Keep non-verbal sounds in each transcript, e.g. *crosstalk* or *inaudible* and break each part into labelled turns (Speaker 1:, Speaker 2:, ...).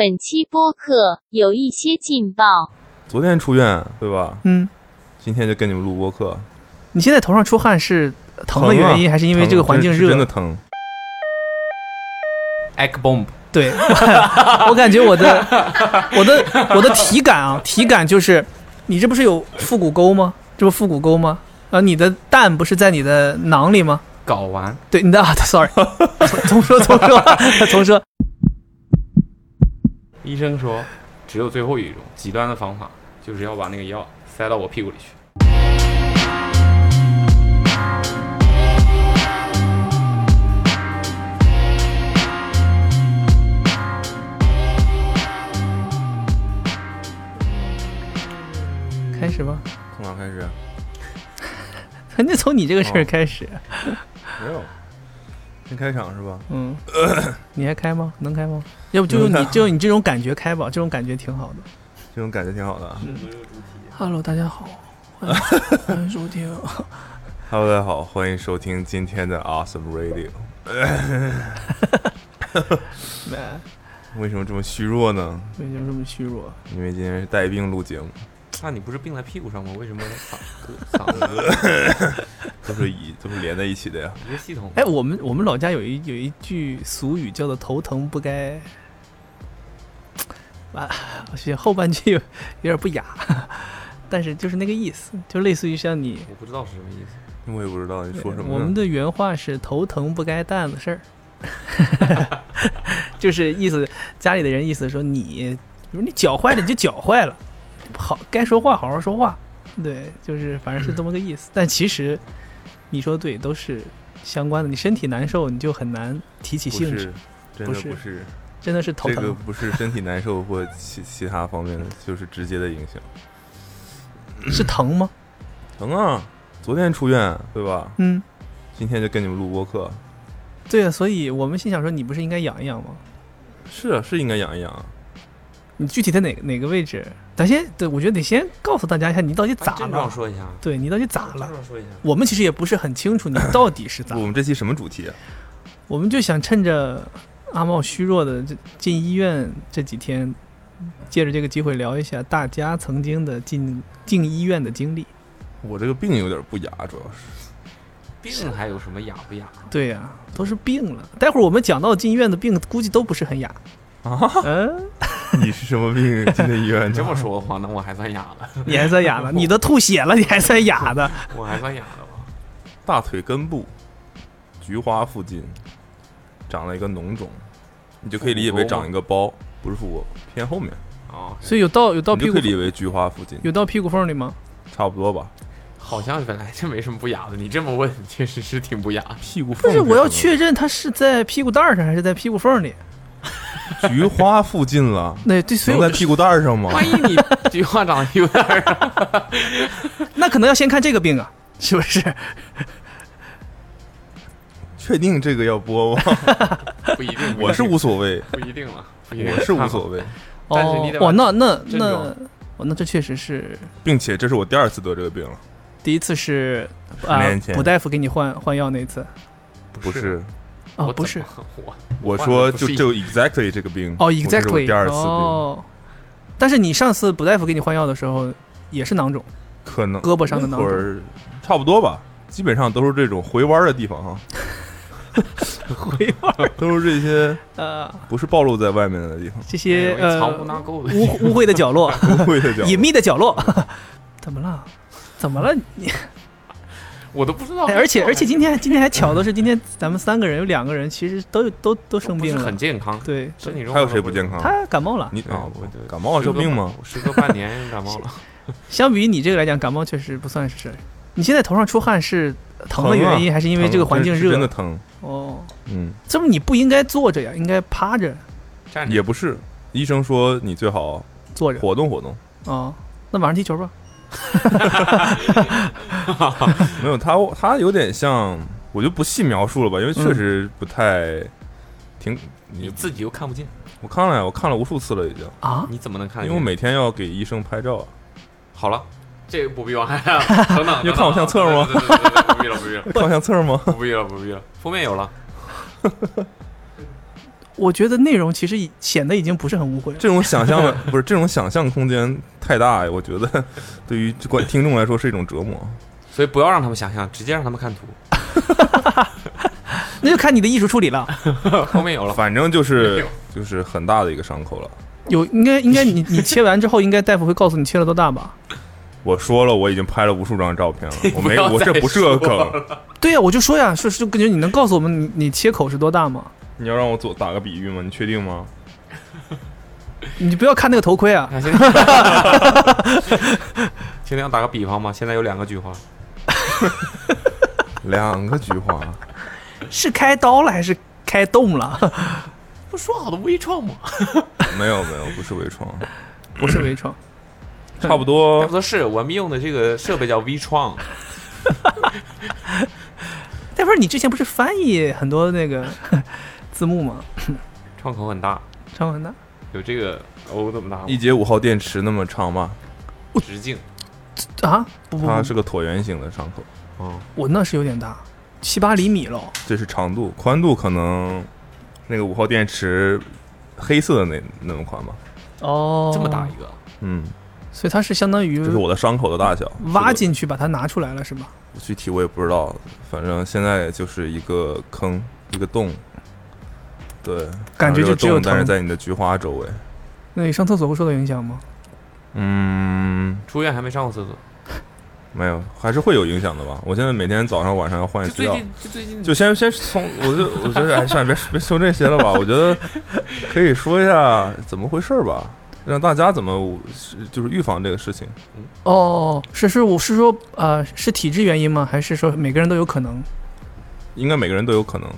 Speaker 1: 本期播客有一些劲爆，
Speaker 2: 昨天出院对吧？
Speaker 3: 嗯，
Speaker 2: 今天就跟你们录播客，
Speaker 3: 你现在头上出汗是呃疼的
Speaker 2: 啊
Speaker 3: 原因，还是因为
Speaker 2: 疼啊
Speaker 3: 这个环境
Speaker 2: 真是
Speaker 3: 热？
Speaker 2: 真的疼。
Speaker 4: egg bomb，
Speaker 3: 对， *laughs* 我感觉我的我的我的体感啊，体感就是，你这不是有腹股沟吗？这不腹股沟吗？啊，你的蛋不是在你的囊里吗？
Speaker 4: 睾丸，
Speaker 3: 对，你的啊，sorry，重说重说 *laughs* 重说，
Speaker 4: 医生说，只有最后一种极端的方法，就是要把那个药塞到我屁股里去。
Speaker 3: 开始吧。
Speaker 2: 从哪开始？啊
Speaker 3: 那从你这个事儿开始，
Speaker 2: 没有，先开场是吧？
Speaker 3: 嗯，你还开吗？能开吗？要不就用你就用你这种感觉开吧，这种感觉挺好的。
Speaker 2: 这种感觉挺好的啊。
Speaker 3: Hello，大家好，欢迎收听。
Speaker 2: Hello，大家好，欢迎收听今天的 Awesome Radio。为什么这么虚弱呢？
Speaker 3: 为什么这么虚弱？啊
Speaker 2: 因为今天是带病录节目，
Speaker 4: 那你不是病在屁股上吗？为什么 *laughs* 嗓嗓子
Speaker 2: 都是一 *laughs* 都是连在一起的呀。
Speaker 4: 一个系统？
Speaker 3: 哎，我们我们老家有一有一句俗语叫做“头疼不该”，啊，我觉得后半句有有点不雅， *laughs* 但是就是那个意思，就类似于像你
Speaker 4: 我不知道是什么意思。
Speaker 2: 我也不知道你说什么
Speaker 3: 我们
Speaker 2: 呢。
Speaker 3: 的原话是“头疼不该担子事儿”， *laughs* 就是意思家里的人意思说你，比如你脚坏了你就脚坏了，好该说话好好说话，对，就是反正是这么个意
Speaker 2: 嗯
Speaker 3: 思。但其实你说对，都是相关的。你身体难受，你就很难提起
Speaker 2: 不
Speaker 3: 兴
Speaker 2: 是
Speaker 3: 致，，
Speaker 2: 真
Speaker 3: 不
Speaker 2: 的
Speaker 3: 是
Speaker 2: 不是，
Speaker 3: 真的是头
Speaker 2: 这
Speaker 3: 疼。
Speaker 2: 个不是身体难受或其其他方面的，就是直接的影响。嗯
Speaker 3: 是疼吗？
Speaker 2: 疼啊！昨天出院对吧？
Speaker 3: 嗯，
Speaker 2: 今天就跟你们录播客，
Speaker 3: 对啊，所以我们心想说，你不是应该养一养吗？
Speaker 2: 是啊，是应该养一养啊。
Speaker 3: 你具体在哪哪个位置？咱先，对我觉得得先告诉大家一下，你到底
Speaker 4: 把
Speaker 2: 啊
Speaker 3: 咋
Speaker 4: 症
Speaker 3: 了
Speaker 4: 状？说一下，
Speaker 3: 对啊你到底咋
Speaker 4: 症
Speaker 3: 了？
Speaker 4: 状说一下。
Speaker 3: 我们其实也不是很清楚你到底是 *laughs* 咋
Speaker 2: 我，们这期什么主题啊？
Speaker 3: 我们就想趁着阿茂虚弱的这进医院这几天，借着这个机会聊一下大家曾经的进进医院的经历。
Speaker 2: 我这个病有点不雅，主要是
Speaker 4: 病还有什么雅不雅？
Speaker 3: 对呀、都是病了。待会儿我们讲到进医院的病，估计都不是很雅。
Speaker 2: 啊，
Speaker 3: *laughs* 嗯，
Speaker 2: 你是什么病进的医院 *laughs*
Speaker 4: 你
Speaker 2: 呢？
Speaker 4: 这么说的话，那我还算雅了，
Speaker 3: 你还算 *laughs* 哑呢？你都吐血了，你还算哑的？
Speaker 4: *laughs* 我还算雅了吧？
Speaker 2: 大腿根部菊花附近长了一个脓肿，你就可以理解为长一个包，不是腹股，偏后面，
Speaker 4: 哦，
Speaker 3: 所以有到有到
Speaker 2: 你
Speaker 3: 屁
Speaker 2: 就可
Speaker 3: 股
Speaker 2: 以理解为菊花附近，
Speaker 3: 有到屁股缝里吗？
Speaker 2: 差不多吧。
Speaker 4: *laughs* 好像本来就没什么不雅的。你这么问，确实是挺不雅的。
Speaker 2: 屁股缝
Speaker 3: 不是，
Speaker 2: 什么
Speaker 3: 我要确认它是在屁股蛋儿上还是在屁股缝里。
Speaker 2: 菊花附近了，
Speaker 3: 那对，所以
Speaker 2: 能
Speaker 3: 我
Speaker 2: 在
Speaker 3: 就
Speaker 2: 屁股蛋儿上 *laughs* 吗？
Speaker 4: *laughs* 万一你 *laughs* 菊花长得有点儿， *laughs*
Speaker 3: 那可能要先看这个病啊，是不是？
Speaker 2: 确定这个要播吗？
Speaker 4: 不一定。不一定
Speaker 2: 我是无所谓，
Speaker 4: 不一定了，不一定
Speaker 2: 我是无
Speaker 4: *laughs*
Speaker 2: 所谓，
Speaker 4: 但是你得把
Speaker 3: 哇，哦那那
Speaker 4: 症
Speaker 3: 那
Speaker 4: 状
Speaker 3: 哇，那这确实是
Speaker 2: 并且这是我第二次得这个病了，
Speaker 3: 第一次是
Speaker 2: 十
Speaker 3: 啊
Speaker 2: 年，前
Speaker 3: 卜大夫给你换换药那次
Speaker 2: 不是。
Speaker 3: 啊，
Speaker 4: 我
Speaker 3: 不
Speaker 4: 怎
Speaker 3: 是
Speaker 4: 么 *laughs* 我
Speaker 2: 我说
Speaker 4: 不
Speaker 2: 就是就 exactly 这个病
Speaker 3: 哦
Speaker 2: 我这是我
Speaker 3: ，exactly
Speaker 2: 第二次病，
Speaker 3: 哦，但是你上次卜大夫给你换药的时候也是囊肿，
Speaker 2: 可能
Speaker 3: 胳膊上的
Speaker 2: 那
Speaker 3: 囊
Speaker 2: 会
Speaker 3: 肿，
Speaker 2: 儿差不多吧，基本上都是这种回弯的地方哈，
Speaker 3: *laughs* 回弯儿
Speaker 2: 都是这些
Speaker 3: 呃
Speaker 2: 不是暴露在外面的地方， *laughs*
Speaker 3: 这些
Speaker 4: 哎呦藏
Speaker 3: 呃
Speaker 4: 污纳垢的地
Speaker 3: 污
Speaker 4: 方，
Speaker 3: 污秽的角落，
Speaker 2: 不会的角
Speaker 3: 隐秘的角落， *laughs* 怎么了？怎么了？
Speaker 4: 我都不知道。
Speaker 3: 哎而且而且今天今天还巧的是，今天咱们三个人有两个人其实都都都生
Speaker 4: 不
Speaker 3: 病
Speaker 4: 是
Speaker 3: 了
Speaker 4: 很，健康，
Speaker 3: 对，
Speaker 4: 身体中
Speaker 2: 还有谁不健？康？
Speaker 3: 他感冒了。
Speaker 2: 你啊，
Speaker 4: 我
Speaker 2: 我感冒是病
Speaker 4: *laughs*
Speaker 2: 吗？？
Speaker 4: 时隔半年感
Speaker 2: *laughs*
Speaker 4: 冒了，
Speaker 3: 相比于你这个来讲，感冒确实不算是事儿。你现在头上出汗是疼的
Speaker 2: 疼啊
Speaker 3: 原因，还是因为
Speaker 2: 疼
Speaker 3: 这个环境
Speaker 2: 真是
Speaker 3: 热？
Speaker 2: 真的疼，
Speaker 3: 哦，
Speaker 2: 嗯，
Speaker 3: 这不你不应该坐着呀，应该趴着
Speaker 4: 站着
Speaker 2: 也不是，医生说你最好
Speaker 3: 坐着。
Speaker 2: 活动活动，
Speaker 3: 哦，那晚上踢球吧。
Speaker 2: 没有他他有点像，我就不细描述了吧，因为确实不太挺
Speaker 4: 你
Speaker 2: 你
Speaker 4: 自己又看不见，
Speaker 2: 我看了呀，我看了无数次了已经，
Speaker 3: 啊，
Speaker 4: 你怎么能看
Speaker 2: 因为
Speaker 4: 得见？
Speaker 2: 我每天要给医生拍照啊， *laughs*
Speaker 4: 好了，这个
Speaker 3: *laughs*
Speaker 4: 不必往下了。 *laughs* 等等，
Speaker 2: 要看我相册吗
Speaker 4: 等等？等等等等不必了，不必了，
Speaker 2: 看相册吗？
Speaker 4: 不必了，不必了。封面有了，
Speaker 3: 我觉得内容其实已显得已经不是很污秽了。
Speaker 2: *laughs* 这种想象不是这种想象空间太大呀，我觉得对于观听众来说是一种折磨。
Speaker 4: 所以不要让他们想象，直接让他们看图。
Speaker 3: 那就看你的艺术处理了。
Speaker 4: 后面有了，
Speaker 2: 反正就
Speaker 4: 没
Speaker 2: 是
Speaker 4: 有
Speaker 2: 就是很大的一个伤口了。
Speaker 3: 有应该应该你你切完之后，应该大夫会告诉你切了多大吧？
Speaker 2: 我说了，我已经拍了无数张照片
Speaker 4: *laughs*
Speaker 2: 了，我没
Speaker 4: 不要
Speaker 2: 我
Speaker 4: 再
Speaker 2: 这不是个
Speaker 4: 说
Speaker 2: 梗。
Speaker 3: 对呀、我就说呀，是是，感觉你能告诉我们你你切口是多大吗？
Speaker 2: 你要让我做打个比喻吗？你确定吗？
Speaker 3: 你不要看那个头盔啊，
Speaker 4: *laughs* 看现在，现在要打个比方嘛，现在有两个菊花，
Speaker 2: 两个菊花，
Speaker 3: 是开刀了还是开洞了？ *laughs*
Speaker 4: 不说好的微创吗？
Speaker 2: 没有没有，不是微创，
Speaker 4: *laughs*
Speaker 3: 不是微创，
Speaker 2: 差不
Speaker 4: 差
Speaker 2: 多
Speaker 4: 不多是我们用的这个设备叫微创，
Speaker 3: 大夫，你之前不是翻译很多那个 *laughs* 字幕吗？
Speaker 4: 创口很大，
Speaker 3: 张文娜，
Speaker 4: 有这个哦这么大吗
Speaker 2: 一节五号电池那么长吧，
Speaker 4: 直径，
Speaker 3: 啊，不不
Speaker 2: 它
Speaker 3: 不
Speaker 2: 是，个椭圆形的伤口，
Speaker 4: 嗯，
Speaker 3: 我那是有点大，七八厘米了。
Speaker 2: 这是长度，宽度可能那个五号电池黑色的那那么宽吧。
Speaker 3: 哦
Speaker 4: 这么大一个，
Speaker 2: 嗯，
Speaker 3: 所以它是相当于
Speaker 2: 这是我的伤口的大小。
Speaker 3: 挖
Speaker 2: 这个
Speaker 3: 进去把它拿出来了是吗？
Speaker 2: 具体我也不知道，反正现在就是一个坑，一个洞。对，
Speaker 3: 感觉就
Speaker 2: 这个
Speaker 3: 只有
Speaker 2: 洞，但是
Speaker 3: 疼
Speaker 2: 在你的菊花周围。
Speaker 3: 那你上厕所会受到影响吗？
Speaker 2: 嗯，
Speaker 4: 出院还没上过厕所，
Speaker 2: 没有，还是会有影响的吧？我现在每天早上晚上要换
Speaker 4: 就
Speaker 2: 资
Speaker 4: 最
Speaker 2: 料，
Speaker 4: 近就最近
Speaker 2: 哎啊 *laughs* 就先先从我就我觉得哎，算了，别别说这些了吧。我觉得可以说一下怎么回事儿吧，让大家怎么就是预防这个事情。
Speaker 3: 哦，是是，我是说，呃，是体质原因吗？还是说每个人都有可能？
Speaker 2: 应该每个人都有可能，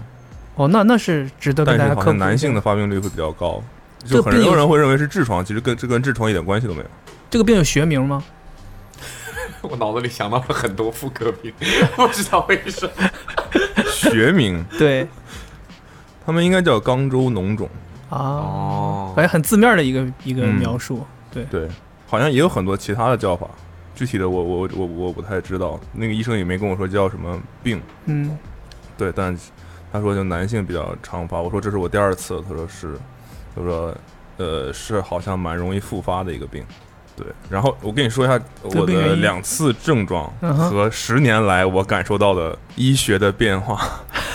Speaker 3: 哦，那那是值得
Speaker 2: 但
Speaker 3: 跟
Speaker 2: 是
Speaker 3: 大家
Speaker 2: 好
Speaker 3: 科
Speaker 2: 像
Speaker 3: 普一下。
Speaker 2: 男性的发病率会比较高，
Speaker 3: 这
Speaker 2: 就
Speaker 3: 个
Speaker 2: 很
Speaker 3: 病
Speaker 2: 多
Speaker 3: 有
Speaker 2: 人会认为是痔疮，其实跟这跟痔疮一点关系都没有。
Speaker 3: 这个病有学名吗？
Speaker 4: *laughs* 我脑子里想到了很多妇科 *laughs* 病，不知道为什么。
Speaker 2: 学名，
Speaker 3: 对
Speaker 2: 他们应该叫肛周脓肿，
Speaker 3: 啊，
Speaker 4: 哦
Speaker 2: 哎
Speaker 3: 反正很字面的一个一个
Speaker 2: 嗯
Speaker 3: 描述。对，
Speaker 2: 对，好像也有很多其他的叫法，具体的我我我我不太知道，那个医生也没跟我说叫什么病。
Speaker 3: 嗯，
Speaker 2: 对，但是他说就男性比较常发，我说这是我第二次，他说是，他说呃是好像蛮容易复发的一个病，对。然后我跟你说一下我
Speaker 3: 得病原
Speaker 2: 的
Speaker 3: 因
Speaker 2: 两次症状
Speaker 3: 嗯哼
Speaker 2: 和十年来我感受到的医学的变化，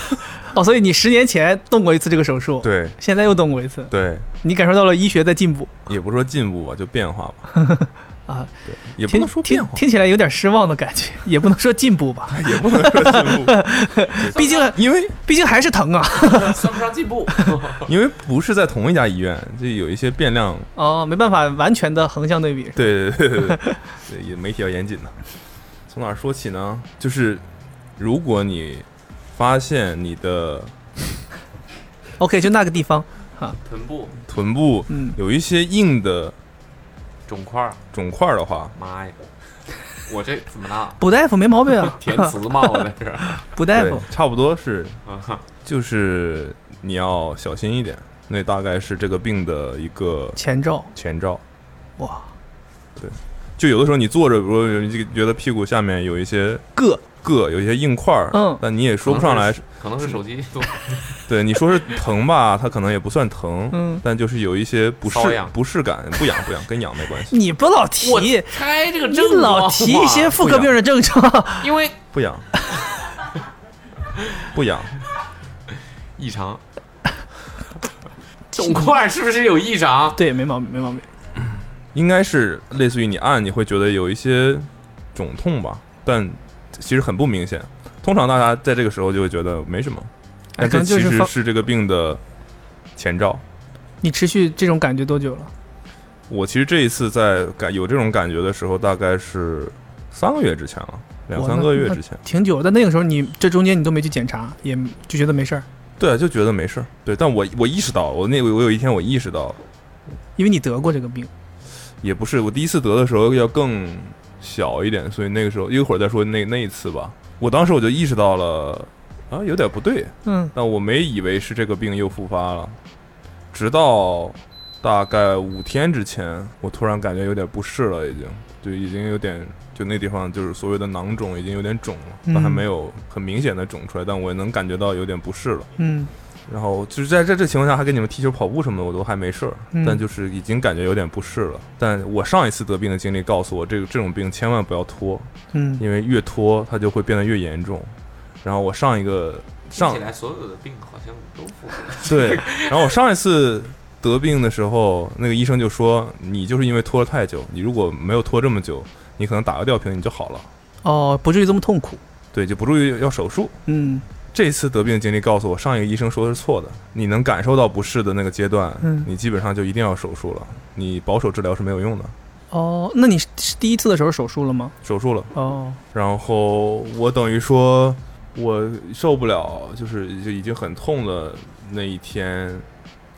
Speaker 2: *laughs*
Speaker 3: 哦，所以你十年前动过一次这个手术，，
Speaker 2: 对
Speaker 3: 现在又动过一次，
Speaker 2: 对，
Speaker 3: 你感受到了医学在进步
Speaker 2: 也不是说进步吧，就变化吧，
Speaker 3: *laughs* 啊，
Speaker 2: 对，也不
Speaker 3: 听
Speaker 2: 能说变化，
Speaker 3: 听，听起来有点失望的感觉， *laughs* 也不能说进步吧，
Speaker 2: *laughs* 也不能
Speaker 3: *laughs*
Speaker 2: 说进步，
Speaker 3: 毕竟
Speaker 2: 因为
Speaker 3: 毕竟还是疼啊。 *laughs*
Speaker 4: 算不上
Speaker 2: *laughs*
Speaker 4: 进步。
Speaker 2: 因为不是在同一家医院，就有一些变量，
Speaker 3: 哦，没办法，完全的横向对比。
Speaker 2: 对对对对对，对也媒体要严谨呢。从哪儿说起呢？就是如果你发现你的
Speaker 3: OK，就那个地方，
Speaker 4: 臀部
Speaker 2: 臀部
Speaker 3: 嗯，
Speaker 2: 有一些硬的
Speaker 4: 肿块儿，
Speaker 2: 肿块儿的话，
Speaker 4: 妈呀！我这怎么了？，
Speaker 3: 补大夫没毛病啊
Speaker 2: *laughs*
Speaker 4: 填词吗？我在这儿
Speaker 3: *laughs* 补大
Speaker 2: 对
Speaker 3: 夫，
Speaker 2: 差不多是
Speaker 4: 啊，
Speaker 2: 就是你要小心一点，那大概是这个病的一个
Speaker 3: 前兆，
Speaker 2: 前兆。
Speaker 3: 哇，
Speaker 2: 就有的时候你坐着，比如说你这个觉得屁股下面有一些
Speaker 3: 硌，
Speaker 2: 硌，有一些硬块儿，
Speaker 3: 嗯
Speaker 2: 但你也 *laughs* 说不上来，
Speaker 4: 可能是手机多
Speaker 2: 对你说是疼
Speaker 3: *laughs*
Speaker 2: 吧，它可能也不算疼，
Speaker 3: 嗯
Speaker 2: 但就是有一些不适
Speaker 4: 瘙痒
Speaker 2: 不适感，不痒不痒，跟痒没
Speaker 3: *laughs*
Speaker 2: 关系，
Speaker 3: 你不老提，
Speaker 4: *laughs* 我猜这个啊
Speaker 3: 你
Speaker 4: 症状
Speaker 3: 老
Speaker 4: 嘛
Speaker 3: 提一些，妇科病的症状，
Speaker 4: 因为
Speaker 2: 不痒，不痒，*laughs*
Speaker 4: 异常，肿块儿是不是有异常？
Speaker 3: *laughs* 对，没毛病，没毛病。
Speaker 2: 应该是类似于你按你会觉得有一些肿痛吧，但其实很不明显。通常大家在这个时候就会觉得没什么，
Speaker 3: 哎，
Speaker 2: 但这
Speaker 3: 可能就
Speaker 2: 其
Speaker 3: 是
Speaker 2: 实
Speaker 3: 放
Speaker 2: 是这个病的前兆。
Speaker 3: 你持续这种感觉多久了？
Speaker 2: 我其实这一次在感有这种感觉的时候，大概是三个月之前了，两
Speaker 3: 哇
Speaker 2: 三
Speaker 3: 那
Speaker 2: 个月
Speaker 3: 那
Speaker 2: 之前。
Speaker 3: 挺久了，但那个时候你这中间你都没去检查，也就觉得没事儿，
Speaker 2: 对，啊就觉得没事儿。对，但我我意识到，我那我有一天我意识到，
Speaker 3: 因为你得过这个病。
Speaker 2: 也不是，我第一次得的时候要更小一点，所以那个时候一会儿再说那那一次吧。我当时我就意识到了，啊，有点不对，
Speaker 3: 嗯，
Speaker 2: 但我没以为是这个病又复发了，直到大概五天之前，我突然感觉有点不适了，已经就已经有点就那地方就是所谓的囊肿已经有点肿了，但还
Speaker 3: 嗯
Speaker 2: 没有很明显的肿出来，但我能感觉到有点不适了。
Speaker 3: 嗯，
Speaker 2: 然后就是在在这情况下，还给你们踢球、跑步什么的，我都还没事儿，
Speaker 3: 嗯
Speaker 2: 但就是已经感觉有点不适了。但我上一次得病的经历告诉我，这个这种病千万不要拖，
Speaker 3: 嗯，
Speaker 2: 因为越拖它就会变得越严重。然后我上一个
Speaker 4: 听
Speaker 2: 上
Speaker 4: 起来所有的病好像都复合。
Speaker 2: *laughs* 对，然后我上一次得病的时候，那个医生就说，你就是因为拖了太久，你如果没有拖这么久，你可能打个吊瓶你就好了，
Speaker 3: 哦，不至于这么痛苦。
Speaker 2: 对，就不至于要手术。
Speaker 3: 嗯
Speaker 2: 这次得病的经历告诉我，上一个医生说的是错的。你能感受到不适的那个阶段，
Speaker 3: 嗯
Speaker 2: 你基本上就一定要手术了。你保守治疗是没有用的，
Speaker 3: 哦，那你是是第一次的时候手术了吗？
Speaker 2: 手术了。
Speaker 3: 哦，
Speaker 2: 然后我等于说，我受不了，就是就已经很痛的那一天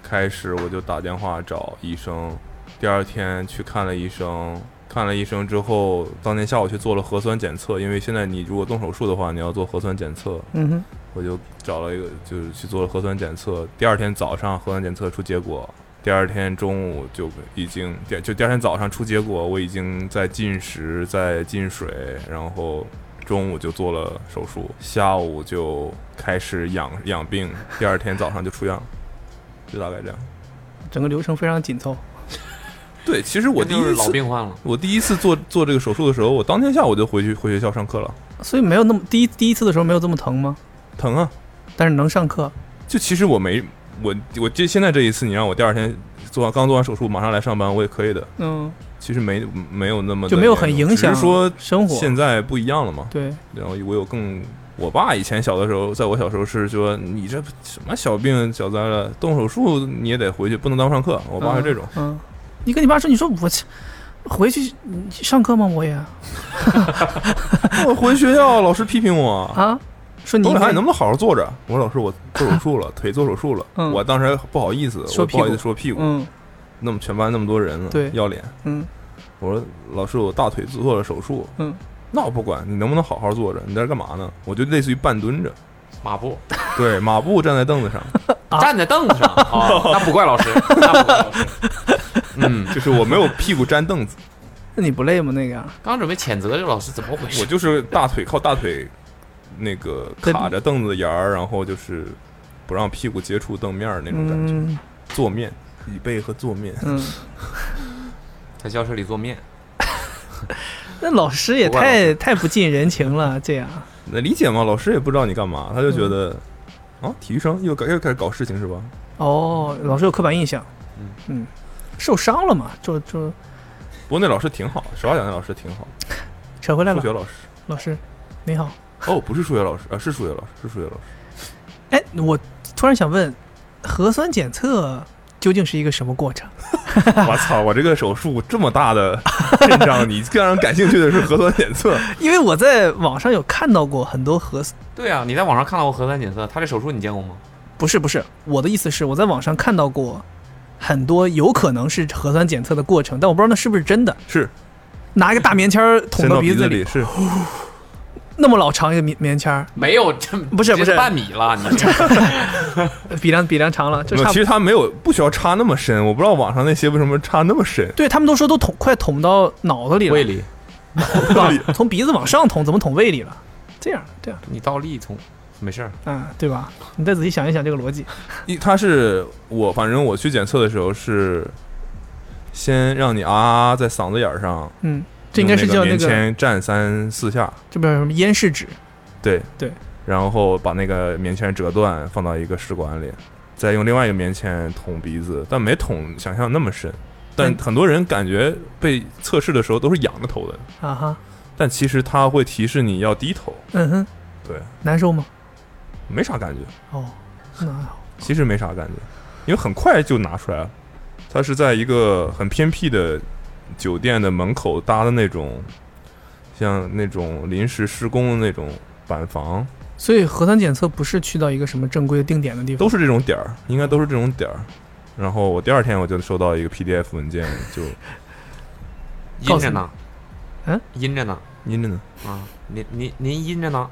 Speaker 2: 开始，我就打电话找医生。第二天去看了医生，看了医生之后，当天下午去做了核酸检测，因为现在你如果动手术的话，你要做核酸检测。
Speaker 3: 嗯哼，
Speaker 2: 我就找了一个，就是去做了核酸检测。第二天早上核酸检测出结果，第二天中午就已经，第就第二天早上出结果，我已经在进食，在进水，然后中午就做了手术，下午就开始养养病，第二天早上就出院了，就大概这样。
Speaker 3: 整个流程非常紧凑。
Speaker 2: 对，其实我第一
Speaker 4: 老
Speaker 2: 次，
Speaker 4: 病患了，
Speaker 2: 我第一次做做这个手术的时候，我当天下午就回去回学校上课了，
Speaker 3: 所以没有那么第一第一次的时候没有这么疼吗？
Speaker 2: 疼啊！
Speaker 3: 但是能上课。
Speaker 2: 就其实我没我我这现在这一次，你让我第二天做完刚做完手术马上来上班，我也可以的。
Speaker 3: 嗯，
Speaker 2: 其实没没有那么的
Speaker 3: 就没有很
Speaker 2: 严重
Speaker 3: 影响
Speaker 2: 只是说
Speaker 3: 生活。
Speaker 2: 现在不一样了嘛。
Speaker 3: 对，
Speaker 2: 然后我有更，我爸以前小的时候，在我小时候是说你这什么小病小灾了，动手术你也得回去，不能当上课。我爸是这种，
Speaker 3: 嗯。嗯，你跟你爸说，你说我去回去你上课吗？我也
Speaker 2: *laughs* 我回学校老师批评我。
Speaker 3: 嗯啊，说你
Speaker 2: 董磊
Speaker 3: 应
Speaker 2: 涵，
Speaker 3: 该
Speaker 2: 你能不能好好坐着？我说老师，我做手术了，腿做手术了。
Speaker 3: *laughs* 嗯
Speaker 2: 我当时还不好意思，
Speaker 3: 说
Speaker 2: 我不好意
Speaker 3: 屁
Speaker 2: 思
Speaker 3: 股
Speaker 2: 说屁股。
Speaker 3: 嗯
Speaker 2: 那么全班那么多人了，
Speaker 3: 对
Speaker 2: 要脸。
Speaker 3: 嗯
Speaker 2: 我说老师，我大腿做了手术。
Speaker 3: 嗯，
Speaker 2: 那我不管，你能不能好好坐着？你在这干嘛呢？我就类似于半蹲着，
Speaker 4: 马步
Speaker 2: 对，马步站在凳
Speaker 3: *laughs*
Speaker 2: 子上，
Speaker 3: 啊
Speaker 4: 站在凳 *laughs* 子上，哦，那不怪老 *laughs* 师，那不怪老师。嗯，
Speaker 2: 就是我没有屁股沾凳子，
Speaker 3: 那你不累吗？那个啊样
Speaker 4: 刚准备谴责这个老师怎么回
Speaker 2: 我
Speaker 4: 事，
Speaker 2: 就是大腿靠大腿那个卡着凳子沿儿，然后就是不让屁股接触凳面儿那种感觉，
Speaker 3: 嗯
Speaker 2: 坐面、椅背和坐面。
Speaker 3: 嗯，
Speaker 4: 在教室里做面，
Speaker 3: *laughs* 那老师也
Speaker 4: 不怪老
Speaker 3: 太太不近人情了，这样。
Speaker 2: 那理解吗？老师也不知道你干嘛，他就觉得、
Speaker 3: 嗯
Speaker 2: 啊，体育生又搞又开始搞事情是吧？
Speaker 3: 哦，老师有刻板印象。
Speaker 4: 嗯
Speaker 3: 嗯，受伤了嘛，就就
Speaker 2: 不过那老师挺好，实话讲，那老师挺好，
Speaker 3: 扯回来
Speaker 2: 数
Speaker 3: 了。
Speaker 2: 学老师。
Speaker 3: 老师，你好。
Speaker 2: 哦，不是数学老师啊，是数学老师，是数学老师。
Speaker 3: 哎，我突然想问，核酸检测究竟是一个什么过程？ *laughs*
Speaker 2: *laughs* 我操！我这个手术这么大的阵仗，你更让人感兴趣的是核酸检
Speaker 3: *laughs*
Speaker 2: 测。
Speaker 3: 因为我在网上有看到过很多核，
Speaker 4: 对啊，你在网上看到过核酸检测，他这手术你见过吗？
Speaker 3: 不是不是，我的意思是我在网上看到过很多有可能是核酸检测的过程，但我不知道那是不是真的。
Speaker 2: 是
Speaker 3: 拿一个大棉签儿捅
Speaker 2: 伸到
Speaker 3: 鼻
Speaker 2: 子
Speaker 3: 里，
Speaker 2: 是
Speaker 3: 那么老长一个棉棉签儿，
Speaker 4: 没有，这
Speaker 3: 不是
Speaker 4: 这
Speaker 3: 不是
Speaker 4: 半米了，你这
Speaker 3: 呃比量比量长了，就
Speaker 2: 没有
Speaker 3: 差
Speaker 2: 其实
Speaker 3: 不多。
Speaker 2: 它没有不需要插那么深，我不知道网上那些为什么插那么深。
Speaker 3: 对他们都说都捅快捅到脑子里了，
Speaker 4: 胃里，
Speaker 3: 往从鼻子往上捅，怎么捅胃里了？这样这样
Speaker 4: 你倒立从没事儿，
Speaker 3: 啊，对吧？你再仔细想一想这个逻辑。
Speaker 2: 一，它是我反正我去检测的时候是先让你啊啊在嗓子眼儿上，
Speaker 3: 嗯，这应该是叫那
Speaker 2: 用那
Speaker 3: 个，
Speaker 2: 棉签蘸三四下，
Speaker 3: 这不叫什么咽拭子。
Speaker 2: 对
Speaker 3: 对，
Speaker 2: 然后把那个棉签折断放到一个试管里，再用另外一个棉签捅鼻子，但没捅想象那么深。但
Speaker 3: 嗯
Speaker 2: 很多人感觉被测试的时候都是仰着头的，
Speaker 3: 啊哈，
Speaker 2: 但其实它会提示你要低头，
Speaker 3: 嗯哼，
Speaker 2: 对，
Speaker 3: 难受吗？
Speaker 2: 没啥感觉，
Speaker 3: 哦，那还好，
Speaker 2: 其实没啥感觉，因为很快就拿出来了。它是在一个很偏僻的酒店的门口搭的那种，像那种临时施工的那种板房，
Speaker 3: 所以核酸检测不是去到一个什么正规的定点的地方，
Speaker 2: 都是这种点儿，应该都是这种点儿。然后我第二天我就收到一个 PDF 文件，就
Speaker 3: 告诉
Speaker 4: 阴着
Speaker 3: 你
Speaker 4: 呢，
Speaker 3: 嗯，
Speaker 4: 阴着呢，
Speaker 2: 阴着
Speaker 3: *laughs*
Speaker 2: 呢，
Speaker 4: 啊，您您您阴着呢，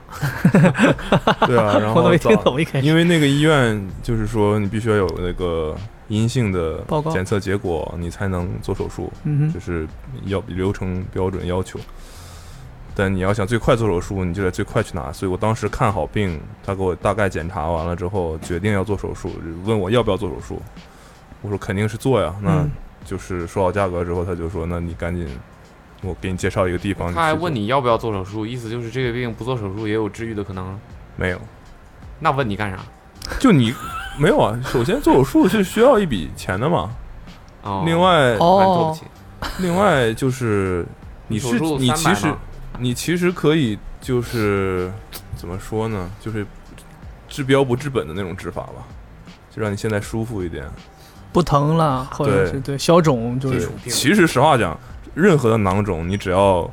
Speaker 2: 对啊，然
Speaker 3: 我都
Speaker 2: 后
Speaker 3: 没 *laughs* 听
Speaker 2: 早，
Speaker 3: 懂一开始。
Speaker 2: 因为那个医院就是说你必须要有那个阴性的
Speaker 3: 报告
Speaker 2: 检测结果，你才能做手术。
Speaker 3: 嗯
Speaker 2: 就
Speaker 3: 哼，
Speaker 2: 是要流程标准要求。但你要想最快做手术，你就得最快去拿。所以我当时看好病，他给我大概检查完了之后，决定要做手术，问我要不要做手术。我说肯定是做呀，那
Speaker 3: 嗯
Speaker 2: 就是说好价格之后，他就说那你赶紧，我给你介绍一个地方。
Speaker 4: 他还
Speaker 2: 去做
Speaker 4: 问你要不要做手术，意思就是这个病不做手术也有治愈的可能啊。
Speaker 2: 没有？
Speaker 4: 那问你干啥？
Speaker 2: 就你没有啊？首先做手术是需要一笔钱的嘛。
Speaker 4: 哦，
Speaker 2: 另外，
Speaker 4: 怕你做不
Speaker 3: 哦
Speaker 4: 起，
Speaker 2: 另外就是你
Speaker 4: 手
Speaker 2: 是
Speaker 4: 术
Speaker 2: 你
Speaker 4: 300
Speaker 2: 其实
Speaker 4: 嘛
Speaker 2: 你其实可以就是怎么说呢？就是治标不治本的那种治法吧，就让你现在舒服一点。
Speaker 3: 不疼了，或者是对消肿，就
Speaker 2: 对
Speaker 3: 是，
Speaker 4: 病
Speaker 2: 其实实话讲，任何的囊肿，你只要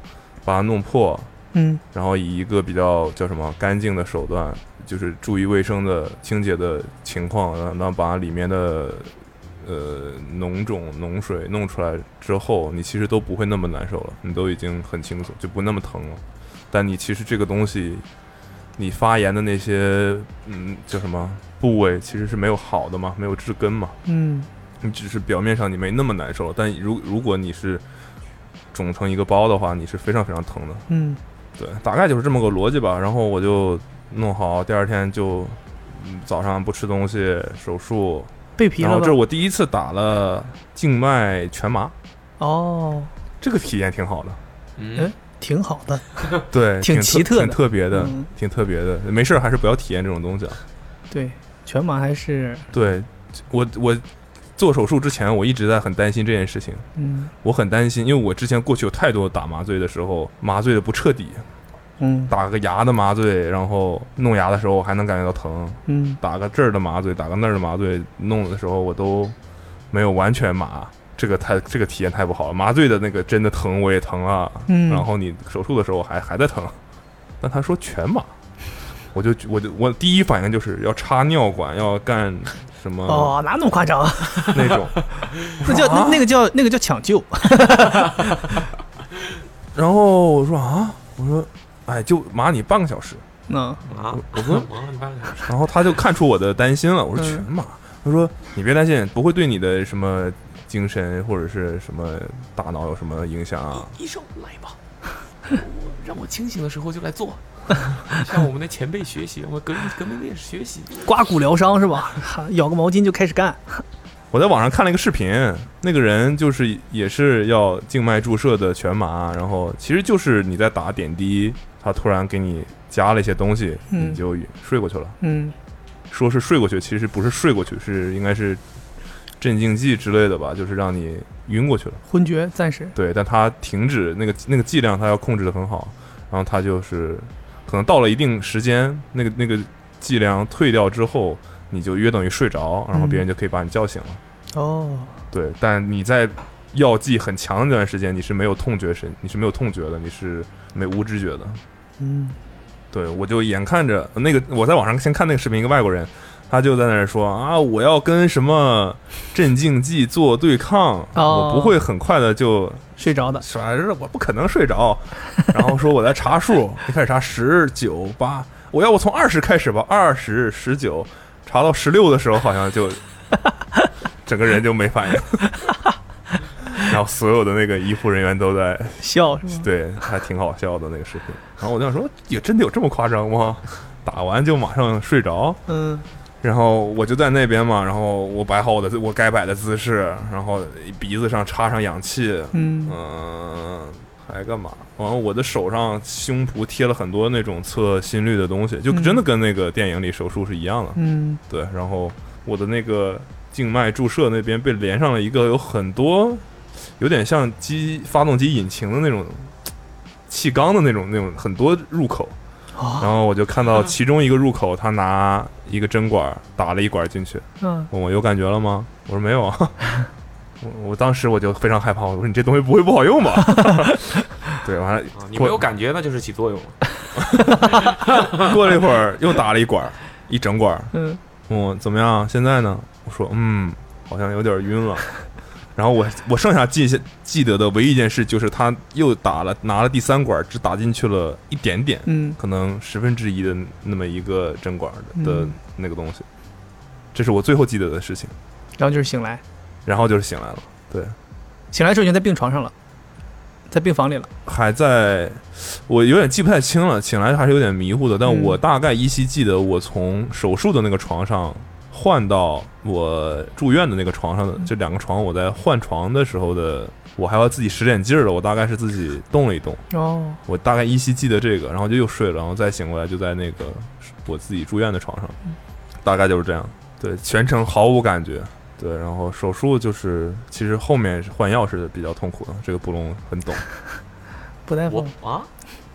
Speaker 2: 把它弄破，
Speaker 3: 嗯
Speaker 2: 然后以一个比较叫什么干净的手段，就是注意卫生的清洁的情况，然后然后把里面的呃脓肿、脓水弄出来之后，你其实都不会那么难受了，你都已经很轻松，就不那么疼了。但你其实这个东西，你发炎的那些嗯叫什么部位，其实是没有好的嘛，没有治根嘛。
Speaker 3: 嗯，
Speaker 2: 你只是表面上你没那么难受，但如如果你是肿成一个包的话，你是非常非常疼的。
Speaker 3: 嗯，
Speaker 2: 对，大概就是这么个逻辑吧。然后我就弄好，第二天就嗯早上不吃东西，手术。
Speaker 3: 被皮
Speaker 2: 然
Speaker 3: 了
Speaker 2: 后
Speaker 3: 吧
Speaker 2: 这是？我第一次打了静脉全麻，
Speaker 3: 哦，
Speaker 2: 这个体验挺好的。
Speaker 4: 嗯，
Speaker 3: 挺好的，
Speaker 2: 对，
Speaker 3: 挺
Speaker 2: 挺
Speaker 3: 奇
Speaker 2: 特，
Speaker 3: 特的
Speaker 2: 挺特别的
Speaker 3: 嗯，
Speaker 2: 挺特别的。没事儿还是不要体验这种东西啊。
Speaker 3: 对，全麻还是
Speaker 2: 对，我我做手术之前，我一直在很担心这件事情。
Speaker 3: 嗯
Speaker 2: 我很担心，因为我之前过去有太多打麻醉的时候，麻醉的不彻底，
Speaker 3: 嗯
Speaker 2: 打个牙的麻醉，然后弄牙的时候还能感觉到疼，
Speaker 3: 嗯
Speaker 2: 打个这儿的麻醉，打个那儿的麻醉，弄的时候我都没有完全麻，这个太这个体验太不好了。麻醉的那个真的疼，我也疼啊，
Speaker 3: 嗯，
Speaker 2: 然后你手术的时候还还在疼，但他说全麻，我就我就我第一反应就是要插尿管，要干什么
Speaker 3: 哦，哪那么夸张？
Speaker 2: 那种，
Speaker 3: 那叫那那个叫那个叫抢救，
Speaker 2: 然后我说啊，我说哎，就麻你半个小时。
Speaker 3: 嗯
Speaker 4: 啊，
Speaker 2: 我不
Speaker 4: 忙了你半个小时，
Speaker 2: 然后他就看出我的担心了，我说
Speaker 3: 嗯
Speaker 2: 全麻，他说你别担心，不会对你的什么精神或者是什么大脑有什么影响啊。
Speaker 4: 医生来吧，让我清醒的时候就来 *laughs* 做，向我们的前辈学习，我们革命革命烈士学习。
Speaker 3: 刮骨疗伤是吧？哈咬个毛巾就开始干，
Speaker 2: 我在网上看了一个视频，那个人就是也是要静脉注射的全麻，然后其实就是你在打点滴，他突然给你加了一些东西，
Speaker 3: 嗯
Speaker 2: 你就睡过去了。
Speaker 3: 嗯
Speaker 2: 说是睡过去，其实不是睡过去，是应该是镇静剂之类的吧，就是让你晕过去了。
Speaker 3: 昏厥暂时，
Speaker 2: 对，但他停止那个那个剂量，他要控制的很好，然后他就是可能到了一定时间，那个那个剂量退掉之后，你就约等于睡着，然后别人就可以把你叫醒了。
Speaker 3: 哦，
Speaker 2: 对，但你在药剂很强的那段时间，你是没有痛觉神，你是没有痛觉的，你是没无知觉的。
Speaker 3: 嗯
Speaker 2: 对，我就眼看着那个，我在网上先看那个视频，一个外国人，他就在那儿说啊，我要跟什么镇静剂做对抗，
Speaker 3: 哦
Speaker 2: 我不会很快的就
Speaker 3: 睡着的，
Speaker 2: 啥是我不可能睡着， *laughs* 然后说我在查数，一开始查十九八，我要不从二十开始吧，二十十九，查到十六的时候好像就整个人就没反应， *laughs* 然后所有的那个医护人员都在
Speaker 3: 笑是吗？
Speaker 2: 对，还挺好笑的那个视频，然后我就想说，也真的有这么夸张吗？打完就马上睡着，
Speaker 3: 嗯
Speaker 2: 然后我就在那边嘛，然后我摆好我的我该摆的姿势，然后鼻子上插上氧气，
Speaker 3: 嗯
Speaker 2: 嗯，还干嘛？然后我的手上、胸脯贴了很多那种测心率的东西，就
Speaker 3: 嗯
Speaker 2: 真的跟那个电影里手术是一样的。
Speaker 3: 嗯，
Speaker 2: 对，然后我的那个静脉注射那边被连上了一个有很多，有点像机发动机引擎的那种气缸的那种那种很多入口。然
Speaker 3: 哦，
Speaker 2: 后我就看到其中一个入口，他拿一个针管打了一管进去，
Speaker 3: 嗯
Speaker 2: 问我有感觉了吗？我说没有啊。 *laughs* 我我当时我就非常害怕，我说你这东西不会不好用吧？ *laughs* 对，完了
Speaker 4: 啊，你没
Speaker 2: 过
Speaker 4: 有感觉那就是起作用了。
Speaker 2: 过了一会儿又打了一管儿，一整管儿，
Speaker 3: 嗯
Speaker 2: 问我怎么样？现在呢？我说嗯，好像有点晕了。然后我我剩下记下记得的唯一一件事就是他又打了拿了第三管儿，只打进去了一点点，
Speaker 3: 嗯
Speaker 2: 可能十分之一的那么一个针管儿的的
Speaker 3: 嗯
Speaker 2: 那个东西，这是我最后记得的事情。
Speaker 3: 然后就是醒来，
Speaker 2: 然后就是醒来了。
Speaker 3: 醒来之后已经在病床上了，在病房里了。
Speaker 2: 还在，我有点记不太清了，醒来还是有点迷糊的。但
Speaker 3: 嗯
Speaker 2: 我大概依稀记得，我从手术的那个床上换到我住院的那个床上的这两个床，我在换床的时候的，我还要自己使点劲儿了。我大概是自己动了一动，
Speaker 3: 哦，
Speaker 2: 我大概依稀记得这个，然后就又睡了，然后再醒过来就在那个我自己住院的床上，大概就是这样。对，全程毫无感觉。对，然后手术就是，其实后面换药是比较痛苦的，这个布隆很懂。
Speaker 3: 不太
Speaker 4: 我
Speaker 3: 懂，
Speaker 4: 啊，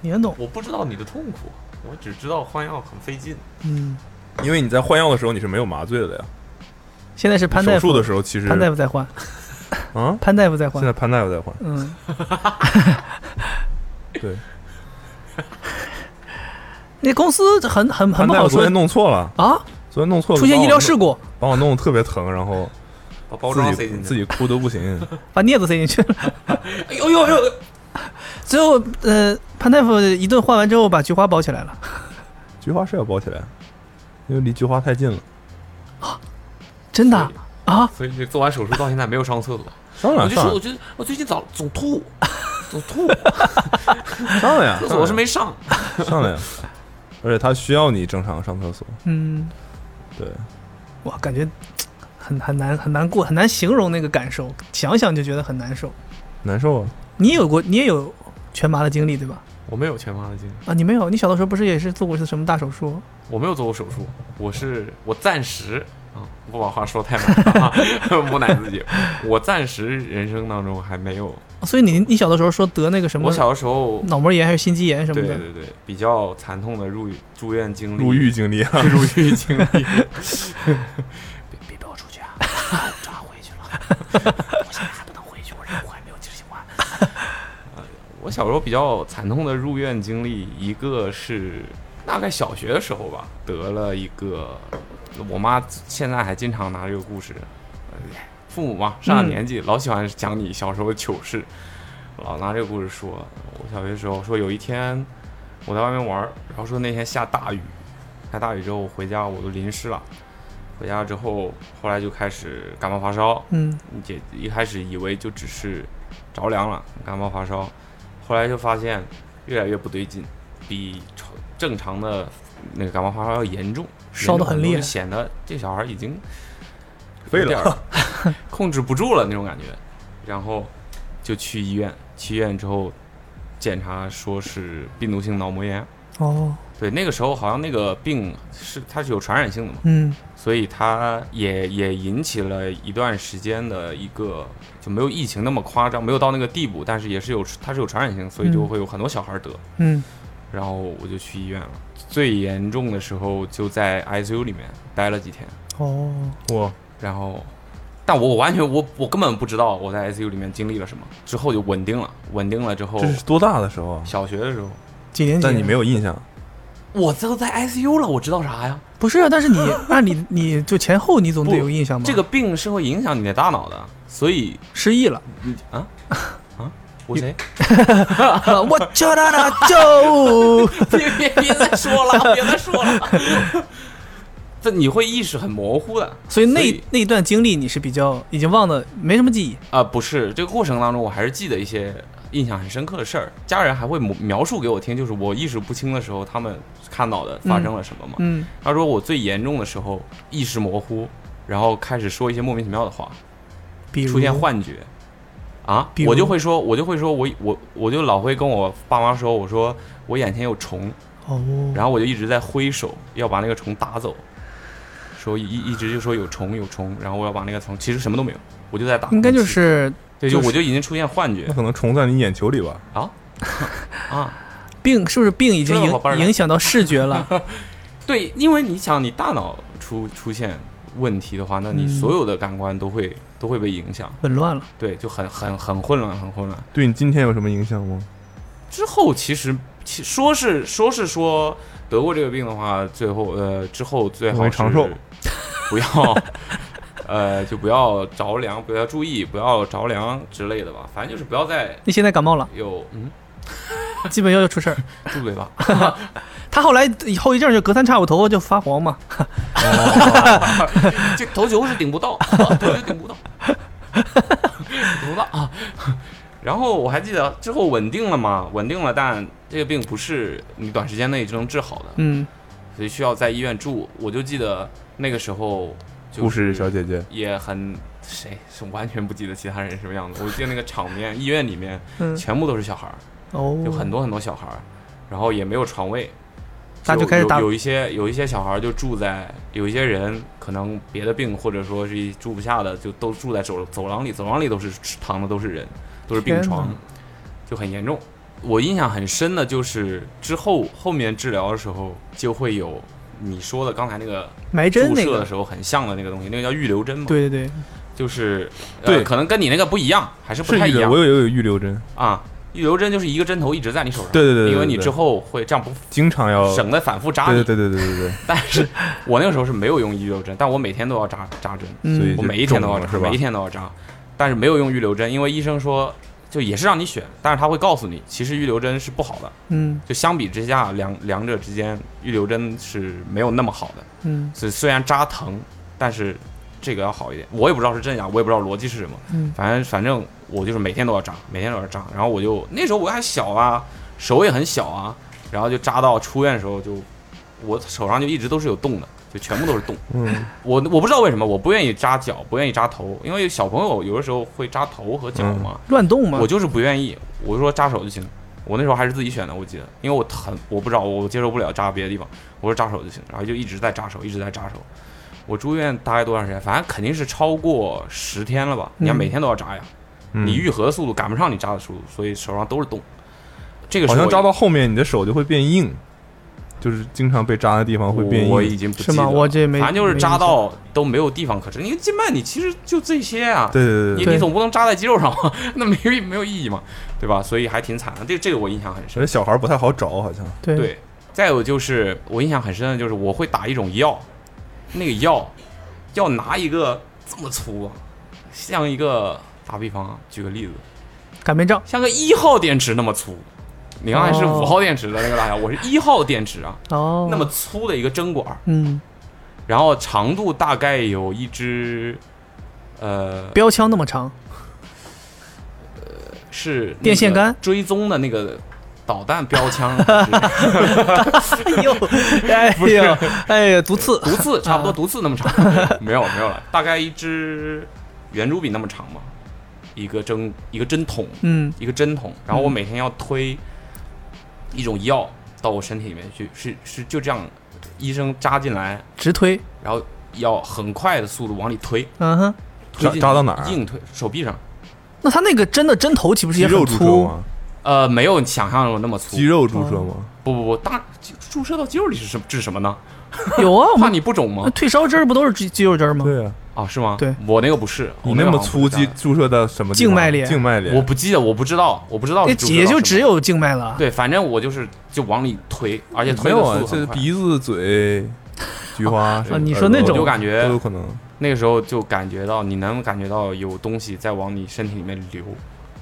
Speaker 3: 你能懂？
Speaker 4: 我不知道你的痛苦，我只知道换药很费劲。
Speaker 3: 嗯，
Speaker 2: 因为你在换药的时候你是没有麻醉的呀。
Speaker 3: 现在是潘大
Speaker 2: 手术
Speaker 3: 夫，
Speaker 2: 的时候其实
Speaker 3: 潘大夫在换，
Speaker 2: 啊，
Speaker 3: *laughs* 潘大夫在
Speaker 2: 现
Speaker 3: 换
Speaker 2: 在。潘大夫在换，
Speaker 3: 嗯，
Speaker 2: 对，
Speaker 3: 那公司很很很
Speaker 2: 潘
Speaker 3: 不
Speaker 2: 大
Speaker 3: 好
Speaker 2: 夫昨
Speaker 3: 说
Speaker 2: 天弄错了，
Speaker 3: 啊，
Speaker 2: 昨天弄错了，
Speaker 3: 出现医疗事
Speaker 2: 故，
Speaker 3: 故，
Speaker 2: 把我弄得特别疼，然后
Speaker 4: 把包
Speaker 2: 自
Speaker 4: 装塞
Speaker 2: 己
Speaker 4: 进去，
Speaker 2: 自己哭的不行。 *laughs*
Speaker 3: 把镊子塞进去了。
Speaker 4: 哎呦呦呦！
Speaker 3: 最后，呃，潘大夫一顿换完之后，把菊花包起来了。
Speaker 2: 菊花是要包起来，因为离菊花太近了。
Speaker 3: 真的啊啊？
Speaker 4: 所以这做完手术到现在没有上过厕所，
Speaker 2: 上
Speaker 4: 我
Speaker 2: 了
Speaker 4: 就说，
Speaker 2: 上
Speaker 4: 我就我最近早总吐，总吐，
Speaker 2: 上了呀，
Speaker 4: 厕所是没上。
Speaker 2: 上了呀，而且他需要你正常上厕所。
Speaker 3: 嗯，
Speaker 2: 对，
Speaker 3: 哇，感觉很很难很难过，很难形容那个感受，想想就觉得很难受。
Speaker 2: 难受啊。
Speaker 3: 你也有过，你也有全麻的经历对吧？
Speaker 4: 我没有全麻的经历，
Speaker 3: 啊，你没有，你小的时候不是也是做过是什么大手术？
Speaker 4: 我没有做过手术，我是我暂时啊，不把话说太满了啊， *laughs* 摸奶自己。我暂时人生当中还没有，
Speaker 3: 哦所以你你小的时候说得那个什么
Speaker 4: 我小的时候，
Speaker 3: 脑膜炎还是心肌炎什么
Speaker 4: 对
Speaker 3: 的，
Speaker 4: 对对，比较惨痛的入住院经历，
Speaker 2: 入
Speaker 4: *laughs*
Speaker 2: 狱经历啊，
Speaker 4: 入狱经历。别别把我出去啊！抓回去了，我现在还不能回去，我任务还没有执行完。我小时候比较惨痛的入院经历，一个是大概小学的时候吧，得了一个，我妈现在还经常拿这个故事，哎父母嘛上了年纪，老喜欢讲你小时候的糗事，老拿这个故事说。我小学的时候说有一天我在外面玩儿，然后说那天下大雨，下大雨之后回家我都淋湿了，回家之后后来就开始感冒发烧，
Speaker 3: 嗯，
Speaker 4: 也一开始以为就只是着凉了，感冒发烧，后来就发现越来越不对劲，比常正常的那个感冒发烧要严重，
Speaker 3: 烧得很厉害
Speaker 4: 严重就显得这小孩已经
Speaker 2: 废
Speaker 4: 有点
Speaker 2: 了。
Speaker 4: 儿
Speaker 3: *laughs*
Speaker 4: 控制不住了那种感觉，然后就去医院，去医院之后检查说是病毒性脑膜炎。
Speaker 3: 哦，
Speaker 4: 对，那个时候好像那个病是它是有传染性的嘛，
Speaker 3: 嗯，
Speaker 4: 所以它也也引起了一段时间的一个就没有疫情那么夸张，没有到那个地步，但是也是有它是有传染性，所以就
Speaker 3: 嗯
Speaker 4: 会有很多小孩得。
Speaker 3: 嗯，
Speaker 4: 然后我就去医院了，最严重的时候就在 ICU 里面待了几天，
Speaker 3: 哦，
Speaker 2: 哇，
Speaker 4: 然后，但我完全我我根本不知道我在 ICU 里面经历了什么，之后就稳定了，稳定了之后
Speaker 2: 这，是多大的时候啊？
Speaker 4: 小学的时候，
Speaker 3: 几年级？
Speaker 2: 但你没有印象，
Speaker 4: 我都在 ICU 了，我知道啥呀？
Speaker 3: 不是啊？但是你按理你就前后你总得
Speaker 4: 不
Speaker 3: 有印象吧？
Speaker 4: 这个病是会影响你的大脑的，所以
Speaker 3: 失忆了，
Speaker 4: 你啊啊，我谁？
Speaker 3: 啊
Speaker 4: *laughs*
Speaker 3: 我叫他他就
Speaker 4: 别别别再说 *laughs* 了，别再说了。 *laughs* 这你会意识很模糊的，
Speaker 3: 所以那那一段经历你是比较已经忘的没什么记忆，
Speaker 4: 啊、不是这个过程当中，我还是记得一些印象很深刻的事儿。家人还会描描述给我听，就是我意识不清的时候，他们看到的发生了什么嘛。
Speaker 3: 嗯，
Speaker 4: 他说我最严重的时候意识模糊，然后开始说一些莫名其妙的话，
Speaker 3: 比如
Speaker 4: 出现幻觉，啊
Speaker 3: 比，如
Speaker 4: 我就会说，我就会说我我我就老会跟我爸妈说，我说我眼前有虫，
Speaker 3: 哦，
Speaker 4: 然后我就一直在挥手要把那个虫打走，说一一直就说有虫有虫，然后我要把那个虫，其实什么都没有，我就在打空气，
Speaker 3: 应该就是
Speaker 4: 对，就
Speaker 3: 就是
Speaker 4: 我就已经出现幻觉
Speaker 2: 那可能虫在你眼球里吧？
Speaker 4: 啊啊，
Speaker 3: 病是不是病已经
Speaker 4: 这
Speaker 3: 影
Speaker 4: 老伴儿了
Speaker 3: 影响到视觉了？
Speaker 4: 对，因为你想，你大脑出出现问题的话，那你
Speaker 3: 嗯
Speaker 4: 所有的感官都会都会被影响，
Speaker 3: *laughs* 紊乱了。
Speaker 4: 对，就很很很混乱，很混乱。
Speaker 2: 对你今天有什么影响吗？
Speaker 4: 之后其实其说是说是说得过这个病的话，最后呃之后最好
Speaker 2: 容易
Speaker 4: 是
Speaker 2: 长寿，
Speaker 4: 不要 *laughs* 呃就不要着凉，不要注意，不要着凉之类的吧，反正就是不要再
Speaker 3: 你现在感冒了，
Speaker 4: 有嗯
Speaker 3: 基本要出事儿。
Speaker 4: 住嘴
Speaker 2: *laughs*
Speaker 4: 吧，
Speaker 2: 哦
Speaker 3: 他后来后遗症就隔三差五头发就发黄嘛。
Speaker 4: 这
Speaker 2: *laughs*
Speaker 4: 头球是顶不到，啊头球顶不到，顶不到啊，然后我还记得之后稳定了嘛，稳定了，但这个病不是你短时间内就能治好的，
Speaker 3: 嗯，
Speaker 4: 所以需要在医院住。我就记得那个时候，就
Speaker 2: 护士
Speaker 4: 是
Speaker 2: 小姐姐，
Speaker 4: 也很谁是完全不记得其他人什么样子，我记得那个场面，医院里面
Speaker 3: 嗯
Speaker 4: 全部都是小孩儿，
Speaker 3: 哦，
Speaker 4: 有很多很多小孩儿，然后也没有床位，
Speaker 3: 那就
Speaker 4: 有
Speaker 3: 开始
Speaker 4: 有
Speaker 3: 打
Speaker 4: 有一些有一些小孩儿就住在，有一些人可能别的病或者说是住不下的，就都住在走走廊里，走廊里都是躺的都是人，都是病
Speaker 3: 天
Speaker 4: 床
Speaker 3: 哪，
Speaker 4: 就很严重。我印象很深的就是之后后面治疗的时候就会有你说的刚才那个
Speaker 3: 埋针哎
Speaker 4: 注
Speaker 3: 那
Speaker 4: 射的
Speaker 3: 个，
Speaker 4: 时候很像的那个东西，那个叫预留针嘛，
Speaker 3: 对对对，
Speaker 4: 就是、呃
Speaker 2: 对
Speaker 4: 可能跟你那个不一样，还是不
Speaker 2: 是
Speaker 4: 太
Speaker 2: 预
Speaker 4: 一
Speaker 2: 留，
Speaker 4: 样
Speaker 2: 我有有预留针，
Speaker 4: 啊。预留针就是一个针头一直在你手上，
Speaker 2: 对对对对
Speaker 4: 因为你
Speaker 2: 对
Speaker 4: 之后会这样不
Speaker 2: 经常要，
Speaker 4: 省啊得反复扎你，
Speaker 2: 对对对对对
Speaker 4: *laughs*
Speaker 2: 对
Speaker 4: 但是我那个时候是没有用预留针，但我每天都要扎扎针，
Speaker 2: 对，所以
Speaker 3: 嗯
Speaker 4: 我
Speaker 2: 就
Speaker 4: 每一天都
Speaker 2: 中
Speaker 4: 要
Speaker 2: 了
Speaker 4: 扎，
Speaker 2: 是吧
Speaker 4: 每一？天都要扎，但是没有用预留针，因为医生说就也是让你选，但是他会告诉你，其实预留针是不好的，
Speaker 3: 嗯
Speaker 4: 就相比之下，两两者之间预留针是没有那么好的，
Speaker 3: 嗯
Speaker 4: 所以虽然扎疼，但是这个要好一点。我也不知道是真假，我也不知道逻辑是什么，
Speaker 3: 嗯
Speaker 4: 反正反正我就是每天都要扎，每天都要扎。然后我就那时候我还小啊，手也很小啊，然后就扎到出院的时候就，我手上就一直都是有洞的，就全部都是洞。
Speaker 2: 嗯，
Speaker 4: 我我不知道为什么我不愿意扎脚，不愿意扎头，因为小朋友有的时候会扎头和脚嘛，
Speaker 3: 乱动嘛，
Speaker 4: 我就是不愿意，我就说扎手就行。我那时候还是自己选的，我记得，因为我疼，我不知道，我接受不了扎别的地方，我说扎手就行，然后就一直在扎手，一直在扎手。我住院大概多长时间？反正肯定是超过十天了吧？你看
Speaker 3: 嗯
Speaker 4: 每天都要扎呀，
Speaker 2: 嗯
Speaker 4: 你愈合的速度赶不上你扎的速度，所以手上都是洞。这个时
Speaker 2: 好
Speaker 4: 候
Speaker 2: 像扎
Speaker 4: 我
Speaker 2: 到后面，你的手就会变硬，就是经常被扎的地方会变
Speaker 4: 我
Speaker 2: 硬。
Speaker 4: 已经不
Speaker 3: 是
Speaker 4: 记
Speaker 3: 吗？
Speaker 4: 得了
Speaker 3: 我这没，
Speaker 4: 反正就是
Speaker 3: 没
Speaker 4: 扎
Speaker 3: 印象，
Speaker 4: 到都没有地方可扎。你静脉你其实就这些啊，
Speaker 2: 对对
Speaker 4: 你
Speaker 2: 对
Speaker 3: 对
Speaker 4: 你总不能扎在肌肉上吧？ *laughs* 那没有没有意义嘛，对吧？所以还挺惨的。这这个我印象很深。
Speaker 2: 对，而且小孩不太好找，好像
Speaker 3: 对，
Speaker 4: 对，再有就是我印象很深的就是我会打一种药，那个药要拿一个这么粗啊，像一个打比方啊，举个例子，
Speaker 3: 擀面杖
Speaker 4: 像个一号电池那么粗。你刚才是
Speaker 3: 哦
Speaker 4: 五号电池的那个大小，我是一号电池啊，
Speaker 3: 哦，
Speaker 4: 那么粗的一个针管儿，
Speaker 3: 嗯，
Speaker 4: 然后长度大概有一支，呃，
Speaker 3: 标枪那么长，
Speaker 4: 是那个
Speaker 3: 电线杆
Speaker 4: 追踪的那个导弹
Speaker 3: *laughs*
Speaker 4: 标枪，是
Speaker 3: *laughs* 哎呦，哎
Speaker 4: 不是
Speaker 3: 呦，哎呦，毒 *laughs* 刺，
Speaker 4: 毒刺，差不多
Speaker 3: 啊
Speaker 4: 毒刺那么长， *laughs* 没有没有了，大概一支圆珠笔那么长吧，一个针一个针筒，
Speaker 3: 嗯
Speaker 4: 一个针筒，然后我每天要推一种药到我身体里面去，是是就这样，医生扎进来，
Speaker 3: 直推，
Speaker 4: 然后要很快的速度往里推，
Speaker 3: 嗯哼，
Speaker 4: 推进
Speaker 2: 扎扎到哪儿啊
Speaker 4: 硬推手臂上。
Speaker 3: 那他那个针的针头岂不是
Speaker 2: 肌
Speaker 3: 也
Speaker 2: 肉
Speaker 3: 很
Speaker 2: 注射
Speaker 3: 粗？
Speaker 2: 吗？
Speaker 4: 呃，没有你想象中那么粗
Speaker 2: 肌。肉注射吗？
Speaker 4: 不不不，大注射到肌肉里是什治什么呢？
Speaker 3: 有啊，
Speaker 2: 哦
Speaker 3: 我
Speaker 4: 怕
Speaker 3: 们
Speaker 4: 你不肿
Speaker 3: 那
Speaker 4: 吗？
Speaker 3: 退烧针儿不都是肌肌肉针儿吗？
Speaker 2: 呃对啊，
Speaker 4: 啊，是吗？
Speaker 3: 对，
Speaker 4: 我那个不是，
Speaker 2: 你
Speaker 4: 我那
Speaker 2: 那
Speaker 4: 个
Speaker 2: 么
Speaker 4: 好像
Speaker 2: 粗
Speaker 4: 不是
Speaker 2: 肌注射到什么地方
Speaker 3: 静脉里
Speaker 2: 静脉里，
Speaker 4: 我不记得，我不知道，我不知道是注射
Speaker 3: 也
Speaker 4: 到
Speaker 3: 就
Speaker 4: 什么
Speaker 3: 只有静脉了。
Speaker 4: 对，反正我就是就往里推，而且
Speaker 2: 没
Speaker 4: 推的
Speaker 2: 有
Speaker 4: 速
Speaker 2: 啊
Speaker 4: 度，
Speaker 2: 这
Speaker 4: 很快。哦
Speaker 2: 鼻子、嘴、
Speaker 4: *laughs*
Speaker 2: 菊花什么
Speaker 3: 啊你
Speaker 2: 耳
Speaker 3: 说那
Speaker 2: 朵
Speaker 3: 种
Speaker 4: 我就感觉
Speaker 2: 都有可能。
Speaker 4: 那个时候就感觉到，你能感觉到有东西在往你身体里面流，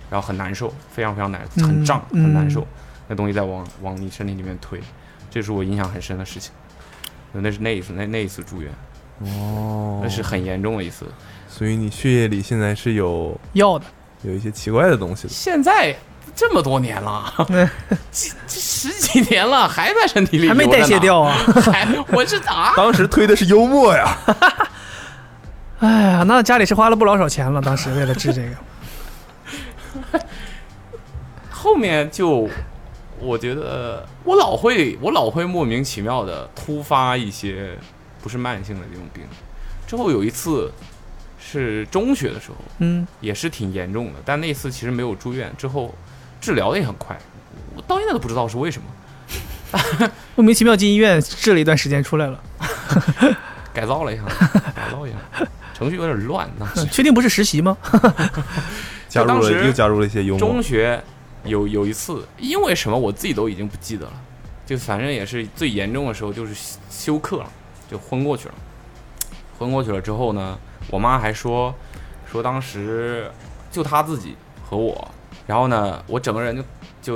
Speaker 4: 然后很难受，非常非常难，
Speaker 3: 嗯
Speaker 4: 很胀，
Speaker 3: 嗯
Speaker 4: 很难受。那东西在往往你身体里面推，这是我印象很深的事情。那是那一次，那那一次住院，
Speaker 2: 哦
Speaker 4: 那是很严重的一次。
Speaker 2: 所以你血液里现在是有
Speaker 3: 要的，
Speaker 2: 有一些奇怪的东西的。
Speaker 4: 现在这么多年 *laughs* 了，
Speaker 3: 嗯
Speaker 4: 这这十几年了，还在身体里
Speaker 3: 还没
Speaker 4: 留着
Speaker 3: 代谢
Speaker 4: 呢，
Speaker 3: 掉啊！
Speaker 4: 还我是啊，
Speaker 2: 当时推的是幽默呀，
Speaker 3: 哎呀，那家里是花了不老少钱了，当时为了治这个，
Speaker 4: 后面就我觉得我老会我老会莫名其妙的突发一些不是慢性的这种病。之后有一次是中学的时候，
Speaker 3: 嗯，
Speaker 4: 也是挺严重的，但那次其实没有住院，之后治疗的也很快，我到现在都不知道是为什么
Speaker 3: 莫名其妙进医院治了一段时间出来了，
Speaker 4: 改造了一下，改造一下，程序有点乱。那是
Speaker 3: 确定不是实习吗？
Speaker 2: 加入
Speaker 4: 当
Speaker 2: 了
Speaker 4: 时
Speaker 2: 又加入了一些幽默
Speaker 4: 中。学有有一次，因为什么我自己都已经不记得了，就反正也是最严重的时候，就是休休克了，就昏过去了。昏过去了之后呢，我妈还说说当时就她自己和我，然后呢，我整个人就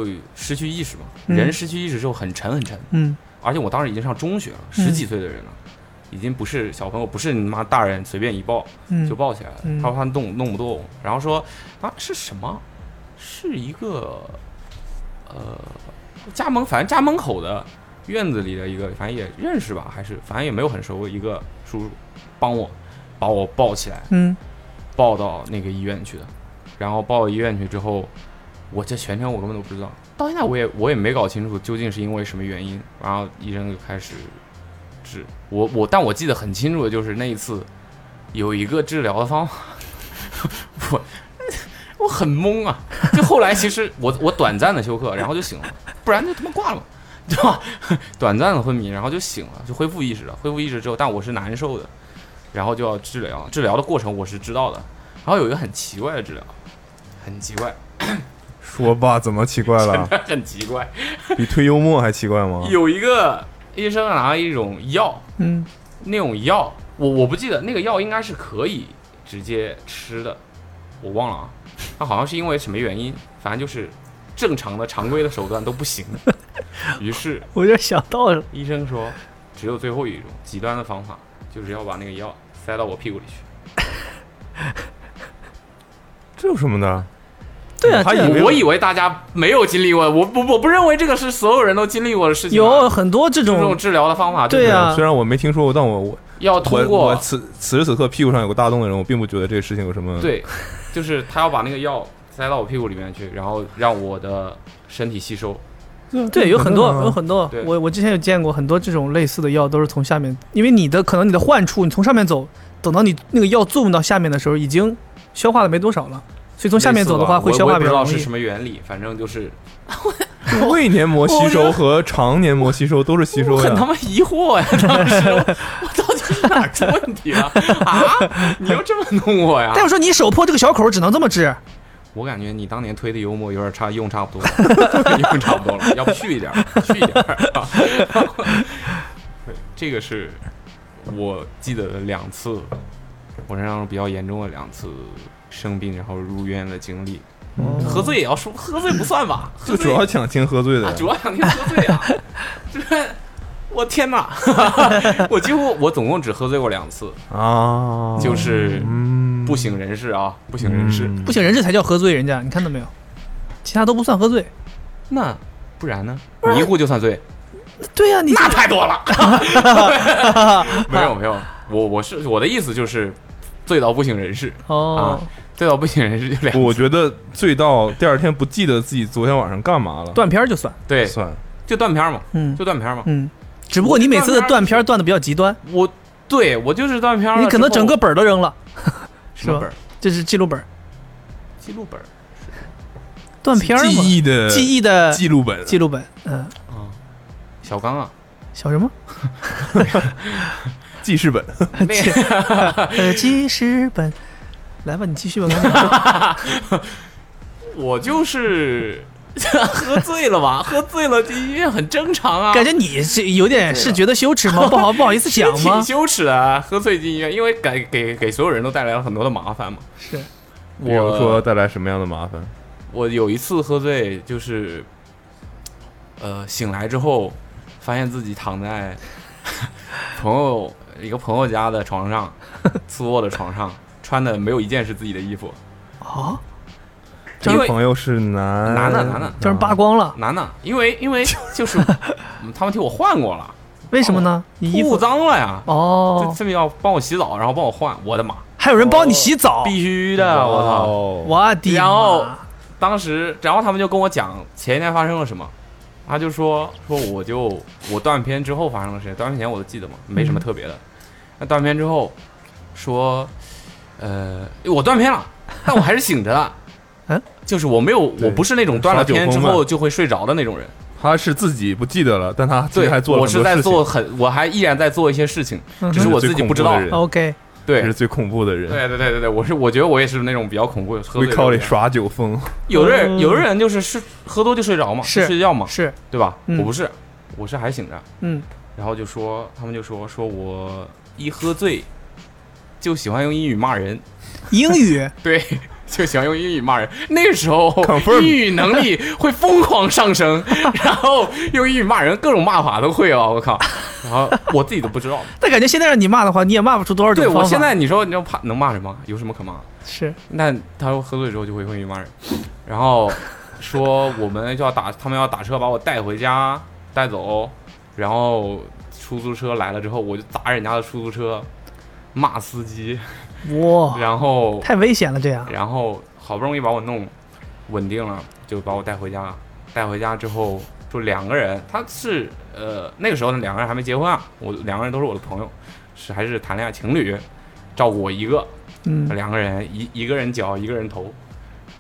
Speaker 4: 就失去意识嘛，
Speaker 3: 嗯
Speaker 4: 人失去意识之后很沉很沉，
Speaker 3: 嗯
Speaker 4: 而且我当时已经上中学了，
Speaker 3: 嗯
Speaker 4: 十几岁的人了。已经不是小朋友，不是你妈大人随便一抱，
Speaker 3: 嗯
Speaker 4: 就抱起来了。
Speaker 3: 嗯
Speaker 4: 他说他弄弄不动，然后说啊是什么？是一个呃家门，反正家门口的院子里的一个，反正也认识吧，还是反正也没有很熟，一个叔叔帮我把我抱起来，
Speaker 3: 嗯，
Speaker 4: 抱到那个医院去的。然后抱到医院去之后，我这全程我根本都不知道，到现在我也我也没搞清楚究竟是因为什么原因。然后医生就开始治我我，但我记得很清楚的就是那一次有一个治疗的方法， *laughs* 我我很懵啊。就后来其实我我短暂的休克，然后就醒了，不然就他妈挂了。对吧？短暂的昏迷，然后就醒了，就恢复意识了。恢复意识之后，但我是难受的，然后就要治疗。治疗的过程我是知道的，然后有一个很奇怪的治疗，很奇怪，
Speaker 2: 说吧，怎么奇怪了？
Speaker 4: *laughs* 很奇怪，
Speaker 2: 比推幽默还奇怪吗？
Speaker 4: 有一个医生拿一种药，
Speaker 3: 嗯，
Speaker 4: 那种药我我不记得，那个药应该是可以直接吃的，我忘了啊。他好像是因为什么原因，反正就是正常的常规的手段都不 *laughs* 行。于是
Speaker 3: 我就想到了，
Speaker 4: 医生说，只有最后一种极端的方法，就是要把那个药塞到我屁股里去。
Speaker 2: 这有什么的？
Speaker 3: 对啊，
Speaker 2: 他
Speaker 3: 这样
Speaker 2: 以为
Speaker 4: 我以为大家没有经历过，我不我不认为这个是所有人都经历过的事情啊。
Speaker 3: 有很多这
Speaker 4: 这种
Speaker 3: 种，
Speaker 4: 治疗的方法，
Speaker 3: 对
Speaker 4: 呀、
Speaker 3: 啊
Speaker 2: 虽然我没听说过，但我我
Speaker 4: 要
Speaker 2: 我
Speaker 4: 通
Speaker 2: 我
Speaker 4: 过
Speaker 2: 此此时此刻屁股上有个大洞的人，我并不觉得这个事情有什么。，
Speaker 4: 对，就是他要把那个药塞到我屁股里面去，然后让我的身体吸收。
Speaker 3: 对，有很多
Speaker 2: 很多啊
Speaker 3: 有很多
Speaker 4: 对，
Speaker 3: 我我之前有见过很多这种类似的药，都是从下面，因为你的可能你的患处，你从上面走，等到你那个药作用到下面的时候，已经消化的没多少了，所以从下面走的话
Speaker 4: 类似吧
Speaker 3: 会消
Speaker 4: 我
Speaker 3: 化
Speaker 4: 我也
Speaker 3: 比
Speaker 4: 不
Speaker 3: 较
Speaker 4: 知道
Speaker 3: 容
Speaker 4: 是
Speaker 3: 易
Speaker 4: 什。么原理，反正就是
Speaker 2: 胃黏膜吸
Speaker 4: 我觉
Speaker 2: 收
Speaker 4: 得
Speaker 2: 和肠黏膜吸收都是吸
Speaker 4: 我
Speaker 3: 啊
Speaker 2: 收
Speaker 4: 很他
Speaker 2: 呀。
Speaker 4: 妈疑惑
Speaker 3: *laughs*
Speaker 4: 呀、当时我我到底是哪儿出问题了啊？你又这么弄我呀
Speaker 3: 但？我说你手破这个小口只能这么治，
Speaker 4: 我感觉你当年推的幽默有点差，用差不多了， *laughs* 用差不多了，要不去一点儿， *laughs* 去一点儿。啊、对这个是我记得的两次，我身上比较严重的两次生病然后入院的经历。喝醉也要说，喝醉不
Speaker 2: *laughs*
Speaker 4: 算吧？喝
Speaker 2: 就
Speaker 4: 醉
Speaker 2: 哦主要想听喝醉的
Speaker 4: 啊，
Speaker 2: 人，
Speaker 4: 主要想听喝醉
Speaker 2: *laughs*
Speaker 4: 啊，这我天哪！ *laughs* 我几乎我总共只喝醉过两次，
Speaker 2: 啊，
Speaker 4: 就是
Speaker 2: 嗯，
Speaker 4: 不省人事啊，不省人事。
Speaker 2: 嗯
Speaker 3: 不省人事才叫喝醉，人家你看到没有？其他都不算喝醉。
Speaker 4: 那不然呢？迷糊就算醉。
Speaker 3: 对呀、你
Speaker 4: 那太
Speaker 3: *laughs*
Speaker 4: 多了。没有没有，我我是我的意思就是，醉到不省人事
Speaker 3: 哦
Speaker 4: 啊，，醉到不省人事就两
Speaker 2: 我觉得醉到第二天不记得自己昨天晚上干嘛了，
Speaker 3: 断片儿就算，
Speaker 4: 对，
Speaker 2: 算
Speaker 4: 就断片儿嘛，
Speaker 3: 嗯
Speaker 4: 就断片儿嘛。
Speaker 3: 嗯，只不过你每次的断片儿断的比较极端，
Speaker 4: 我对我就是断片儿了之
Speaker 3: 你
Speaker 4: 后，
Speaker 3: 可能整个本儿都扔了，
Speaker 4: 什
Speaker 3: 是
Speaker 4: 么
Speaker 3: 吧
Speaker 4: 本儿
Speaker 3: 这是记录本儿，
Speaker 4: 记录本儿
Speaker 3: 断片儿
Speaker 2: 记
Speaker 3: 嘛，
Speaker 2: 忆的
Speaker 3: 记忆的
Speaker 2: 记录本，
Speaker 3: 记录本，嗯，
Speaker 4: 啊，小刚啊，
Speaker 3: 小什么？
Speaker 2: 记事本。
Speaker 4: 那个
Speaker 3: 呃，记事本。来吧，你继续吧。刚才
Speaker 4: 我就是
Speaker 3: *laughs*
Speaker 4: 喝醉了吧，喝醉了进医院很正常啊，
Speaker 3: 感觉你是有点是觉得羞耻吗？不好不好意思讲
Speaker 4: 挺
Speaker 3: 吗？
Speaker 4: 羞耻的啊，喝醉进医院，因为给给给所有人都带来了很多的麻烦嘛。
Speaker 3: 是，
Speaker 4: 我
Speaker 2: 比如说带来什么样的麻烦？
Speaker 4: 我有一次喝醉，就是，呃，醒来之后，发现自己躺在 *laughs* 朋友一个朋友家的床上， *laughs* 次卧的床上，穿的没有一件是自己的衣服，
Speaker 3: 哦，
Speaker 2: 这
Speaker 4: 因
Speaker 2: 个
Speaker 4: 为啊
Speaker 2: 朋友是男
Speaker 4: 男的男的
Speaker 3: 叫人扒光了，
Speaker 4: 男的，因为因为就是 *laughs* 嗯他们替我换过了，
Speaker 3: 为什么呢？你衣
Speaker 4: 裤
Speaker 3: 服
Speaker 4: 脏了呀，
Speaker 3: 哦
Speaker 4: 这，这么要帮我洗澡，然后帮我换，我的妈，
Speaker 3: 还有人帮你洗澡，
Speaker 4: 必须的，啊我操！
Speaker 2: 操！
Speaker 3: 我的
Speaker 4: 然后
Speaker 3: 妈
Speaker 4: 当时，然后他们就跟我讲前一天发生了什么，他就说说我就我断片之后发生了谁，断片前我都记得嘛，没
Speaker 2: 嗯
Speaker 4: 什么特别的。那断片之后说，呃，我
Speaker 2: *laughs*
Speaker 4: 断片了，但我还是醒着的。
Speaker 3: 嗯，
Speaker 4: 就是我没有，
Speaker 2: 对
Speaker 4: 我不是那种断了片之后就会睡着的那种人。
Speaker 2: 他是自己不记得了，但他自己
Speaker 4: 对，
Speaker 2: 还做了
Speaker 4: 我
Speaker 2: 很多
Speaker 4: 是在
Speaker 2: 事情
Speaker 4: 做很，我还依然在做一些事情，
Speaker 3: 嗯哼
Speaker 4: 只是我自己不知道。哦
Speaker 2: 这是最恐怖的人
Speaker 3: ，OK，
Speaker 4: 对
Speaker 2: 这是，最恐怖的人。
Speaker 4: 对对对对对，我是我觉得我也是那种比较恐怖，喝
Speaker 2: 会
Speaker 4: 醉
Speaker 2: 靠
Speaker 4: 的
Speaker 2: 里
Speaker 4: 人。
Speaker 2: 耍嗯酒
Speaker 4: *laughs*
Speaker 2: 疯，
Speaker 4: 有的人有的人就是是喝多就睡着嘛，
Speaker 3: 是
Speaker 4: 就睡觉嘛，
Speaker 3: 是，
Speaker 4: 对吧？
Speaker 3: 嗯
Speaker 4: 我不是，我是还醒着。
Speaker 3: 嗯，
Speaker 4: 然后就说，他们就说说我一喝醉就喜欢用英语骂人， *laughs*
Speaker 3: 英语
Speaker 4: 对，就想用英语骂人。那时候
Speaker 2: Confirm
Speaker 4: 英语能力会疯狂上升， *laughs* 然后用英语骂人，各种骂法都会哦，我靠！然后我自己都不知
Speaker 3: *laughs*
Speaker 4: 道。
Speaker 3: 但感觉现在让你骂的话，你也骂不出多少种
Speaker 4: 对
Speaker 3: 方法。
Speaker 4: 我现在你说你要怕能骂人吗？有什么可骂？
Speaker 3: 是
Speaker 4: 那他喝醉之后就会用英语骂人，然后说我们就要打，他们要打车把我带回家带走，然后出租车来了之后我就砸人家的出租车，骂司机，
Speaker 3: 哇，
Speaker 4: 然后
Speaker 3: 太危险了，这样
Speaker 4: 然后好不容易把我弄稳定了，就把我带回家。带回家之后，就两个人，他是呃那个时候呢，两个人还没结婚啊，我两个人都是我的朋友，是还是谈恋爱情侣，照顾我一个，
Speaker 3: 嗯，
Speaker 4: 两个人一一个人脚一个人头。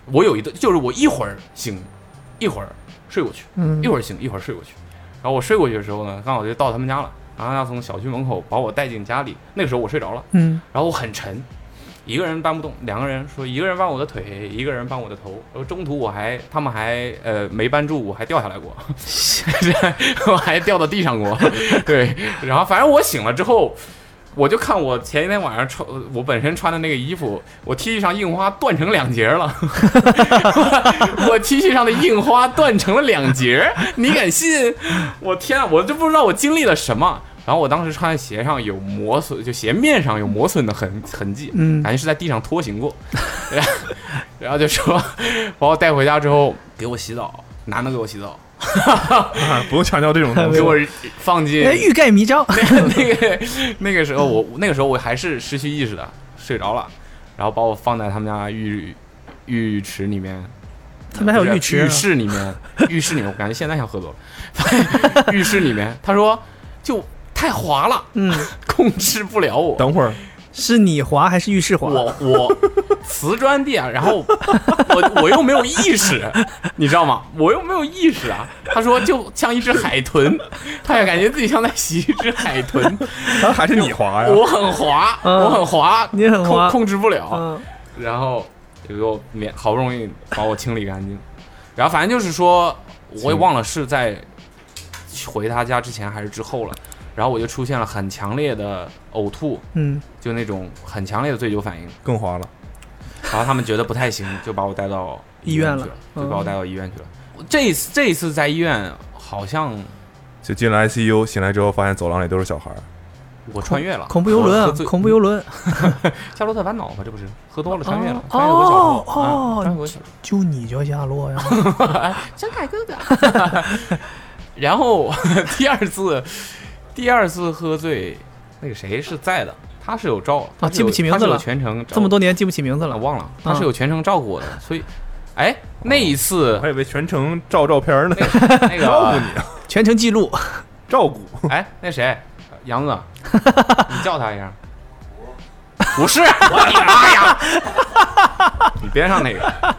Speaker 4: 我有一顿就是我一会儿醒，一会儿睡过去，
Speaker 3: 嗯
Speaker 4: 一会儿醒一会儿睡过去。然后我睡过去的时候呢，刚好就到他们家了，然后他从小区门口把我带进家里。那个时候我睡着了，
Speaker 3: 嗯，
Speaker 4: 然后我很沉，一个人搬不动，两个人说一个人搬我的腿，一个人搬我的头，然后中途我还他们还呃没搬住，我还掉下来过， *laughs* 我还掉到地上过，对，然后反正我醒了之后。我就看我前一天晚上穿我本身穿的那个衣服，我 T 恤上印花断成两截了， *laughs* 我 T 恤上的印花断成了两截，你敢信？我天啊，我就不知道我经历了什么。然后我当时穿的鞋上有磨损，就鞋面上有磨损的痕痕迹，
Speaker 3: 嗯
Speaker 4: 感觉是在地上拖行过。 *laughs* 然后然后就说把我带回家之后给我洗澡，男的给我洗澡，
Speaker 2: 啊不用强调这种东
Speaker 4: *laughs* 给
Speaker 2: 西。
Speaker 4: 我放进
Speaker 3: 哎欲盖弥彰，
Speaker 4: 那个 *laughs* 那个时候我那个时候我还是失去意识的，睡着了，然后把我放在他们家浴浴池里面，
Speaker 3: 他们还有浴池
Speaker 4: 浴
Speaker 3: 啊，
Speaker 4: 室里面，浴室里面，我感觉现在想喝多了， *laughs* 浴室里面，他说就太滑了，
Speaker 3: 嗯，
Speaker 4: 控制不了我。
Speaker 2: 等会儿，
Speaker 3: 是你滑还是浴室滑？
Speaker 4: 我我瓷砖地啊，然后我我又没有意识， *laughs* 你知道吗？我又没有意识啊。他说就像一只海豚，他也感觉自己像在洗一只海豚，
Speaker 2: 他还是你滑呀？
Speaker 4: 我很滑，
Speaker 3: 嗯
Speaker 4: 我很滑，
Speaker 3: 你很滑
Speaker 4: 控控制不了。
Speaker 3: 嗯，
Speaker 4: 然后就给我免好不容易把我清理干净，然后反正就是说，我也忘了是在回他家之前还是之后了。然后我就出现了很强烈的呕吐，
Speaker 3: 嗯，
Speaker 4: 就那种很强烈的醉酒反应。
Speaker 2: 更滑了。
Speaker 4: 然后他们觉得不太行，就把我带到去
Speaker 3: 医
Speaker 4: 了，
Speaker 3: 院了嗯
Speaker 4: 就把我带到医院去了。我这一次这一次在医院，好像
Speaker 2: 就进了 ICU，醒来之后发现走廊里都是小孩儿。
Speaker 4: 我 *laughs* 穿越了
Speaker 3: 恐怖游
Speaker 4: 我喝
Speaker 3: 轮，啊
Speaker 4: 醉
Speaker 3: 恐怖游轮，
Speaker 4: 夏洛特烦恼吧，这不是喝多了穿越了
Speaker 3: 哦，
Speaker 4: 穿越回小时候，
Speaker 3: 哦
Speaker 4: 啊穿越回小时候。
Speaker 3: 就你叫亚
Speaker 4: *laughs*
Speaker 3: 洛呀，
Speaker 4: 陈凯哥哥。然后 *laughs* 第二次，第二次喝醉，那个谁是在的，他是有照，他是
Speaker 3: 啊记不
Speaker 4: 有
Speaker 3: 起名字
Speaker 4: 他是有
Speaker 3: 了
Speaker 4: 全程
Speaker 3: *laughs*
Speaker 4: 照
Speaker 3: 这么多嗯年记不起名字
Speaker 4: 了
Speaker 3: 了，
Speaker 4: 忘了，他是有全程照顾我的，所以，哎，那一次
Speaker 2: 我还以为全程照照片
Speaker 4: *laughs* 啊
Speaker 2: 呢，
Speaker 4: 那
Speaker 2: 照顾
Speaker 4: 个，
Speaker 2: 你，
Speaker 3: 全程记录，
Speaker 2: 照顾。
Speaker 4: *laughs* 哎，那谁，
Speaker 3: *laughs*
Speaker 4: 杨子，你叫他一下。不是，我的妈呀！ *laughs* 你边上那个，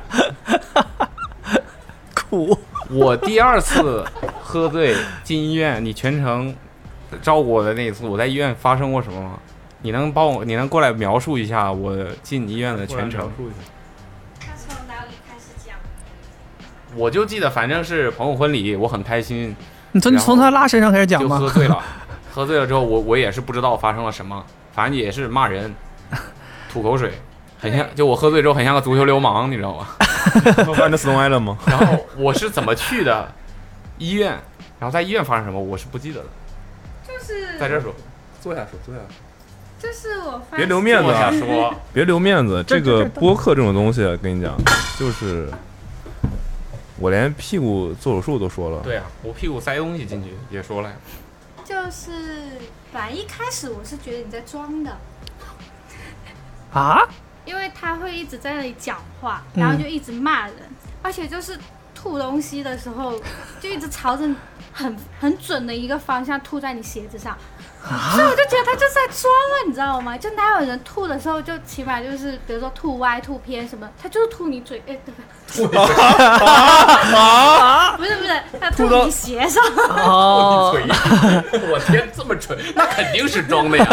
Speaker 3: 苦，
Speaker 4: *laughs* 我第二次喝醉进医院，你全程照顾我的那一次，我在医院发生过什么吗？你能帮我，你能过来描述一下我进医院的
Speaker 2: *laughs*
Speaker 4: 全程？
Speaker 5: 他从哪里开始讲？
Speaker 4: 我就记得，反正是朋友婚礼，我很开心，
Speaker 3: 你从
Speaker 4: 然后
Speaker 3: 从他拉身上开始讲
Speaker 4: 就
Speaker 3: 吧
Speaker 4: 喝，醉
Speaker 2: *laughs*
Speaker 4: 了。喝醉了之后，我我也是不知道发生了什么，反正也是骂
Speaker 2: *laughs*
Speaker 4: 人、吐口水，很像。就我喝醉之后，很像个足球流氓，你
Speaker 2: *laughs*
Speaker 4: 知道吗？
Speaker 2: 看着 Stone Island
Speaker 4: *laughs*
Speaker 2: 吗？
Speaker 4: 然后我是怎么去的医院，然后在医院发生什么，我是不记得的。
Speaker 5: 就是
Speaker 4: 在这儿说，
Speaker 2: 坐下说，坐下。
Speaker 5: 就是我发
Speaker 2: 别留面子
Speaker 4: 坐
Speaker 2: 啊
Speaker 4: 下！说。
Speaker 2: 别留面子，这个播客这种东西，跟你讲，就是我连屁股做手术都说了，
Speaker 4: 对啊，我屁股塞东西进去也说了呀。
Speaker 5: 就是本来一开始我是觉得你在装的，
Speaker 3: 啊，
Speaker 5: 因为他会一直在那里讲话，
Speaker 3: 嗯
Speaker 5: 然后就一直骂人，而且就是吐东西的时候就一直朝着很很准的一个方向吐在你鞋子上。所以我就觉得他就是在装啊，你知道吗？就哪有人吐的时候，就起码就是比如说吐歪、吐偏什么，他就是吐你嘴，哎，对吧？吐不是不是，他
Speaker 3: 吐
Speaker 5: 吐
Speaker 3: 到
Speaker 5: 你鞋上。
Speaker 3: 哦，
Speaker 4: 腿， *laughs* 我天，这么蠢，那肯定是装的呀。
Speaker 3: *laughs*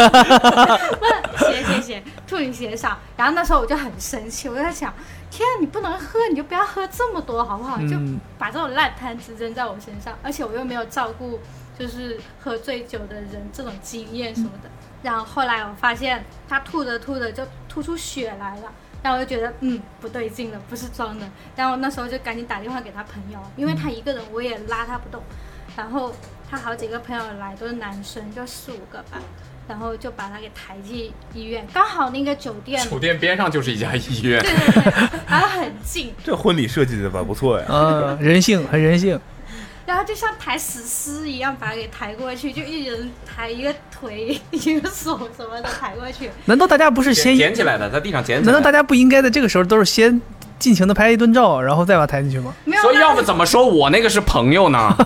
Speaker 5: 鞋鞋鞋，吐你鞋上。然后那时候我就很生气，我就在想，天啊，你不能喝，你就不要喝这么多好不好？就
Speaker 3: 嗯
Speaker 5: 把这种烂摊子扔在我身上，而且我又没有照顾就是喝醉酒的人这种经验什么的。然后后来我发现他吐着吐着就吐出血来了，但我就觉得嗯不对劲了，不是装的。然后我那时候就赶紧打电话给他朋友，因为他一个人我也拉他不动。然后他好几个朋友来都是男生，就四五个吧。然后就把他给抬进医院，刚好那个酒店，
Speaker 4: 酒店边上就是一家医院，
Speaker 5: 然后很近，
Speaker 2: 这婚礼设计的吧，不错呀。
Speaker 3: 啊，人性很人性，
Speaker 5: 然后就像抬死尸一样把他给抬过去，就一人抬一个腿、 *laughs* 一个手什么的抬过去。
Speaker 3: 难道大家不是先？
Speaker 4: 捡起来的，在地上捡起来
Speaker 3: 难
Speaker 4: 的。
Speaker 3: 道大家不应该在这个时候都是先尽情的拍一顿照，然后再把它抬进去吗？
Speaker 5: 没有，
Speaker 4: 所以
Speaker 5: 然
Speaker 4: 要
Speaker 5: 后
Speaker 4: 不怎么说我那个是朋友呢？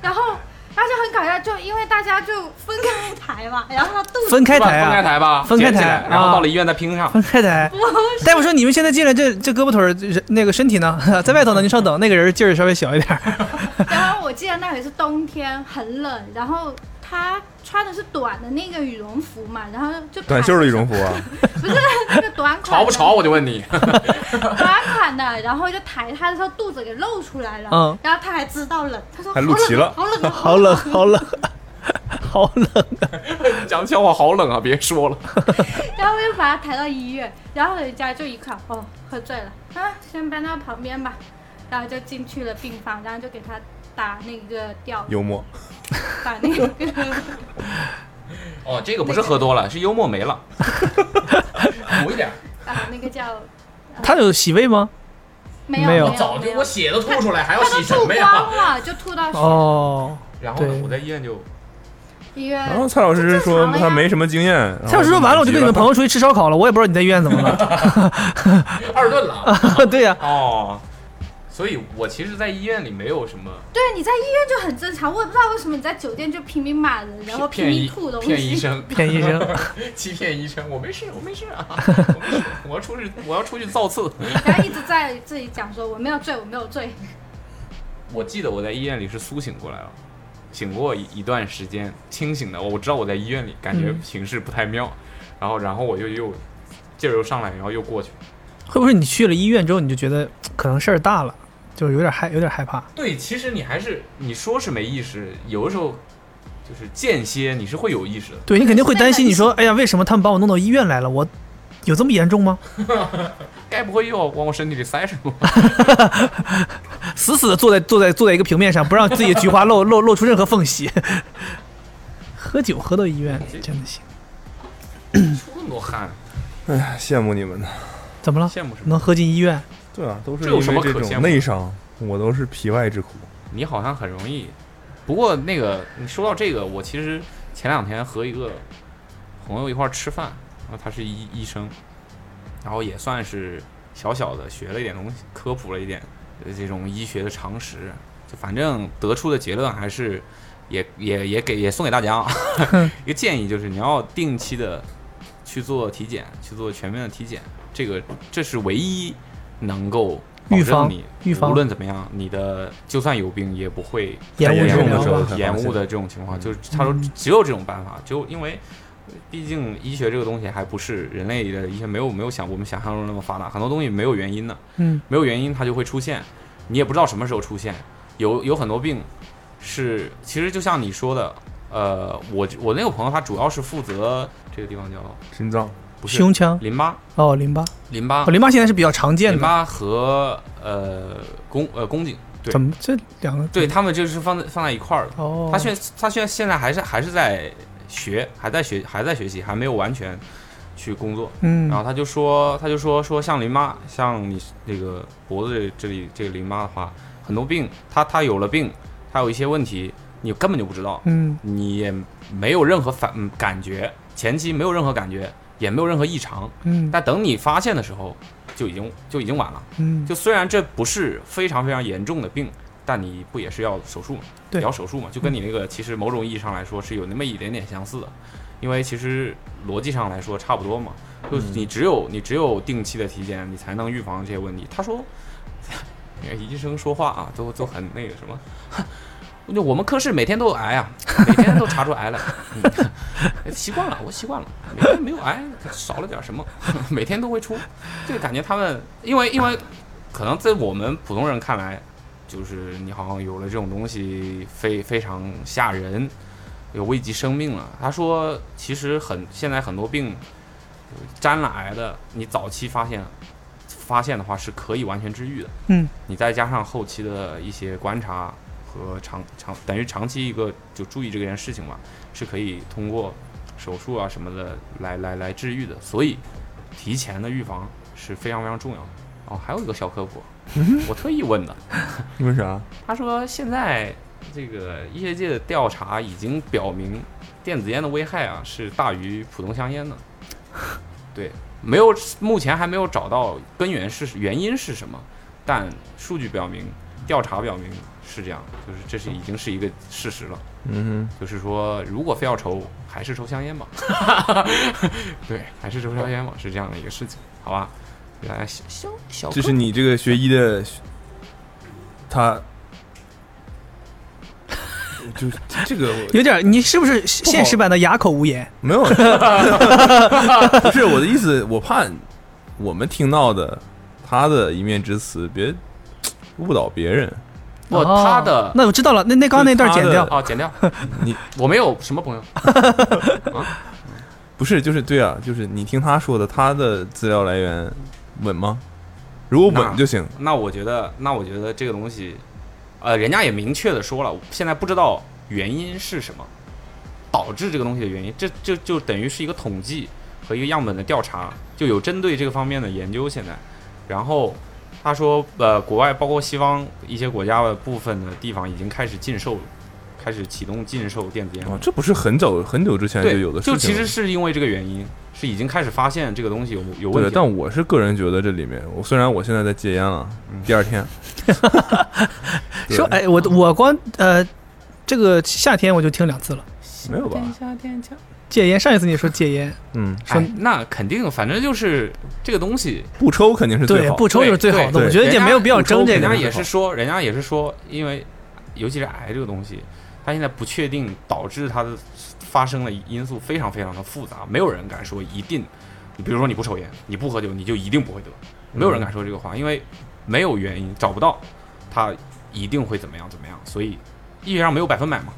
Speaker 5: 然后然后就很搞笑，就因为大家就分开抬嘛，然后他肚子
Speaker 3: 分开
Speaker 4: 是吧
Speaker 3: 抬
Speaker 4: 分开
Speaker 3: 啊，
Speaker 4: 抬吧，
Speaker 3: 分开抬
Speaker 4: 捡起来然后到了医院再拼上。
Speaker 3: 分开抬。大夫说你们现在进来这这胳膊腿儿人那个身体呢， *laughs* 在外头呢，您稍等，那个人劲儿稍微小一点儿。 *laughs*
Speaker 5: 然后我记得那里是冬天，很冷，然后他穿的是短的那个羽绒服嘛，然后就
Speaker 2: 短袖的羽绒服啊，
Speaker 5: 不是那个短款的
Speaker 4: 潮不潮？啊我就
Speaker 3: *laughs*
Speaker 4: 问你，
Speaker 5: 短款的，然后就抬他的时候肚子给露出来了，
Speaker 3: 嗯
Speaker 5: 然后他还知道冷，他说
Speaker 2: 还露脐了
Speaker 5: 好冷啊，
Speaker 3: 好冷，好冷， *laughs* 好冷。啊
Speaker 4: 讲笑话好冷啊，别说了。
Speaker 5: 然后我就把他抬到医院，然后人家就一看，哦，喝醉了，啊，先搬到旁边吧，然后就进去了病房，然后就给他打那个吊，
Speaker 2: 幽默。
Speaker 5: 打那个，
Speaker 4: 哦，这个不是喝多了，是幽默没了。 *laughs* 补一点，
Speaker 5: 打那个叫
Speaker 3: *laughs* 他有洗胃吗？
Speaker 5: 没有
Speaker 3: 没有
Speaker 5: 没有，没有
Speaker 4: 血都吐出来，还
Speaker 5: 他都吐？光
Speaker 4: 啊
Speaker 5: 了，就吐到
Speaker 3: 哦，
Speaker 4: 然后呢
Speaker 3: 对，
Speaker 4: 我在医院就
Speaker 5: 医院。
Speaker 2: *laughs* 然后蔡老师说他没什么经验，然后
Speaker 3: 蔡老师说完了，我就跟你们朋
Speaker 2: 友
Speaker 3: 友出去吃烧烤了，我也不知道你在医院怎么了。
Speaker 4: 二顿了。
Speaker 3: *laughs*
Speaker 4: 啊
Speaker 3: 对呀、
Speaker 4: 哦，所以我其实，在医院里没有什么
Speaker 5: 对，你在
Speaker 3: 哦
Speaker 5: 医院就很正常，我也不知道为什么你在酒店就拼命骂人，然后拼
Speaker 4: 骗
Speaker 5: 命
Speaker 4: 医
Speaker 5: 吐东
Speaker 4: 骗医
Speaker 5: 西。
Speaker 4: 生， *laughs*
Speaker 3: 骗医生， *laughs*
Speaker 4: 欺骗医生，我没事，我没事啊，我没事，我要出去， *laughs* 我要出去造次。
Speaker 5: 然后一直在自己讲说我没有醉，我没有醉，
Speaker 4: 我记得我在医院里是苏醒过来了，醒过一一段时间，清醒的。我知道我在医院里，感觉
Speaker 3: 嗯
Speaker 4: 形势不太妙，然后然后我就又劲儿又上来，然后又过去。
Speaker 3: 会不会你去了医院之后，你就觉得可能事儿大了，就是有点害，有点害怕。
Speaker 4: 对，其实你还是你说是没意识，有的时候就是间歇你是会有意识的。
Speaker 3: 对你肯定会担心，你说，哎呀，为什么他们把我弄到医院来了？我有这么严重吗？
Speaker 4: 该不会又要往我身体里塞什么？ *laughs*
Speaker 3: 死死的坐在坐在坐在一个平面上，不让自己的菊花露露露出任何缝隙。 *laughs* 喝酒喝到医院
Speaker 4: 哎
Speaker 3: 里真的行，
Speaker 4: 出那么多汗，
Speaker 2: 哎羡慕你们呢。 *laughs*
Speaker 3: 怎么了？
Speaker 4: 羡慕什么？
Speaker 3: 能喝进医院？
Speaker 2: 对啊，都是
Speaker 4: 这
Speaker 2: 因
Speaker 4: 有什
Speaker 2: 为
Speaker 4: 么
Speaker 2: 这
Speaker 4: 可羡
Speaker 2: 种
Speaker 4: 慕的
Speaker 2: 内伤，我都是皮外之苦。
Speaker 4: 你好像很容易。不过那个你说到这个，我其实前两天和一个朋友一块儿吃饭，然后他是医医生，然后也算是小小的学了一点东西，科普了一点呃这种医学的常识，就反正得出的结论还是也也也给也送给大家 *laughs* 啊，一个建议就是你要定期的去做体检，去做全面的体检，这个这是唯一能够保
Speaker 3: 预
Speaker 4: 证
Speaker 3: 防
Speaker 4: 你
Speaker 3: 预防
Speaker 4: 无论怎么样，你的就算有病也不会
Speaker 3: 延误
Speaker 2: 在严
Speaker 3: 治
Speaker 2: 重
Speaker 3: 疗
Speaker 2: 的时候
Speaker 3: 吧？
Speaker 2: 才
Speaker 4: 延
Speaker 2: 发现
Speaker 4: 误的这种
Speaker 2: 嗯
Speaker 4: 情况，就是他说只有这种办法，就因为毕竟医学这个东西还不是人类的医学没有没有想我们想象中那么发达，很多东西没有原因的，
Speaker 3: 嗯，
Speaker 4: 没有原因它就会出现，你也不知道什么时候出现，有有很多病是其实就像你说的，呃，我我那个朋友他主要是负责这个地方叫
Speaker 2: 心脏
Speaker 4: 不是
Speaker 3: 胸腔
Speaker 4: 淋巴
Speaker 3: 哦，淋巴
Speaker 4: 淋巴
Speaker 3: 哦，淋巴现在是比较常见
Speaker 4: 啊淋
Speaker 3: 的。
Speaker 4: 巴和呃宫呃宫颈，对
Speaker 3: 怎么这两个？
Speaker 4: 对他们这是放在放在一块儿的。
Speaker 3: 哦，
Speaker 4: 他现他现在现在还是还是在学，还在学还在学习，还没有完全去工作。
Speaker 3: 嗯
Speaker 4: 然后他就说他就说说像淋巴，像你那个脖子这里这个淋巴的话，很多病，他他有了病，他有一些问题，你根本就不知道，
Speaker 3: 嗯
Speaker 4: 你也没有任何反嗯感觉，前期没有任何感觉，也没有任何异常，
Speaker 3: 嗯
Speaker 4: 但等你发现的时候，就已经就已经晚了。
Speaker 3: 嗯，
Speaker 4: 就虽然这不是非常非常严重的病，但你不也是要手术嘛？
Speaker 3: 对
Speaker 4: 也要手术嘛？就跟你那个其实某种意义上来说是有那么一点点相似的，因为其实逻辑上来说差不多嘛。就是你只有你只有定期的体检，你才能预防这些问题。他说， *laughs* 哎医生说话啊，都都很那个什么。 *laughs* 就我们科室每天都有癌啊，每天都查出癌来，嗯习惯了，我习惯了，每天没有癌，少了点什么， *laughs* 每天都会出，就感觉他们，因为因为可能在我们普通人看来，就是你好像有了这种东西，非非常吓人，有危及生命了。他说，其实很现在很多病，呃沾染癌的，你早期发现发现的话是可以完全治愈的。
Speaker 3: 嗯，
Speaker 4: 你再加上后期的一些观察和长长等于长期一个就注意这个件事情嘛，是可以通过手术啊什么的来来来治愈的。所以提前的预防是非常非常重要的。哦，还有一个小科普， *laughs* 我特意问的，
Speaker 2: 因为啥？
Speaker 4: 他说现在这个医学界的调查已经表明，电子烟的危害啊是大于普通香烟的。对，没有，目前还没有找到根源是原因是什么，但数据表明，调查表明是这样，就是这是已经是一个事实了。
Speaker 2: 嗯
Speaker 4: 就是说，如果非要抽，还是抽香烟吧。对，还是抽香烟吧，是这样的一个事情，好吧？来，小小小
Speaker 2: 哼，这是你这个学医的，他。 *laughs* 就这个我
Speaker 3: 有点，你是不是现实版的哑口无言？
Speaker 2: 没有，啊
Speaker 3: *laughs*
Speaker 2: *laughs* 不是我的意思，我怕我们听到的他的一面之词，别误导别人。
Speaker 4: 不，
Speaker 3: 哦
Speaker 4: 他的
Speaker 3: 那我知道了，那那刚刚那段剪掉
Speaker 2: 就。。
Speaker 4: 哦，剪掉
Speaker 2: 你
Speaker 4: 我没有什么朋友，
Speaker 2: 不是，就是对啊，就是你听他说的，他的资料来源稳吗？如果稳
Speaker 4: 那
Speaker 2: 就行。
Speaker 4: 那我觉得，那我觉得这个东西，呃，人家也明确的说了，现在不知道原因是什么，导致这个东西的原因，这这就等于是一个统计和一个样本的调查，就有针对这个方面的研究现在。然后他说，呃，国外包括西方一些国家的部分的地方已经开始禁售，开始启动禁售电子烟了
Speaker 2: 哦，这不是很久很久之前就
Speaker 4: 对，
Speaker 2: 有的事情吗。
Speaker 4: 就其实是因为这个原因，是已经开始发现这个东西有有
Speaker 2: 对，
Speaker 4: 问题了。哎
Speaker 2: 但我是个人觉得这里面，我虽然我现在在戒烟了，第二天啊对
Speaker 3: 说，哎，我我光呃，这个夏天我就听两次了。
Speaker 2: 没有吧？
Speaker 3: 戒烟，上一次你说戒烟，
Speaker 2: 嗯，
Speaker 3: 说
Speaker 4: 哎那肯定，反正就是这个东西，
Speaker 2: 不抽肯定是最
Speaker 3: 对，
Speaker 2: 好。
Speaker 3: 不抽就是最好的。
Speaker 2: 对
Speaker 3: 我觉得也没有必要争这
Speaker 4: 人家
Speaker 3: 个。
Speaker 4: 也是说，人家也是说，因为尤其是癌这个东西，它现在不确定导致它的发生的因素非常非常的复杂，没有人敢说一定。你比如说你不抽烟，你不喝酒，你就一定不会得，没有
Speaker 3: 嗯
Speaker 4: 人敢说这个话，因为没有原因，找不到它一定会怎么样怎么样，所以医学上没有百分百嘛，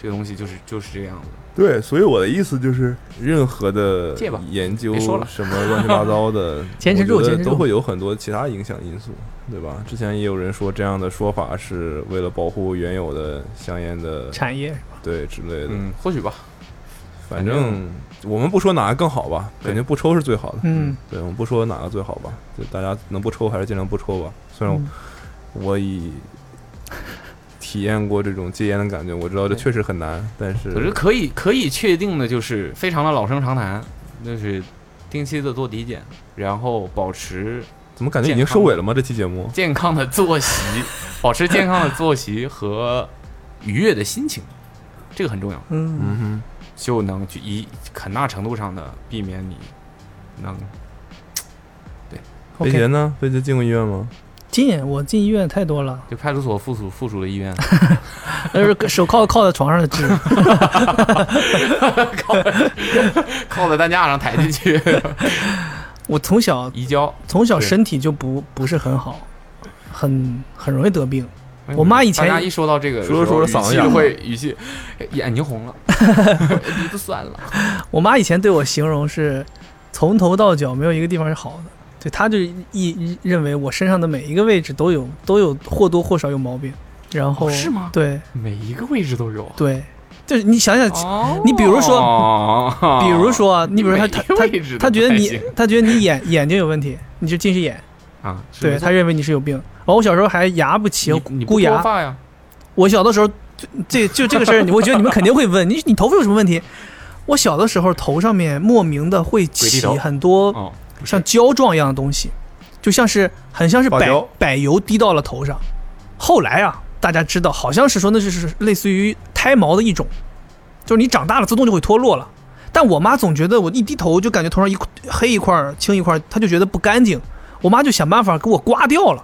Speaker 4: 这个东西就是就是这个样子。
Speaker 3: 嗯
Speaker 2: 对，所以我的意思就是，任何的
Speaker 4: 戒吧
Speaker 2: 研究
Speaker 4: 别说了
Speaker 2: 什么乱七八糟的，
Speaker 3: 坚持住
Speaker 2: 我觉得
Speaker 3: 坚持住
Speaker 2: 都会有很多其他影响因素，对吧？之前也有人说这样的说法是为了保护原有的香烟的
Speaker 3: 产业
Speaker 2: 对之类的，
Speaker 4: 嗯，或许吧。
Speaker 2: 反
Speaker 4: 反正
Speaker 2: 正我们不说哪个更好吧，
Speaker 4: 对
Speaker 2: 肯定不抽是最好的。
Speaker 3: 嗯，
Speaker 2: 对，我们不说哪个最好吧，就大家能不抽还是尽量不抽吧。虽然我,、
Speaker 3: 嗯
Speaker 2: 已体验过这种戒烟的感觉，我知道这
Speaker 4: 对
Speaker 2: 确实很难，但是
Speaker 4: 我觉得可以可以确定的就是非常的老生常谈，就是定期的做体检，然后保持
Speaker 2: 怎么感觉已经
Speaker 4: 健康
Speaker 2: 收尾了吗？这期节目？
Speaker 4: 健康的作息， *laughs* 保持健康的作息和愉悦的心情，这个很重要，
Speaker 3: 嗯，
Speaker 2: 嗯
Speaker 4: 就能去一很大程度上的避免你能
Speaker 2: 哼，飞杰呢？飞杰进过医院吗？
Speaker 3: 进我进医院太多了，
Speaker 4: 就派出所附属附属的医院，
Speaker 3: 那是手铐铐在床上的治。
Speaker 4: *laughs* 靠在担架上抬进去
Speaker 3: *laughs* 我从小
Speaker 4: *laughs* 移交。
Speaker 3: 从小
Speaker 4: 对
Speaker 3: 身体就不不是很好，很很容易得病。我妈以前
Speaker 4: 大家一说到这个的时
Speaker 2: 说
Speaker 4: 候，
Speaker 2: 着说着嗓子
Speaker 4: 语气
Speaker 2: 哑了
Speaker 4: 会语气哎眼
Speaker 2: *laughs*
Speaker 4: 睛红了， *laughs* 鼻子酸了。
Speaker 3: 我妈以前对我形容是，从头到脚没有一个地方是好的。对，她就一一认为我身上的每一个位置都有都有或多或少有毛病。然后、
Speaker 4: 哦是吗
Speaker 3: 对
Speaker 4: 每一个位置都有。
Speaker 3: 对，就是你想想，
Speaker 4: 哦
Speaker 3: 你比如说
Speaker 4: 说
Speaker 3: 比如说啊，你比如说她
Speaker 4: 哦每一个
Speaker 3: 她她
Speaker 4: 位置都
Speaker 3: 她觉得
Speaker 4: 不太
Speaker 3: 你
Speaker 4: 行
Speaker 3: 她觉得你眼眼睛有问题，你就近视眼，
Speaker 4: 啊，是
Speaker 3: 对
Speaker 4: 不是
Speaker 3: 她认为你是有病。然后我小时候还牙不齐
Speaker 4: 你你，不
Speaker 3: 箍
Speaker 4: 脱
Speaker 3: 牙，
Speaker 4: 发呀，
Speaker 3: 我小的时候，这就这个事儿，我觉得你们肯定会问你，你头发有什么问题？我小的时候头上面莫名的会起
Speaker 4: 头
Speaker 3: 很多
Speaker 4: 哦，
Speaker 3: 像胶状一样的东西，就像是很像是
Speaker 2: 发
Speaker 3: 柏
Speaker 2: 胶
Speaker 3: 柏油滴到了头上。后来啊，大家知道，好像是说那就是类似于胎毛的一种，就是你长大了自动就会脱落了。但我妈总觉得我一低头就感觉头上一块黑一块儿青一块儿，她就觉得不干净。我妈就想办法给我刮掉了，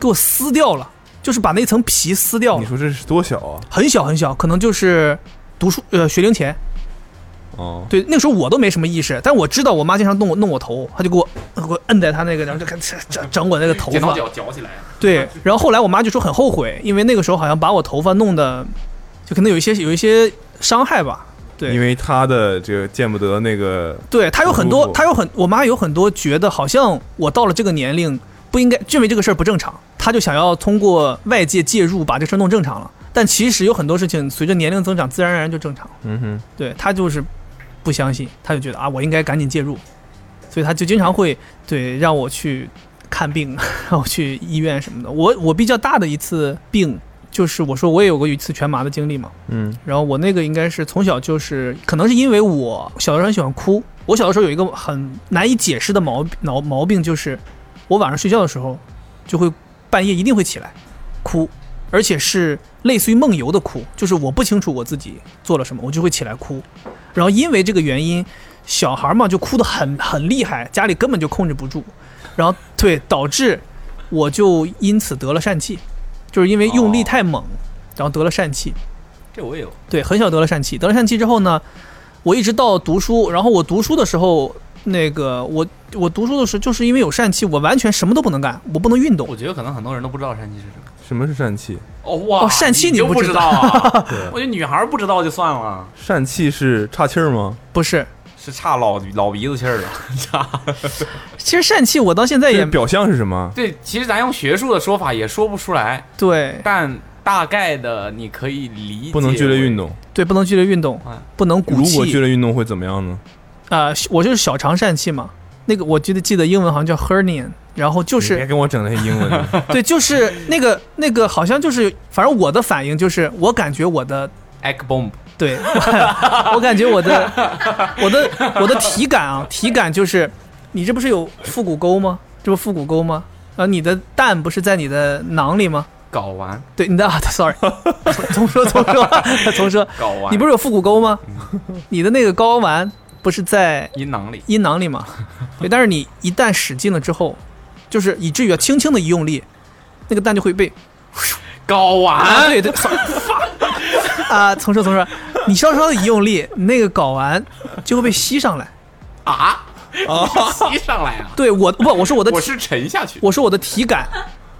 Speaker 3: 给我撕掉了，就是把那层皮撕掉
Speaker 2: 你
Speaker 3: 了。
Speaker 2: 说这是多小啊？
Speaker 3: 很小很小，可能就是读书呃学龄前，
Speaker 2: 哦，
Speaker 3: 对，那个时候我都没什么意识，但我知道我妈经常弄我弄我头，她就给我给我摁在她那个，然后就开始整整我那个头
Speaker 4: 剪刀
Speaker 3: 发。
Speaker 4: 脚绞起来，
Speaker 3: 对，然后后来我妈就说很后悔，因为那个时候好像把我头发弄的，就可能有一些有一些伤害吧。对
Speaker 2: 因为他的这个见不得那个，
Speaker 3: 对他有很
Speaker 2: 不
Speaker 3: 多
Speaker 2: 不，不
Speaker 3: 他有很，我妈有很多觉得好像我到了这个年龄不应该认为这个事儿不正常，她就想要通过外界介入把这事儿弄正常了。但其实有很多事情随着年龄增长，自然而然就正常了。
Speaker 2: 嗯哼，
Speaker 3: 对她就是不相信，她就觉得啊，我应该赶紧介入，所以她就经常会对让我去看病， *laughs* 让我去医院什么的。我我比较大的一次病就是我说我也有过一次全麻的经历嘛，
Speaker 2: 嗯
Speaker 3: 然后我那个应该是从小就是，可能是因为我小的时候很喜欢哭。我小的时候有一个很难以解释的毛毛毛病，就是我晚上睡觉的时候就会半夜一定会起来哭，而且是类似于梦游的哭，就是我不清楚我自己做了什么，我就会起来哭。然后因为这个原因，小孩嘛就哭得很很厉害，家里根本就控制不住，然后对导致我就因此得了疝气，就是因为用力
Speaker 4: 哦
Speaker 3: 太猛，然后得了疝气。
Speaker 4: 这我也有，
Speaker 3: 对，很小得了疝气，得了疝气之后呢，我一直到读书，然后我读书的时候，那个我我读书的时候，就是因为有疝气，我完全什么都不能干，我不能运动
Speaker 4: 我。觉得可能很多人都不知道疝气是什么。
Speaker 2: 什么是疝气？
Speaker 4: 哦哇，
Speaker 3: 哦疝气
Speaker 4: 你
Speaker 3: 你
Speaker 4: 就
Speaker 3: 不
Speaker 4: 不
Speaker 3: 知
Speaker 4: 道
Speaker 3: *laughs*
Speaker 4: 啊？
Speaker 2: 对
Speaker 4: 我觉得女孩不知道就算了，
Speaker 2: 疝气是岔气儿吗？
Speaker 3: 不是，
Speaker 4: 是差老老鼻子气儿了。 *laughs*
Speaker 3: 其实疝气我到现在
Speaker 2: 这
Speaker 3: 也
Speaker 2: 表象是什么？
Speaker 4: 对，其实咱用学术的说法也说不出来，
Speaker 3: 对
Speaker 4: 但大概的你可以理解为。
Speaker 2: 不能剧烈运动。
Speaker 3: 对，不能剧烈运动
Speaker 4: 啊，
Speaker 3: 不能
Speaker 2: 哎如
Speaker 3: 鼓
Speaker 2: 果剧
Speaker 3: 气
Speaker 2: 烈运动会怎么样呢？
Speaker 3: 啊、我就是小肠疝气嘛。那个我记得记得英文好像叫 hernia，然后就
Speaker 2: 你别
Speaker 3: 是
Speaker 2: 跟我整那些英文的。 *laughs*
Speaker 3: 对，就是那个那个好像就是，反正我的反应就是，我感觉我的
Speaker 4: egg bomb。
Speaker 3: 对， *laughs* 我我感觉我的我的我的体感啊，体感就是，你这不是有腹股沟吗？这不腹股沟吗？啊，你的蛋不是在你的囊里吗？
Speaker 4: 睾丸，
Speaker 3: 对，你的、 *laughs* 啊、，sorry，重说重说重说，
Speaker 4: 睾丸，
Speaker 3: 你不是有腹股沟吗？你的那个睾丸不是在
Speaker 4: 阴囊里，
Speaker 3: 阴囊里嘛？对，但是你一旦使劲了之后，就是以至于啊轻轻的一用力，那个蛋就会被
Speaker 4: 睾
Speaker 3: 啊，*laughs*
Speaker 4: 丸，
Speaker 3: 对对，sorry，啊，重说重说，你稍稍的一用力，那个睾丸就会被吸上来。
Speaker 4: 啊，
Speaker 3: 哦
Speaker 4: *laughs* 吸上来啊！
Speaker 3: 对我不，我说我的体
Speaker 4: 我是沉
Speaker 2: *laughs*
Speaker 4: 下去，
Speaker 3: 我说我的体感，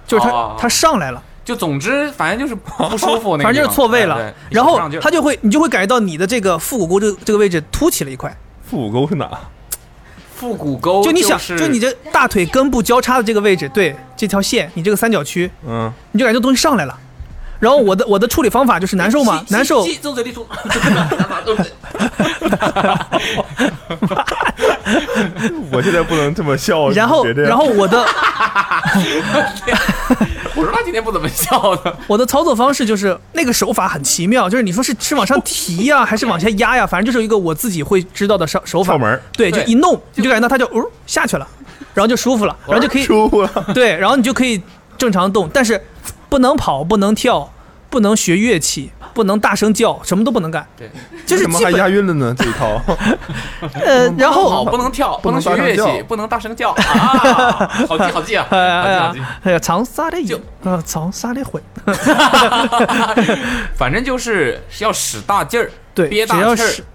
Speaker 3: 就是它、
Speaker 4: 哦
Speaker 3: 它上来了，
Speaker 4: 就总之反正就是不舒
Speaker 3: 哦
Speaker 4: 服，那个地方哎
Speaker 3: 反正就是错位
Speaker 4: 对
Speaker 3: 了
Speaker 4: 对，
Speaker 3: 然
Speaker 4: 使
Speaker 3: 后
Speaker 4: 不上劲儿
Speaker 3: 它就会你就会感觉到你的这个腹股沟这个这个位置凸起了一块，
Speaker 4: 哦
Speaker 2: 腹股沟是哪？
Speaker 4: 腹股沟
Speaker 3: 就你想
Speaker 4: 是
Speaker 3: 就你这大腿根部交叉的这个位置，对这条线，你这个三角区，
Speaker 2: 嗯，
Speaker 3: 你就感觉东西上来了。然后我的我的处理方法就是难受嘛
Speaker 2: *laughs*
Speaker 4: 吸，吸
Speaker 3: 难受，
Speaker 4: 吸从 *laughs* 嘴里吐，对
Speaker 2: *laughs* 我现在不能这么笑。
Speaker 3: 然后
Speaker 2: 你别这样
Speaker 3: 然后
Speaker 2: *laughs*
Speaker 3: 我的
Speaker 4: 我说他今天不怎么笑的，
Speaker 3: 我的操作方式就是那个手法很奇妙，就是你说是是往上提呀、还是往下压呀、反正就是一个我自己会知道的手手法
Speaker 2: 窍门儿。
Speaker 3: 对，就
Speaker 4: 对
Speaker 3: 一弄你就感觉到它就呜、下去了，然后就舒服了，然后就可
Speaker 4: *laughs*
Speaker 3: 以
Speaker 2: 舒服了。
Speaker 3: 对，然后你就可以正常动，但是不能跑，不能跳，不能学乐器，不能大声叫，什么都不能干，
Speaker 4: 对，
Speaker 3: *laughs* 就
Speaker 2: *laughs*
Speaker 3: 是
Speaker 2: 怎么
Speaker 3: 基
Speaker 2: 还押
Speaker 3: 本
Speaker 2: 韵了呢？这一套
Speaker 3: 呃，然
Speaker 4: 好
Speaker 3: 后
Speaker 4: 不能跳，
Speaker 2: 不
Speaker 4: 不
Speaker 2: 能
Speaker 4: 能学
Speaker 2: 大声
Speaker 4: 乐器，
Speaker 2: 叫
Speaker 4: 不能大
Speaker 3: *laughs*
Speaker 4: 声叫啊！好记好记啊！
Speaker 3: 哎呀哎
Speaker 4: 好
Speaker 3: 呀
Speaker 4: 记好记，
Speaker 3: 哎呀，长沙的
Speaker 4: 就
Speaker 3: 有，呃，长沙的混，
Speaker 4: 反正就是要使大劲儿，
Speaker 3: 对，
Speaker 4: 憋
Speaker 3: 只
Speaker 4: 大
Speaker 3: 要
Speaker 4: 气
Speaker 3: 是
Speaker 4: 儿，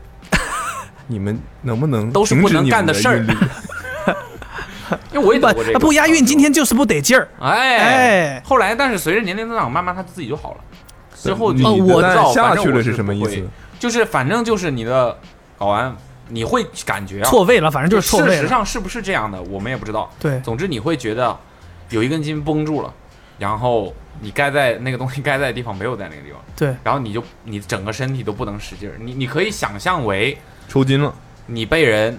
Speaker 2: 你们能不能
Speaker 4: 都是不
Speaker 2: 停止
Speaker 4: 能
Speaker 2: 你们
Speaker 4: 干的事儿
Speaker 3: *laughs*
Speaker 2: 韵律
Speaker 4: 因为我也得过这
Speaker 3: 不
Speaker 4: 个啊
Speaker 3: 不押韵，今天就是不得劲儿。
Speaker 4: 哎
Speaker 3: 哎
Speaker 4: 后来但是随着年龄增长，慢慢他自己就好了。之后
Speaker 2: 你
Speaker 4: 就
Speaker 3: 哦
Speaker 2: 的
Speaker 3: 我
Speaker 4: 知
Speaker 2: 蛋
Speaker 4: 道
Speaker 2: 下
Speaker 4: 反正
Speaker 2: 去
Speaker 4: 我
Speaker 2: 了
Speaker 4: 是
Speaker 2: 什么意
Speaker 4: 不会
Speaker 2: 思？
Speaker 4: 就是反正就是你的睾丸，你会感觉啊，
Speaker 3: 错位了，反正就是错位
Speaker 4: 事实
Speaker 3: 了。
Speaker 4: 上是不是这样的，我们也不知道。
Speaker 3: 对
Speaker 4: 总之你会觉得有一根筋绷住了，然后你该在那个东西该在的地方没有在那个地方，
Speaker 3: 对，
Speaker 4: 然后你就你整个身体都不能使劲儿。你你可以想象为
Speaker 2: 抽筋
Speaker 3: *laughs*
Speaker 2: 了，
Speaker 4: 你被人，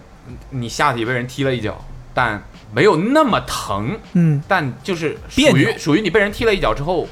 Speaker 4: 你下体被人踢了一脚，但没有那么疼，
Speaker 3: 嗯，
Speaker 4: 但就是属
Speaker 3: 别
Speaker 4: 于
Speaker 3: 扭
Speaker 4: 属于你被人踢了一脚之后，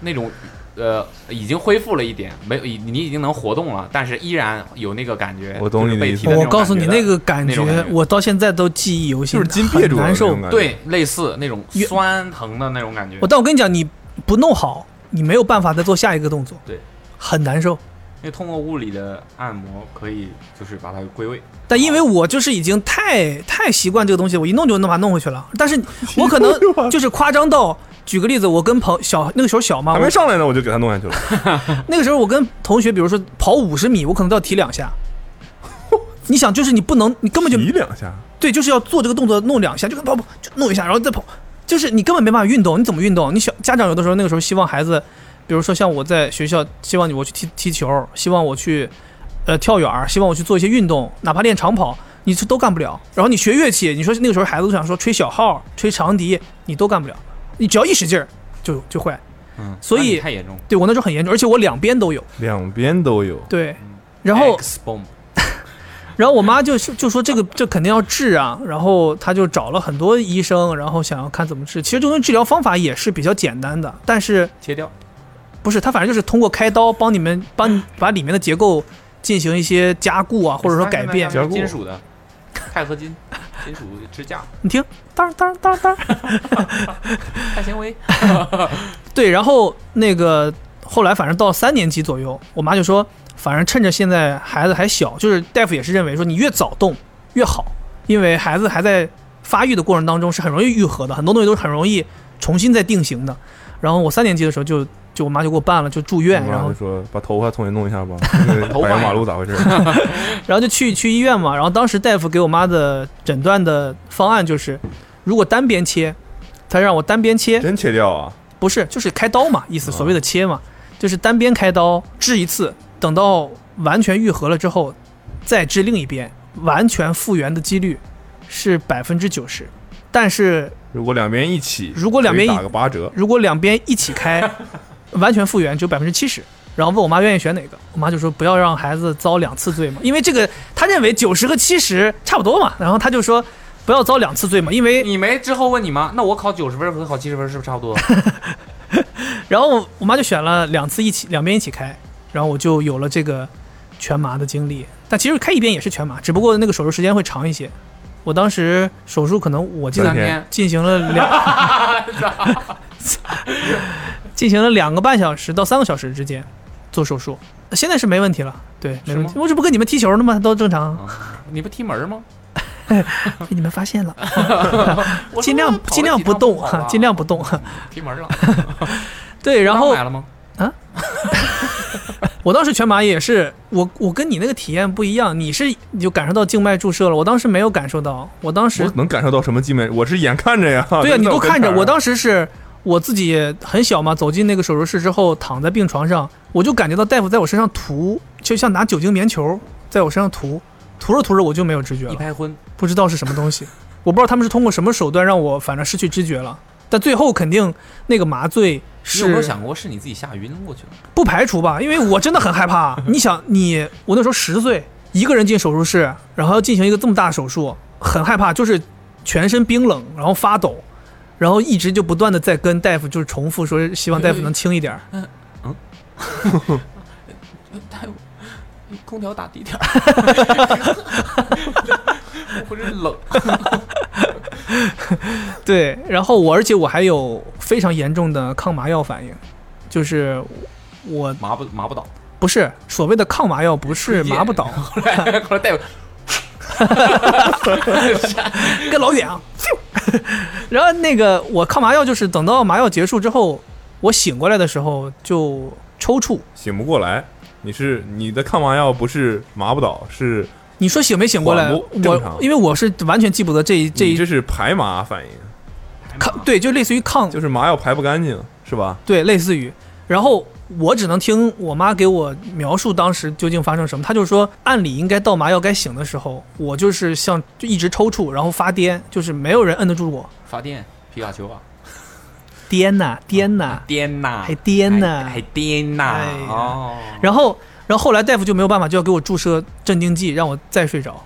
Speaker 4: 那种呃已经恢复了一点，没有已你已经能活动了，但是依然有那个感觉。
Speaker 2: 我懂
Speaker 4: 就是
Speaker 2: 你的
Speaker 4: 被
Speaker 2: 意
Speaker 4: 踢
Speaker 2: 思
Speaker 4: 的那
Speaker 3: 我
Speaker 4: 种
Speaker 3: 告诉你
Speaker 4: 感觉
Speaker 3: 那
Speaker 4: 的
Speaker 3: 个感
Speaker 4: 那种
Speaker 3: 觉
Speaker 4: 感，觉
Speaker 3: 我到现在都记忆犹新，
Speaker 2: 就是筋憋住
Speaker 3: 很
Speaker 2: 了，
Speaker 3: 难受
Speaker 2: 那种。感觉
Speaker 4: 对，类似那种
Speaker 3: 越
Speaker 4: 酸疼的那种感觉
Speaker 3: 我。但我跟你讲，你不弄好，你没有办法再做下一个动作，
Speaker 4: 对，
Speaker 3: 很难受。
Speaker 4: 因为通过物理的按摩可以就是把它归位。
Speaker 3: 但因为我就是已经太太习惯这个东西，我一弄就能把它弄回去了。但是我可能就是夸张到，举个例子，我跟朋小那个时候小嘛，
Speaker 2: 还
Speaker 3: 我
Speaker 2: 没上来呢，我就给他弄下去了。
Speaker 3: 那个时候我跟同学，比如说跑五十米，我可能都要提两下。你想，就是你不能，你根本就
Speaker 2: 提两下，
Speaker 3: 对，就是要做这个动作，弄两下，就跟跑跑，就弄一下，然后再跑，就是你根本没办法运动，你怎么运动？你小家长有的时候那个时候希望孩子，比如说像我在学校，希望你我去踢踢球，希望我去呃跳远儿，希望我去做一些运动，哪怕练长跑，你这都干不了。然后你学乐器，你说那个时候孩子都想说吹小号、吹长笛，你都干不了，你只要一使劲儿就就坏。
Speaker 4: 嗯，
Speaker 3: 所以
Speaker 4: 那你太严重了。
Speaker 3: 对我那时候很严重，而且我两边都有。
Speaker 2: 两边都
Speaker 3: *laughs*
Speaker 2: 有。
Speaker 3: 对，然后
Speaker 4: X bomb，
Speaker 3: 然后我妈就就说这个这肯定要治啊，然后她就找了很多医生，然后想要看怎么治。其实这种治疗方法也是比较简单的，但是
Speaker 4: 切掉，
Speaker 3: 不是她反正就是通过开刀帮
Speaker 2: *laughs*
Speaker 3: 你们帮你把里面的结构进行一些加固啊，或者说改变。
Speaker 2: 加固
Speaker 4: 金属的，钛合金，金属支架，
Speaker 3: 你听，当当当当，
Speaker 4: 碳纤维， *laughs*
Speaker 3: 对，然后那个后来反正到三年级左右，我妈就说，反正趁着现在孩子还小，就是大夫也是认为说你越早动越好，因为孩子还在发育的过程当中是很容易愈合的，很多东西都是很容易重新再定型的。然后我三年级的时候就就我妈就给我办了，就住院，
Speaker 2: 我妈
Speaker 3: 然后
Speaker 2: 就说把头发重新弄一下
Speaker 3: *laughs*
Speaker 2: 吧，那个
Speaker 4: 头发
Speaker 2: 柏油
Speaker 4: 呀
Speaker 2: 马路咋回事？
Speaker 3: 然后就去去医院嘛，然后当时大夫给我妈的诊断的方案就是，如果单边切，他让我单边切，
Speaker 2: 真切掉啊？
Speaker 3: 不是，就是开刀嘛，意思
Speaker 2: 啊
Speaker 3: 所谓的切嘛，就是单边开刀治一次，等到完全愈合了之后，再治另一边，完全复原的几率是百分之九十。但是
Speaker 2: 如果两边一起，
Speaker 3: 如果两边一
Speaker 2: 可以打个八折，
Speaker 3: 如果两边一起开，完全复原只有百分之七十。然后问我妈愿意选哪个，我妈就说不要让孩子遭两次罪嘛，因为这个她认为九十和七十差不多嘛，然后她就说不要遭两次罪嘛，因为
Speaker 4: 你没之后问你妈，那我考九十分和考七十分是不是差不多？
Speaker 3: 然后我妈就选了两次一起，两边一起开，然后我就有了这个全麻的经历。但其实开一边也是全麻，只不过那个手术时间会长一些。我当时手术可能我记
Speaker 4: 三
Speaker 3: 得
Speaker 2: 天
Speaker 4: 天，
Speaker 3: 进行了两，
Speaker 4: *laughs*
Speaker 3: 进行了两个半小时到三个小时之间做手术，现在是没问题了。对，没问题
Speaker 4: 是。啊
Speaker 3: 我这不跟你们踢球呢吗？都正常，
Speaker 4: 你不踢门吗？
Speaker 3: 被你们发现了，
Speaker 4: 我
Speaker 3: 尽量
Speaker 4: 说跑了
Speaker 3: 尽量
Speaker 4: 几
Speaker 3: 不
Speaker 4: 趟
Speaker 3: 动啊
Speaker 4: 好吧，
Speaker 3: 尽量不动。 *laughs*
Speaker 4: 踢门了。
Speaker 3: 对，然后
Speaker 4: 买了吗？
Speaker 3: 我当时全麻也是，我我跟你那个体验不一样，你是你就感受到静脉注射了，我当时没有感受到，我当
Speaker 2: 我
Speaker 3: 时
Speaker 2: 能感受到什么静脉？我是眼看着呀。
Speaker 3: 对
Speaker 2: 呀、 *laughs*
Speaker 3: 啊，你都看着，我
Speaker 2: 当
Speaker 3: 当时
Speaker 4: 啊
Speaker 3: 是我自己很小嘛，走进那个手术室之后，躺在病床上，我就感觉到大夫在我身上涂，就像拿酒精棉球在我身上涂，涂着涂着我就没有知觉
Speaker 4: 一
Speaker 3: 了，
Speaker 4: 拍昏，
Speaker 3: 不知道是什么东西，我不知道他们是通过什么手段让我反正失去知觉了，但最后肯定那个麻醉
Speaker 4: 你
Speaker 3: 是
Speaker 4: 有没有想过是你自己吓晕过去了？
Speaker 3: 不排除吧，因为我真的很害怕。你想，你我那时候十岁，一个人进手术室，然后要进行一个这么大的手术，很害怕，就是全身冰冷，然后发抖，然后一直就不断的在跟大夫就是重复说，希望大夫能轻一点儿。
Speaker 4: *laughs* 空调打低点 *laughs* 儿，我浑身冷。
Speaker 3: 对，然后我而且我还有非常严重的抗麻药反应，就是我
Speaker 4: 麻不麻不倒， *laughs*
Speaker 3: 不是所谓的抗麻药，不是麻不倒，
Speaker 4: 后来后来大夫
Speaker 3: 跟老远啊，咻 *laughs* 然后那个我抗麻药就是等到麻药结束之后，我醒过来的时候就抽搐。
Speaker 2: 醒不过来。你是你的抗麻药不是麻不倒，是
Speaker 3: 你说醒没醒过来？
Speaker 2: 恍惚正
Speaker 3: 我
Speaker 2: 常
Speaker 3: 因为我是完全记不得这一这
Speaker 2: 你
Speaker 3: 一
Speaker 2: 这是排麻反应，
Speaker 3: 抗，对，就类似于抗，
Speaker 2: 就是麻药排不干净，是吧？
Speaker 3: 对，类似于。然后我只能听我妈给我描述当时究竟发生什么。她就说，按理应该到麻药该醒的时候，我就是像就一直抽搐，然后发癫，就是没有人摁得住我，啊
Speaker 4: 发电皮卡丘啊，
Speaker 3: 癫呐、癫呐、
Speaker 4: 颠呐，
Speaker 3: 还颠呐
Speaker 4: 还还颠呐
Speaker 3: 哎呀
Speaker 4: 哦。
Speaker 3: 然后，然后后来大夫就没有办法，就要给我注射镇定剂，让我再睡着。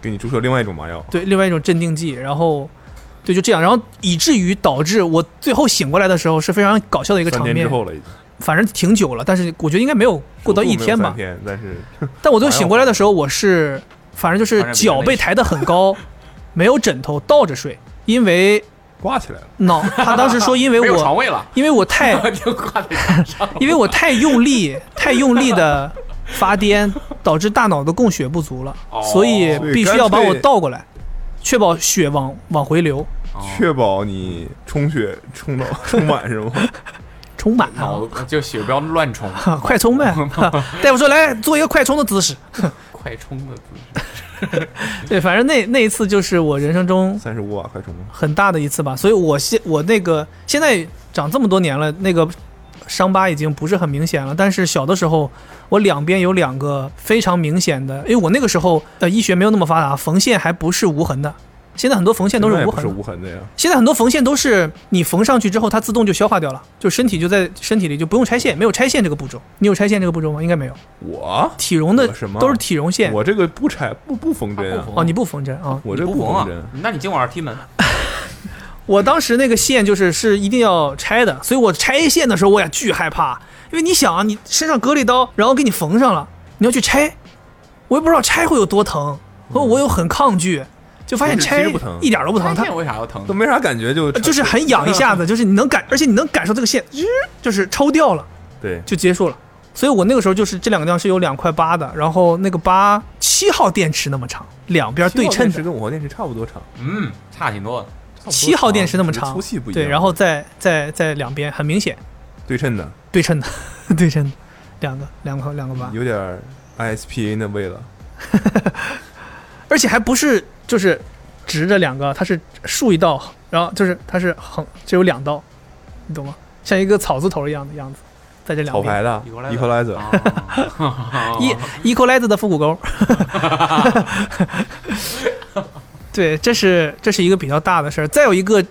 Speaker 2: 给你注射另外一种麻药，
Speaker 3: 对，另外一种镇定剂，然后对，就这样，然后以至于导致我最后醒过来的时候是非常搞笑的一个
Speaker 2: 三
Speaker 3: 场
Speaker 2: 天之
Speaker 3: 面。
Speaker 2: 后了已经。
Speaker 3: 反正挺久了，但是我觉得应该没有过到一天
Speaker 2: 手
Speaker 3: 吧
Speaker 2: 术。没有三天，但是 *laughs*
Speaker 3: 但我最后醒过来的时候，我是反正就是脚被抬得很高，没有枕头，倒着睡，因为
Speaker 2: 挂起来了。
Speaker 3: 脑他当时说因
Speaker 4: 没
Speaker 3: 为
Speaker 4: 有床
Speaker 3: 我
Speaker 4: 位了， *laughs*
Speaker 3: 因为我太
Speaker 4: 就挂在床上了。
Speaker 3: 因为我太用力太用力的发癫，导致大脑的供血不足了，
Speaker 4: 哦
Speaker 3: 所以
Speaker 2: 所以
Speaker 3: 必须
Speaker 2: 干
Speaker 3: 要把
Speaker 2: 脆
Speaker 3: 我倒过来，确保血往往回流，
Speaker 4: 哦
Speaker 2: 确保你充血充到 *laughs* 充满是吗？
Speaker 3: 充满啊
Speaker 4: 脑。子就血不要乱冲，
Speaker 2: *laughs*
Speaker 3: 啊 *laughs* 快充呗！啊大夫说来做一个快充的姿势。
Speaker 4: 快冲的姿势。
Speaker 3: 对，反正那那一次就是我人生中
Speaker 2: 三十五瓦快充吗？
Speaker 3: 很大的一次吧。所以我现我那个现在长这么多年了，那个伤疤已经不是很明显了，但是小的时候我两边有两个非常明显的，因为我那个时候呃医学没有那么发达，缝线还不是无痕的，现在很多缝线都是
Speaker 2: 现在
Speaker 3: 无
Speaker 2: 不
Speaker 3: 痕
Speaker 2: 是
Speaker 3: 的。
Speaker 2: 无痕的呀。
Speaker 3: 现在很多缝线都是你缝上去之后，它自动就消化掉了，就身体就在身体里就不用拆线，没有拆线这个步骤。你有拆线这个步骤吗？应该没有。
Speaker 2: 我
Speaker 3: 体绒的
Speaker 2: 我什么
Speaker 3: 都是体绒线
Speaker 2: 我这个不拆不不缝针
Speaker 4: 啊
Speaker 2: 啊
Speaker 4: 不，缝
Speaker 3: 哦，你不缝针啊？
Speaker 2: 我
Speaker 4: 你
Speaker 2: 这
Speaker 4: 不
Speaker 2: 缝
Speaker 4: 啊
Speaker 2: 针。？
Speaker 4: 那你今晚上踢门，
Speaker 3: 我当时那个线就是是一定要拆的，所以我拆线的时候我也巨害怕，因为你想啊，你身上割了一刀，然后给你缝上了，你要去拆，我也不知道拆会有多疼，和我有很抗拒，就发现
Speaker 2: 就是
Speaker 3: 拆
Speaker 2: 其实不疼
Speaker 3: 一哦点都不疼，它
Speaker 4: 关键哎为啥要疼
Speaker 2: 都？没啥感觉就
Speaker 3: 呃就是很痒一下子，就是你能感，而 *laughs* 且你能感受这个线，吱就是抽掉了。
Speaker 2: 对，
Speaker 3: 就结束了。所以我那个时候就是这两个地方是有两块疤的，然后那个疤七号电池那么长，两边对称
Speaker 2: 是
Speaker 3: 的，
Speaker 2: 跟五号电池差不多长，
Speaker 4: 嗯，差挺多的。
Speaker 2: 差不多
Speaker 3: 七号电池那么
Speaker 2: 只是
Speaker 3: 长
Speaker 2: 粗细不，一样。
Speaker 3: 对，然后在在在两边很明显
Speaker 2: 对称的，
Speaker 3: 对称的， *laughs* 对称的，两个两个两个疤，
Speaker 2: 有点儿 ISPA 那味了。
Speaker 3: 而且还不是就是直着两个，它是竖一道，然后就是它是横，只有两道，你懂吗？像一个草字头一样的样子，在这两
Speaker 2: 草
Speaker 3: 边
Speaker 2: 牌的 Equalizer，
Speaker 4: 啊
Speaker 3: 一 equalizer 的复古钩。 *laughs* 对，这是这是一个比较大的事儿。再有一个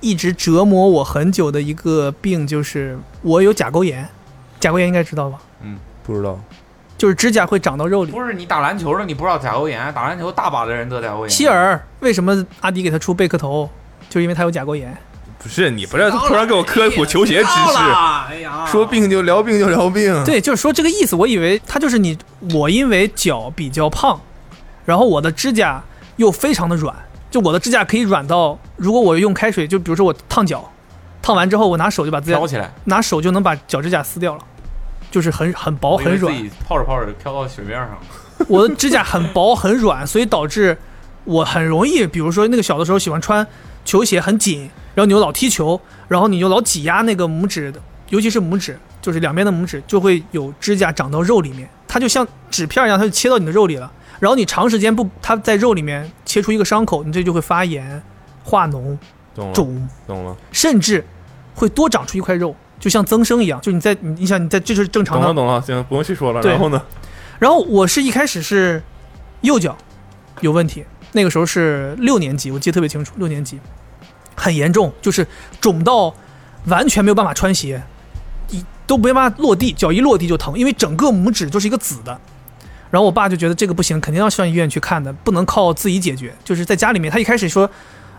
Speaker 3: 一直折磨我很久的一个病，就是我有甲沟炎。甲沟炎应该知道吧？
Speaker 2: 不知道
Speaker 3: 就是指甲会长到肉里。
Speaker 4: *laughs* 不是你打篮球的，你不知道甲沟炎，打篮球大把的人得甲沟炎。
Speaker 3: 希尔为什么阿迪给他出贝壳头？就是因为他有甲沟炎。
Speaker 2: 不是你不要突然给我科普球鞋知
Speaker 4: 到了
Speaker 2: 识，
Speaker 4: 哎呀，
Speaker 2: 说病就聊病就聊病。
Speaker 3: 对，就是说这个意思。我以为他就是你，我因为脚比较胖，然后我的指甲又非常的软，就我的指甲可以软到，如果我用开水，就比如说我烫脚，烫完之后我拿手就把自己
Speaker 4: 飘起来，
Speaker 3: 拿手就能把脚指甲撕掉了，就是很很薄
Speaker 4: 我以
Speaker 3: 很
Speaker 4: 为
Speaker 3: 软
Speaker 4: 自。己泡着泡着飘到水面上了。
Speaker 3: 我的指甲很薄很软，所以导致我很容易，比如说那个小的时候喜欢穿球鞋很紧，然后你又老踢球，然后你就老挤压那个拇指的，尤其是拇指，就是两边的拇指就会有指甲长到肉里面，它就像纸片一样，它就切到你的肉里了。然后你长时间不，它在肉里面切出一个伤口，你这就会发炎、化脓、
Speaker 2: 懂了，
Speaker 3: 肿，
Speaker 2: 懂了，
Speaker 3: 甚至会多长出一块肉，就像增生一样。就你在你你想你在这就是正常
Speaker 2: 懂
Speaker 3: 的
Speaker 2: 了，懂了，行，不用细说了。
Speaker 3: 对
Speaker 2: 然后呢？
Speaker 3: 然后我是一开始是右脚有问题，那个时候是六年级，我记得特别清楚，六年级很严重，就是肿到完全没有办法穿鞋，一都没办法落地，脚一落地就疼，因为整个拇指就是一个紫的。然后我爸就觉得这个不行，肯定要上医院去看的，不能靠自己解决。就是在家里面，他一开始说，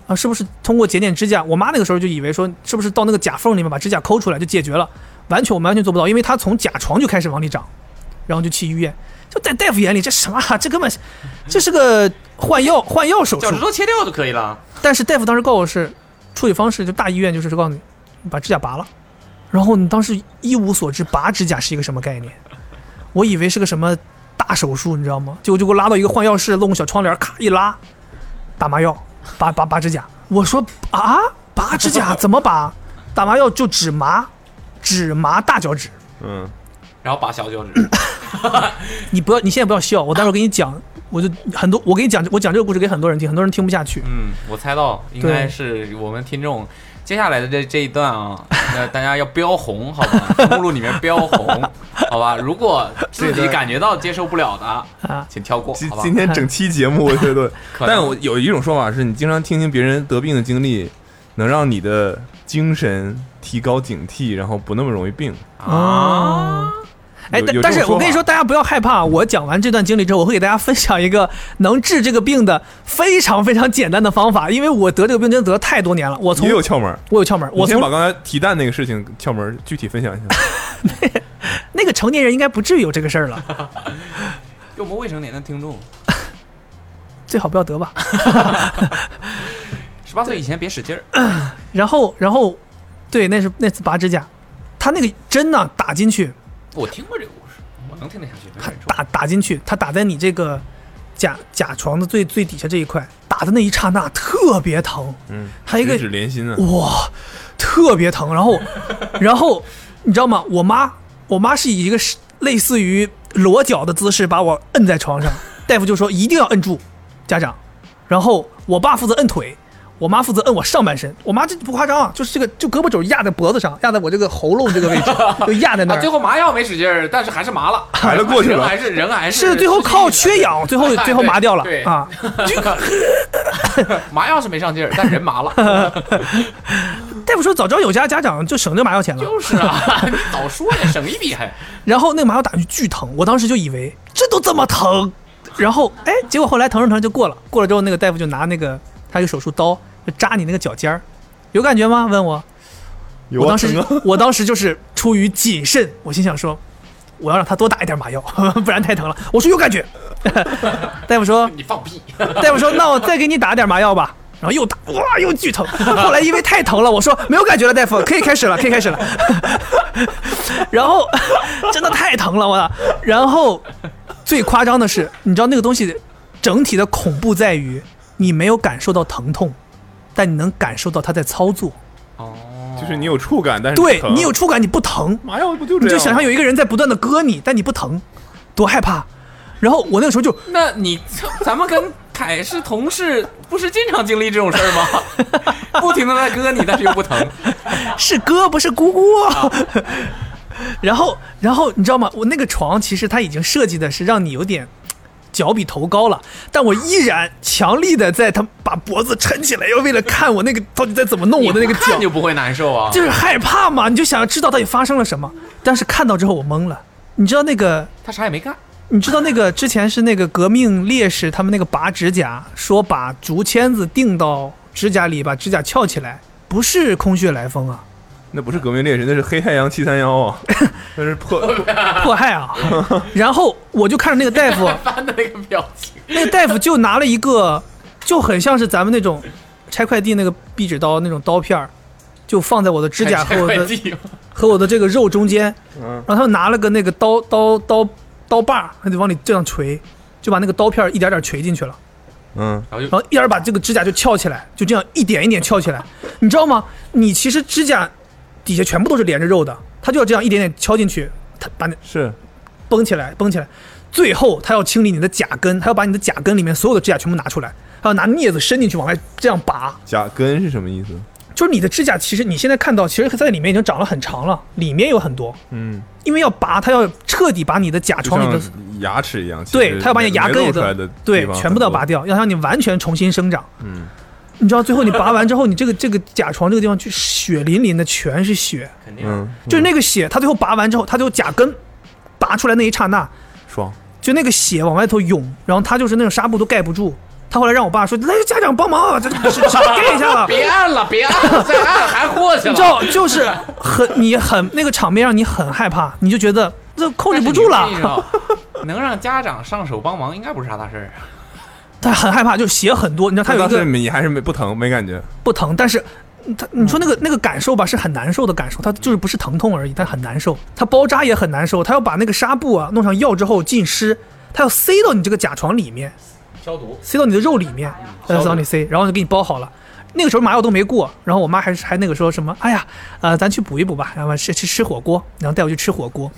Speaker 3: 啊，是不是通过剪点指甲？我妈那个时候就以为说，是不是到那个甲缝里面把指甲抠出来就解决了？完全我们完全做不到，因为他从甲床就开始往里长，然后就去医院。就在大夫眼里，这什么啊？这根本是，这是个换药换药手术
Speaker 4: 脚趾。头切掉就可以了。
Speaker 3: 但是大夫当时告诉我是处理方式，就大医院就是告诉你你把指甲拔了，然后你当时一无所知，拔指甲是一个什么概念？我以为是个什么大手术，你知道吗？结果就给我拉到一个换药室，弄个小窗帘，咔一拉，打麻药，拔拔拔指甲。我说啊，拔指甲怎么拔？打麻药就只麻，只麻大脚趾。 *laughs*
Speaker 2: 嗯，
Speaker 4: 然后拔小
Speaker 2: *laughs*
Speaker 4: 脚趾，
Speaker 3: 你不要，你现在不要笑，我待会儿给你讲，我就很多，我给你讲，我讲这个故事给很多人听，很多人听不下去。
Speaker 4: 嗯，我猜到应该是我们听众接下来的这这一段啊，那大家要标红，好
Speaker 2: *laughs*
Speaker 4: 吧？目录里面标红，好吧？如果自己感觉到接受不了的
Speaker 3: 啊，
Speaker 4: 请跳过，
Speaker 2: 今
Speaker 4: 好吧？
Speaker 2: 今天整期节目我觉
Speaker 3: *laughs*
Speaker 2: 得，
Speaker 4: 可能
Speaker 2: 但我有一种说法是你经常听听别人得病的经历，能让你的精神提高警惕，然后不那么容易病。
Speaker 3: 啊。哎，
Speaker 2: 有
Speaker 3: 但
Speaker 2: 有这
Speaker 3: 但是
Speaker 2: 种说
Speaker 3: 我跟你
Speaker 2: 法
Speaker 3: 说，大家不要害怕。啊我讲完这段经历之后，我会给大家分享一个能治这个病的非常非常简单的方法，因为我得这个病真的得太多年了。我从
Speaker 2: 也有窍门儿。
Speaker 3: 我有窍门，
Speaker 2: 你
Speaker 3: 我
Speaker 2: 先把
Speaker 3: 从
Speaker 2: 刚才提蛋那个事情窍门儿具体分享一下。
Speaker 3: 那个成年人应该不至于有这个事儿了，
Speaker 4: 又不未成年的听众，
Speaker 3: 最好不要得吧。
Speaker 4: 十八岁以前别使劲儿，
Speaker 3: 然后，然后，对，那是那次拔指甲，他那个针呢打进去，
Speaker 4: 我听过这个故事，我能听得下去，没
Speaker 3: 它
Speaker 4: 忍住。
Speaker 3: 打打进去，它打在你这个甲甲床的最最底下这一块，打的那一刹那特别疼，
Speaker 2: 嗯，
Speaker 3: 还有一个
Speaker 2: 十指连心啊，
Speaker 3: 哇，特别疼。然
Speaker 4: *laughs*
Speaker 3: 后，然后你知道吗？我妈，我妈是以一个是类似于裸脚的姿势把我摁
Speaker 4: *laughs*
Speaker 3: 在床上，大夫就说一定要摁住，家长。然后我爸负责摁腿，我妈负责摁我上半身，我妈这不夸张啊，就是这个就胳膊肘压在脖子上，压在我这个喉咙这个
Speaker 4: *laughs*
Speaker 3: 位置，就压在那
Speaker 4: 啊，
Speaker 3: 儿。
Speaker 4: 最后麻药没使劲儿，但是还是麻了，
Speaker 2: 还是过去了
Speaker 4: 人还是人还
Speaker 3: 是最后靠缺氧，
Speaker 4: *laughs*
Speaker 3: 最后最后麻掉了
Speaker 4: 对
Speaker 3: 啊！
Speaker 4: 麻药是没上劲儿，但人麻了，
Speaker 3: *laughs* 大夫说早知道有家家长就省这麻药钱了。
Speaker 4: 就是啊，你早说呀，省一笔还。
Speaker 3: 然后那个麻药打进去巨疼，我当时就以为这都这么疼，然后哎，结果后来疼着疼着就过了，过了之后那个大夫就拿那个他有手术刀就扎你那个脚尖儿，有感觉吗？问我，
Speaker 2: 有
Speaker 3: 我
Speaker 2: 啊
Speaker 3: 当时
Speaker 2: 疼啊
Speaker 3: 我当时就是出于谨慎，我心想说。我要让他多打一点麻药， *laughs* 不然太疼了。我说有感觉， *laughs* 大夫说
Speaker 4: 你
Speaker 3: *laughs*
Speaker 4: 放屁！
Speaker 3: 大夫说：“那我再给你打点麻药吧。”然后又打，哇，又巨疼。后来因为太疼了，我说没有感觉了，大夫，可以开始了，可以开始了。 *laughs* 然后真的太疼了，我。然后最夸张的是，你知道那个东西整体的恐怖在于，你没有感受到疼痛，但你能感受到它在操作。
Speaker 4: 哦
Speaker 2: 啊 *laughs* 就是你有触感，但是
Speaker 3: 对
Speaker 2: 疼啊
Speaker 3: 你有触感，你不疼，
Speaker 2: 麻药不就这
Speaker 3: 你
Speaker 2: 样？
Speaker 3: 就想象有一个人在不断的割你，但你不疼，多害怕。然后我那个时候就
Speaker 4: 那你咱们跟凯是同事，不是经常经历这种事儿吗？
Speaker 3: *laughs*
Speaker 4: 不停的在割你，但是又不疼。
Speaker 3: 哦是哥不是姑姑。
Speaker 4: 啊
Speaker 3: *laughs* 然后，然后你知道吗？我那个床其实它已经设计的是让你有点脚比头高了，但我依然强力的在他把脖子抻起来，要为了看我那个到底在怎么弄我的那个
Speaker 4: 你不看
Speaker 3: 脚，
Speaker 4: 就不会难受啊。
Speaker 3: 就是害怕嘛，你就想要知道到底发生了什么。但是看到之后我懵了，你知道那个。
Speaker 4: 他啥也没干，
Speaker 3: 你知道那个之前是那个革命烈士他们那个拔指甲，说把竹签子钉到指甲里，把指甲翘起来，不是空穴来风啊，
Speaker 2: 那不是革命烈士，那是黑太阳七三幺
Speaker 3: *laughs*
Speaker 2: 啊，那是破
Speaker 3: 迫害啊！然后我就看着那个大夫， *laughs*
Speaker 4: 翻的那个表情。
Speaker 3: 那个大夫就拿了一个，就很像是咱们那种拆快递那个壁纸刀那种刀片儿，就放在我的指甲和我
Speaker 4: 快
Speaker 3: 的 *laughs*
Speaker 4: 递，
Speaker 3: 和我的这个肉中间，
Speaker 2: 嗯
Speaker 3: 然后他又拿了个那个刀刀刀刀把儿，他就往里这样锤，就把那个刀片儿一点点锤进去了。
Speaker 2: 嗯，
Speaker 4: 然后就
Speaker 3: 然后一点儿把这个指甲就翘起来，就这样一点一点翘起来，你知道吗？你其实指甲底下全部都是连着肉的，他就要这样一点点敲进去，他把那
Speaker 2: 是
Speaker 3: 绷起来，绷起来，最后他要清理你的甲根，他要把你的甲根里面所有的指甲全部拿出来，还要拿镊子伸进去往外这样拔，
Speaker 2: 甲根是什么意思？
Speaker 3: 就是你的指甲其实你现在看到，其实在里面已经长了很长了，里面有很多，
Speaker 2: 嗯，
Speaker 3: 因为要拔，他要彻底把你的甲
Speaker 2: 就
Speaker 3: 床里的
Speaker 2: 像牙齿一样，其
Speaker 3: 对，
Speaker 2: 实
Speaker 3: 他要把你
Speaker 2: 没
Speaker 3: 牙根
Speaker 2: 没
Speaker 3: 也
Speaker 2: 露出来
Speaker 3: 都
Speaker 2: 的
Speaker 3: 对
Speaker 2: 地方
Speaker 3: 全部都要
Speaker 2: 很多
Speaker 3: 拔掉，要让你完全重新生长。
Speaker 2: 嗯，
Speaker 3: 你知道最后你拔完之后，你这个这个甲床这个地方就血淋淋的全是血，
Speaker 4: 肯定啊
Speaker 2: 嗯，
Speaker 3: 就是那个血，他最后拔完之后，他就甲根拔出来那一刹那，
Speaker 2: 爽，
Speaker 3: 就那个血往外头涌，然后他就是那种纱布都盖不住。他后来让我爸说：“来，家长帮忙啊，这
Speaker 4: *laughs*
Speaker 3: 这这盖一下吧。”
Speaker 4: 别按了，别按了，再按还过去
Speaker 3: 你
Speaker 4: 了。
Speaker 3: 知道，就是很你很那个场面让你很害怕，你就觉得这控制不住
Speaker 4: 但是你注意
Speaker 3: 了，
Speaker 4: 哦。能让家长上手帮忙，应该不是啥大事儿。啊
Speaker 3: 他很害怕，就血很多。你知道他有一
Speaker 2: 当
Speaker 3: 个
Speaker 4: 嗯
Speaker 2: 时你还是没不疼，没感觉，
Speaker 3: 不疼，但是它你说那个那个感受吧，是很难受的感受，它就是不是疼痛而已，它很难受，它包扎也很难受，它要把那个纱布啊弄上药之后浸湿，它要塞到你这个甲床里面，
Speaker 4: 消毒，
Speaker 3: 塞到你的肉里面，
Speaker 2: 嗯
Speaker 3: 呃，往里塞，然后就给你包好了。那个时候麻药都没过，然后我妈还是还那个时候什么，哎呀，呃，咱去补一补吧，然后吃吃吃火锅，然后带我去吃火锅，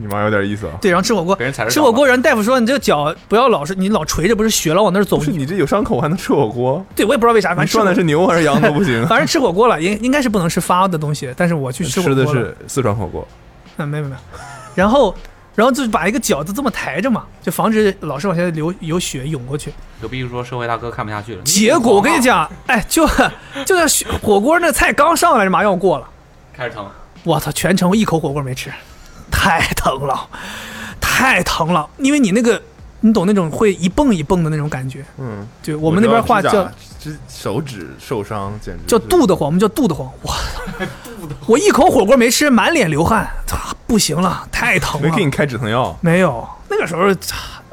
Speaker 2: 你妈有点意思啊。
Speaker 3: 对，然后吃火锅
Speaker 4: 给人踩，着
Speaker 3: 吃
Speaker 4: 脚
Speaker 3: 火
Speaker 4: 嘛
Speaker 3: 锅，人大夫说你这个脚不要老是你老垂着，不是血老往那儿走
Speaker 2: 不，是你这有伤口还能吃火锅？
Speaker 3: 对我也不知道为啥，反
Speaker 2: 你
Speaker 3: 正吃
Speaker 2: 涮的
Speaker 3: 火。
Speaker 2: 是牛还是羊都不行
Speaker 3: *laughs* 反正吃火锅了，应应该是不能吃发的东西，但是我去吃火
Speaker 2: 吃的
Speaker 3: 锅了
Speaker 2: 是四川火锅，
Speaker 3: 嗯，没有没有。然后，然后就把一个脚就这么抬着嘛，就防止老是往下流有血涌过去。
Speaker 4: 隔壁说社会大哥看不下去了。
Speaker 3: 结果我跟你，讲，哎，就就那血火锅那菜刚上来，麻药过了，
Speaker 4: 开始疼，
Speaker 3: 我操，全程一口火锅没吃，太疼了，太疼了，因为你那个。你懂那种会一蹦一蹦的那种感觉，
Speaker 2: 嗯，
Speaker 3: 对我们那边话
Speaker 2: 知道
Speaker 3: 叫
Speaker 2: 指甲指手指受伤，简直
Speaker 3: 叫
Speaker 2: 是
Speaker 3: 肚得慌，我们叫肚得慌。
Speaker 2: *laughs*
Speaker 3: 我我一口火锅没吃，满脸流汗，啊不行了，太疼
Speaker 2: 没
Speaker 3: 了
Speaker 2: 给。你开止疼药，
Speaker 3: 没有，那个时候，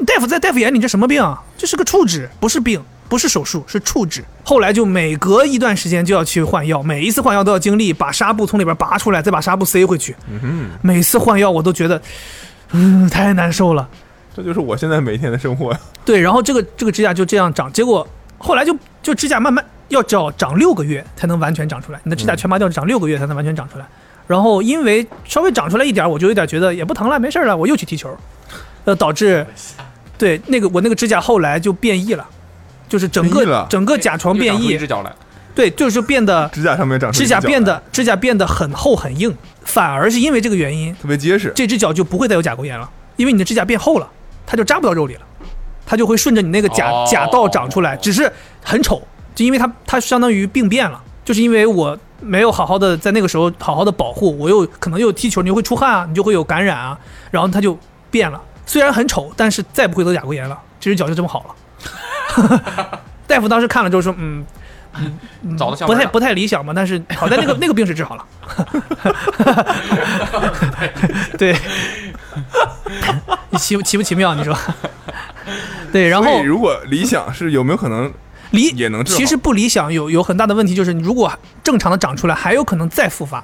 Speaker 3: 大夫在大夫眼里这什么病啊？这是个触诊，不是病，不是手术，是触诊。后来就每隔一段时间就要去换药，每一次换药都要经历把纱布从里边拔出来，再把纱布塞回去。
Speaker 2: 嗯，
Speaker 3: 每次换药我都觉得，嗯，太难受了。
Speaker 2: 这就是我现在每天的生活呀。
Speaker 3: 对，然后这个这个指甲就这样长，结果后来就就指甲慢慢要找长六个月才能完全长出来，你的指
Speaker 2: 嗯
Speaker 3: 甲全拔掉长六个月才能完全长出来。然后因为稍微长出来一点儿，我就有点觉得也不疼了，没事儿了，我又去踢球，呃，导致对那个我那个指甲后来就变异了，就是整
Speaker 2: 变异
Speaker 3: 个
Speaker 2: 了
Speaker 3: 整个甲床变
Speaker 4: 又长出一
Speaker 3: 异
Speaker 4: 只，脚来，
Speaker 3: 对，就是变得
Speaker 2: 指甲上面长出
Speaker 3: 指甲
Speaker 2: 一只脚
Speaker 3: 变
Speaker 2: 来
Speaker 3: 得指甲变得很厚很硬，反而是因为这个原因，
Speaker 2: 特别结实，
Speaker 3: 这只脚就不会再有甲沟炎了，因为你的指甲变厚了，它就扎不到肉里了，它就会顺着你那个甲、
Speaker 4: 哦
Speaker 3: 甲道长出来，只是很丑，就因为它它相当于病变了，就是因为我没有好好的在那个时候好好的保护，我又可能又踢球，你就会出汗啊，你就会有感染啊，然后它就变了，虽然很丑，但是再不会得甲沟炎了，这只脚就这么好了。 *laughs* 大夫当时看了之后说，嗯，
Speaker 4: 找到小
Speaker 3: 不
Speaker 4: 门
Speaker 3: 太
Speaker 4: 了
Speaker 3: 不太理想嘛，但是好在那个那个病是治好了。对，你奇奇不奇妙？你说？对，然后
Speaker 2: 所以如果理想是有没有可能
Speaker 3: 理
Speaker 2: 也能治好
Speaker 3: 其实不理想有有很大的问题，就是你如果正常的长出来，还有可能再复发。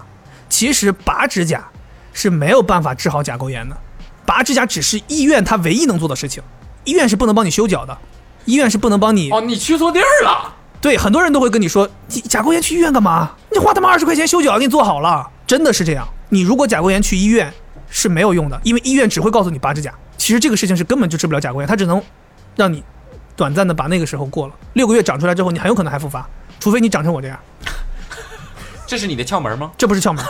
Speaker 3: 其实拔指甲是没有办法治好甲沟炎的，拔指甲只是医院它唯一能做的事情，医院是不能帮你修脚的，医院是不能帮你
Speaker 4: 哦，你去错地儿了。
Speaker 3: 对，很多人都会跟你说，你甲沟炎去医院干嘛？你花他妈二十块钱修脚，给你做好了，真的是这样。你如果甲沟炎去医院是没有用的，因为医院只会告诉你拔指甲。其实这个事情是根本就治不了甲沟炎，它只能让你短暂的把那个时候过了。六个月长出来之后，你很有可能还复发，除非你长成我这样，
Speaker 4: 这是你的窍门
Speaker 3: *laughs*
Speaker 4: 吗？
Speaker 3: 这不是窍门。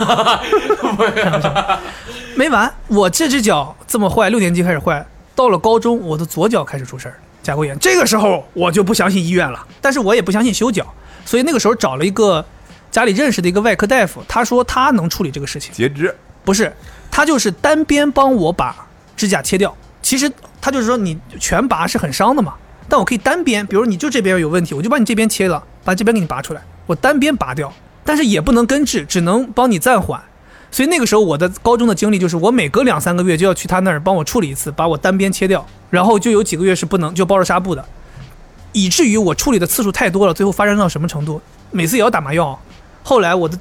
Speaker 3: 没完，我这只脚这么坏，六年级开始坏，到了高中，我的左脚开始出事儿，甲沟炎。这个时候我就不相信医院了，但是我也不相信修脚，所以那个时候找了一个家里认识的一个外科大夫，他说他能处理这个事情，
Speaker 2: 截肢？
Speaker 3: 不是，他就是单边帮我把指甲切掉。其实他就是说你全拔是很伤的嘛，但我可以单边，比如你就这边有问题，我就把你这边切了，把这边给你拔出来，我单边拔掉，但是也不能根治，只能帮你暂缓。所以那个时候我的高中的经历就是，我每隔两三个月就要去他那儿帮我处理一次，把我单边切掉，然后就有几个月是不能就包着纱布的，以至于我处理的次数太多了，最后发展到什么程度，每次也要打麻药。后来我的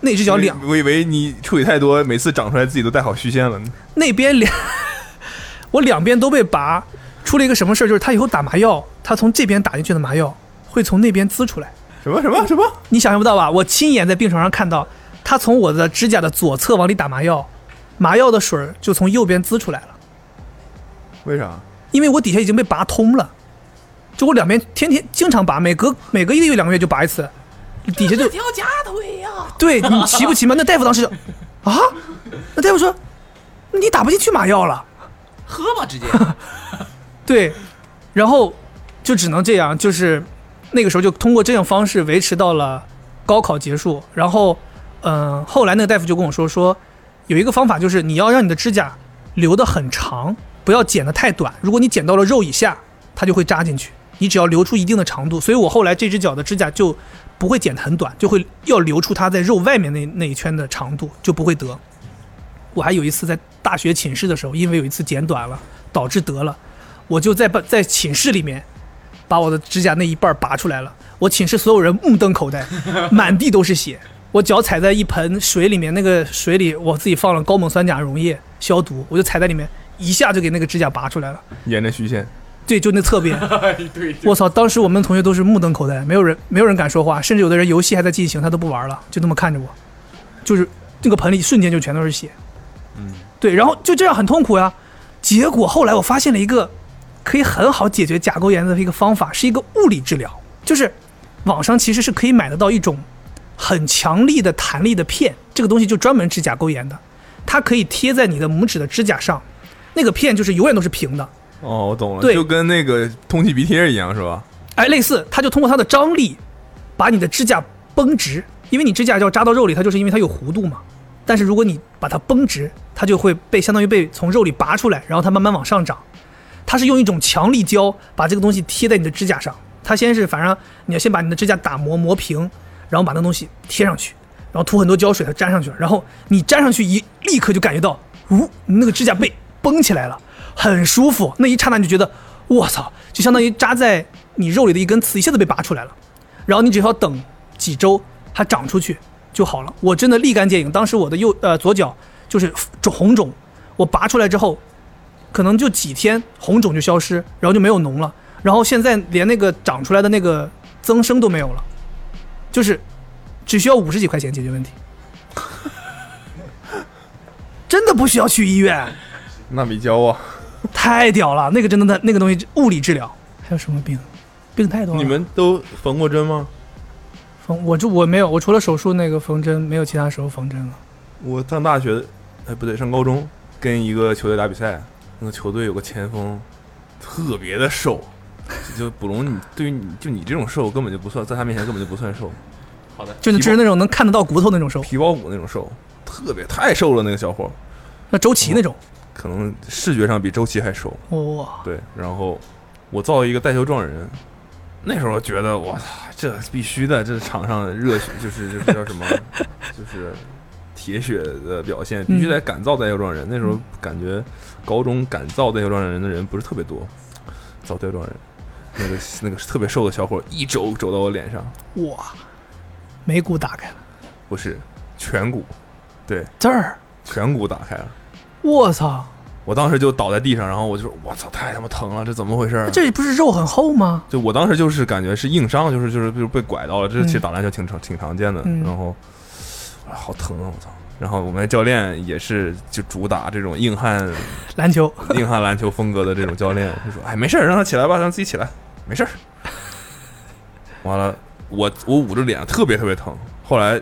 Speaker 3: 那只脚两
Speaker 2: 我以为你处理太多，每次长出来自己都带好虚线了呢。
Speaker 3: 那边两， *laughs* 我两边都被拔，出了一个什么事儿？就是他以后打麻药，他从这边打进去的麻药会从那边滋出来，
Speaker 2: 什么什么什么？
Speaker 3: 你想象不到吧？我亲眼在病床上看到，他从我的指甲的左侧往里打麻药，麻药的水儿就从右边滋出来了，
Speaker 2: 为啥？
Speaker 3: 因为我底下已经被拔通了，就我两边天天经常拔，每隔每隔一个月两个月就拔一次，底下就
Speaker 4: 条假腿呀、
Speaker 3: 对你奇不奇妙？那大夫当时就啊，那大夫说你打不进去麻药了。
Speaker 4: 喝吧，直接。
Speaker 3: 对，然后就只能这样，就是那个时候就通过这样方式维持到了高考结束。然后，嗯、后来那个大夫就跟我说，说有一个方法就是你要让你的指甲留得很长，不要剪得太短。如果你剪到了肉以下，它就会扎进去。你只要留出一定的长度，所以我后来这只脚的指甲就不会剪得很短，就会要留出它在肉外面那那一圈的长度，就不会得。我还有一次在大学寝室的时候，因为有一次剪短了，导致得了，我就在把在寝室里面把我的指甲那一半儿拔出来了。我寝室所有人目瞪口呆， *laughs* 满地都是血。我脚踩在一盆水里面，那个水里我自己放了高锰酸钾溶液消毒，我就踩在里面，一下就给那个指甲拔出来了。
Speaker 2: 沿着虚线，
Speaker 3: 对，就那侧边，
Speaker 4: 对，
Speaker 3: 我操！当时我们同学都是目瞪口呆，没有人没有人敢说话，甚至有的人游戏还在进行，他都不玩了，就那么看着我，就是那个盆里瞬间就全都是血。嗯，对，然后就这样很痛苦呀、结果后来我发现了一个可以很好解决甲沟炎的一个方法，是一个物理治疗，就是网上其实是可以买得到一种很强力的弹力的片，这个东西就专门治甲沟炎的，它可以贴在你的拇指的指甲上，那个片就是永远都是平的。
Speaker 2: 哦，我懂了，
Speaker 3: 对
Speaker 2: 就跟那个通气鼻贴一样，是吧？
Speaker 3: 哎，类似，它就通过它的张力，把你的指甲绷直，因为你指甲要扎到肉里，它就是因为它有弧度嘛。但是如果你把它绷直，它就会被相当于被从肉里拔出来，然后它慢慢往上长。它是用一种强力胶把这个东西贴在你的指甲上，它先是反正你要先把你的指甲打磨磨平，然后把那东西贴上去，然后涂很多胶水，它粘上去了。然后你粘上去一立刻就感觉到，呜，你那个指甲被绷起来了，很舒服。那一刹那你就觉得，我操，就相当于扎在你肉里的一根刺一下子被拔出来了。然后你只要等几周它长出去就好了。我真的立竿见影，当时我的右呃左脚就是肿红肿，我拔出来之后，可能就几天红肿就消失，然后就没有脓了。然后现在连那个长出来的那个增生都没有了，就是只需要五十几块钱解决问题， *laughs* 真的不需要去医院，
Speaker 2: 纳米胶啊！
Speaker 3: 太屌了！那个真的，那个东西物理治疗还有什么病？病太多了。
Speaker 2: 你们都缝过针吗？
Speaker 3: 缝我就我没有，我除了手术那个缝针，没有其他时候缝针了。
Speaker 2: 我上大学，哎不对，上高中跟一个球队打比赛，那个球队有个前锋特别的瘦，就捕龙你对于你就你这种瘦根本就不算，在他面前根本就不算瘦，
Speaker 4: 好的，
Speaker 3: 就
Speaker 2: 皮包
Speaker 3: 是就是那种能看得到骨头那种瘦，
Speaker 2: 皮包骨那种瘦，特别太瘦了那个小伙儿，
Speaker 3: 那周琦那种。
Speaker 2: 可能视觉上比周琦还瘦。
Speaker 3: 哇、哇
Speaker 2: 对，然后我造一个带球撞人，那时候觉得我操，这必须的，这场上的热血 *laughs* 就是就是叫什么，就是铁血的表现，必须得敢造带球撞人。那时候感觉高中敢造带球撞人的人不是特别多，造带球撞人。那个那个特别瘦的小伙一肘肘到我脸上，
Speaker 3: 哇，眉骨打开了，
Speaker 2: 不是颧骨，
Speaker 3: 这儿，
Speaker 2: 颧骨打开了，
Speaker 3: 我操，我
Speaker 2: 我当时就倒在地上，然后我就说我操，太他妈疼了，这怎么回事儿啊？
Speaker 3: 这不是肉很厚吗？
Speaker 2: 就我当时就是感觉是硬伤，就是就是就是被拐到了，这
Speaker 3: 嗯
Speaker 2: 其实打篮球挺常挺常见的。
Speaker 3: 嗯
Speaker 2: 然后、啊好疼啊，我操！然后我们教练也是就主打这种硬汉
Speaker 3: 篮球，
Speaker 2: *laughs* 硬汉篮球风格的这种教练，就说：“哎，没事儿，让他起来吧，让他自己起来，没事儿。”完了，我我捂着脸，特别特别疼。后来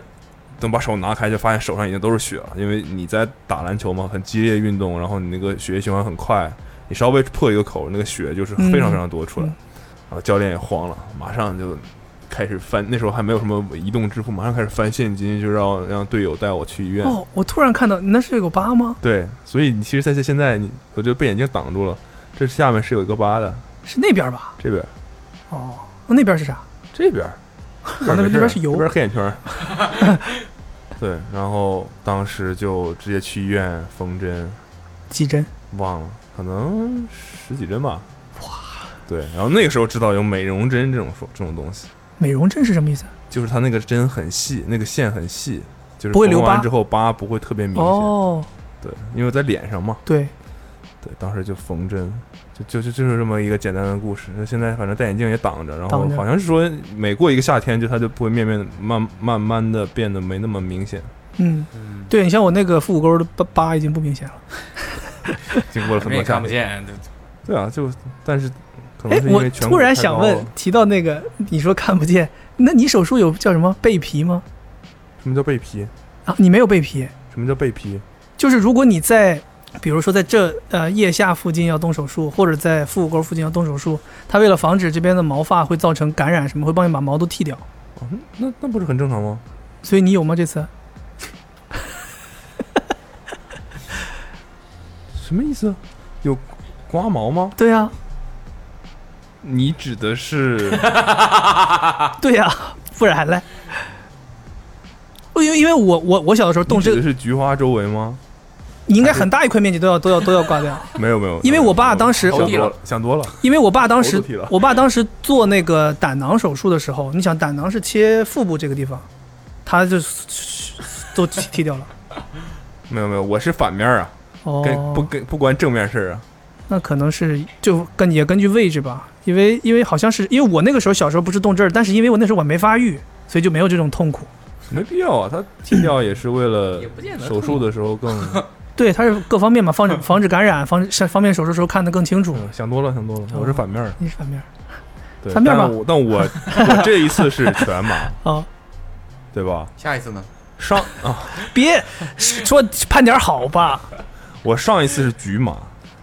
Speaker 2: 等把手拿开，就发现手上已经都是血了，因为你在打篮球嘛，很激烈运动，然后你那个血液循环很快，你稍微破一个口，那个血就是非常非常多出来。
Speaker 3: 嗯
Speaker 2: 然后教练也慌了，马上就开始翻，那时候还没有什么移动支付，马上开始翻现金，就让让队友带我去医院。
Speaker 3: 哦，我突然看到，那是有个疤吗？
Speaker 2: 对，所以你其实在现在你，我就被眼睛挡住了，这下面是有一个疤的，
Speaker 3: 是那边吧？
Speaker 2: 这边儿
Speaker 3: 哦，那边是啥？
Speaker 2: 这边儿，
Speaker 3: 那边那边是油
Speaker 2: 这边黑眼圈儿。
Speaker 3: *laughs*
Speaker 2: 对，然后当时就直接去医院缝针，
Speaker 3: 几针？
Speaker 2: 忘了，可能十几针吧。哇！对，然后那个时候知道有美容针这种说这种东西，
Speaker 3: 美容针是什么意思？
Speaker 2: 就是它那个针很细，那个线很细，就是
Speaker 3: 不会留
Speaker 2: 缝完
Speaker 3: 疤
Speaker 2: 之后疤不会特别明显。
Speaker 3: 哦，
Speaker 2: 对，因为在脸上嘛。
Speaker 3: 对，
Speaker 2: 对，当时就缝针，就就就就是这么一个简单的故事。那现在反正戴眼镜也挡着，然后
Speaker 3: 挡着
Speaker 2: 好像是说每过一个夏天，就它就不会面面慢慢慢的变得没那么明显。
Speaker 3: 嗯，
Speaker 4: 嗯，
Speaker 3: 对你像我那个腹股沟的疤疤已经不明显了。
Speaker 2: 经过了
Speaker 4: 什
Speaker 2: 很多
Speaker 4: 么也
Speaker 2: 夏
Speaker 4: 看不
Speaker 2: 天，
Speaker 4: 见，对
Speaker 2: 对啊，就但是可能
Speaker 3: 哎
Speaker 2: 是，因
Speaker 3: 我
Speaker 2: 为颧骨
Speaker 3: 突
Speaker 2: 太
Speaker 3: 然想
Speaker 2: 高
Speaker 3: 问
Speaker 2: 了，
Speaker 3: 提到那个，你说看不见，那你手术有叫什么背皮吗？
Speaker 2: 什么叫被劈？
Speaker 3: 啊，你没有背皮，
Speaker 2: 什么叫被劈？
Speaker 3: 就是如果你在，比如说在这呃腋下附近要动手术，或者在腹股沟附近要动手术，它为了防止这边的毛发会造成感染什么，会帮你把毛都剃掉。
Speaker 2: 哦，那那不是很正常吗？
Speaker 3: 所以你有吗？这次
Speaker 2: 什么意思？有刮毛吗？
Speaker 3: 对啊呀、
Speaker 2: 你指的
Speaker 3: *laughs*
Speaker 2: 是
Speaker 3: 对呀、 *laughs* 不然嘞？因为因为我我我小的时候动
Speaker 2: 你
Speaker 3: 这
Speaker 2: 指的
Speaker 3: 个，
Speaker 2: 是菊花周围吗？
Speaker 3: 你应该很大一块面积都要都要都要刮
Speaker 2: *laughs*
Speaker 3: 掉。
Speaker 2: 没有没有，
Speaker 3: 因为我爸当时
Speaker 2: 想
Speaker 4: 头剃
Speaker 2: 多
Speaker 4: 了
Speaker 2: 了，想多了。
Speaker 3: 因为我爸当
Speaker 2: 头
Speaker 3: 时
Speaker 2: 都剃了，
Speaker 3: 我爸当时做那个胆囊手术的时候，你想胆囊是切腹部这个地方，他就都剃掉了。
Speaker 2: 没有没有，我是反面啊，跟不
Speaker 3: 哦，
Speaker 2: 跟不关正面事儿啊。
Speaker 3: 那可能是就跟也根据位置吧，因为因为好像是因为我那个时候小时候不是动这儿，但是因为我那时候我没发育，所以就没有这种痛苦。
Speaker 2: 没必要啊，他剃掉也是为了
Speaker 4: 嗯也不见得
Speaker 2: 手术的时候更、
Speaker 4: *laughs*
Speaker 3: 对，它是各方面嘛，
Speaker 2: *laughs*
Speaker 3: 防止防止感染，防止方便手术时候看得更清楚。
Speaker 2: 嗯想多了，想多了，
Speaker 4: 哦
Speaker 2: 我是反面儿，
Speaker 3: 你是反面
Speaker 2: 对，
Speaker 3: 反面吧
Speaker 2: 但我但
Speaker 3: *laughs*
Speaker 2: 我我这一次是全麻，
Speaker 3: 啊？
Speaker 2: 对吧？
Speaker 4: 下一次呢？
Speaker 2: 上啊，
Speaker 3: 别说盼点好吧？
Speaker 2: 我上一次是局麻，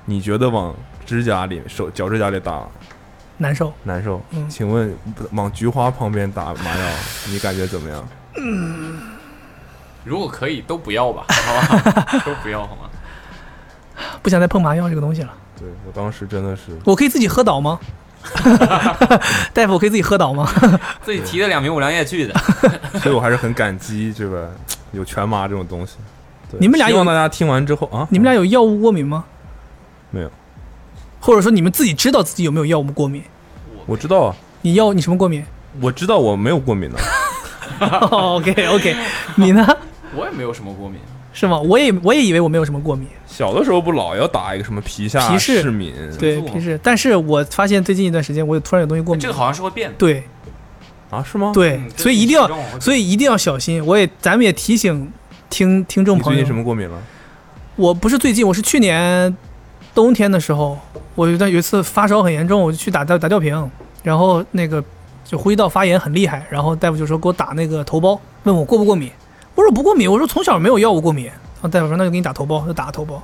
Speaker 2: 你觉得往指甲里、手脚指甲里打
Speaker 3: 难受，
Speaker 2: 难受？
Speaker 3: 嗯
Speaker 2: 请问往菊花旁边打麻
Speaker 3: *laughs*
Speaker 2: 药，你感觉怎么样？
Speaker 4: 如果可以，都不
Speaker 3: *laughs*
Speaker 4: 要吧，好吧，都不要好吗？
Speaker 3: 不想再碰麻药这个东西了。
Speaker 2: 对我当时真的是
Speaker 3: 我可以自己喝倒吗？ *laughs* 大夫，我可以自己喝倒吗？ *laughs*
Speaker 4: 自己提了两瓶五粮液去的，
Speaker 2: 所以我还是很感激这个有全麻这种东西。对
Speaker 3: 你们俩有
Speaker 2: 希望大家听完之后啊，
Speaker 3: 你们俩有药物过敏吗？
Speaker 2: 没有？
Speaker 3: 或者说你们自己知道自己有没有药物过敏？
Speaker 2: 我知道啊，
Speaker 3: 你药你什么过敏 *laughs*
Speaker 2: 我知道我没有过敏的，
Speaker 3: ？OK OK，你呢？
Speaker 4: 我也没有什么过敏，
Speaker 3: 是吗？我也我也以为我没有什么过敏，
Speaker 2: 小的时候不老要打一个什么皮下
Speaker 3: 皮试
Speaker 2: 市敏，
Speaker 3: 对
Speaker 4: 做吗
Speaker 3: 平时，但是我发现最近一段时间我有突然有东西过敏，
Speaker 4: 哎这个好像是会变的。
Speaker 3: 对
Speaker 2: 啊，是吗？，
Speaker 3: 对
Speaker 4: 嗯，这
Speaker 3: 所以一定
Speaker 4: 这种我
Speaker 3: 要
Speaker 4: 会
Speaker 3: 所以一定要小心。我也咱们也提醒听听众
Speaker 2: 你
Speaker 3: 朋
Speaker 2: 最
Speaker 3: 友
Speaker 2: 近，什么过敏了？
Speaker 3: 我不是最近，我是去年冬天的时候，我有一段有一次发烧很严重，我就去打打打吊瓶，然后那个就呼吸道发炎很厉害，然后大夫就说给我打那个头孢，问我过不过敏，我说不过敏，我说从小没有药物过敏，然后大夫说那就给你打头孢，就打头孢，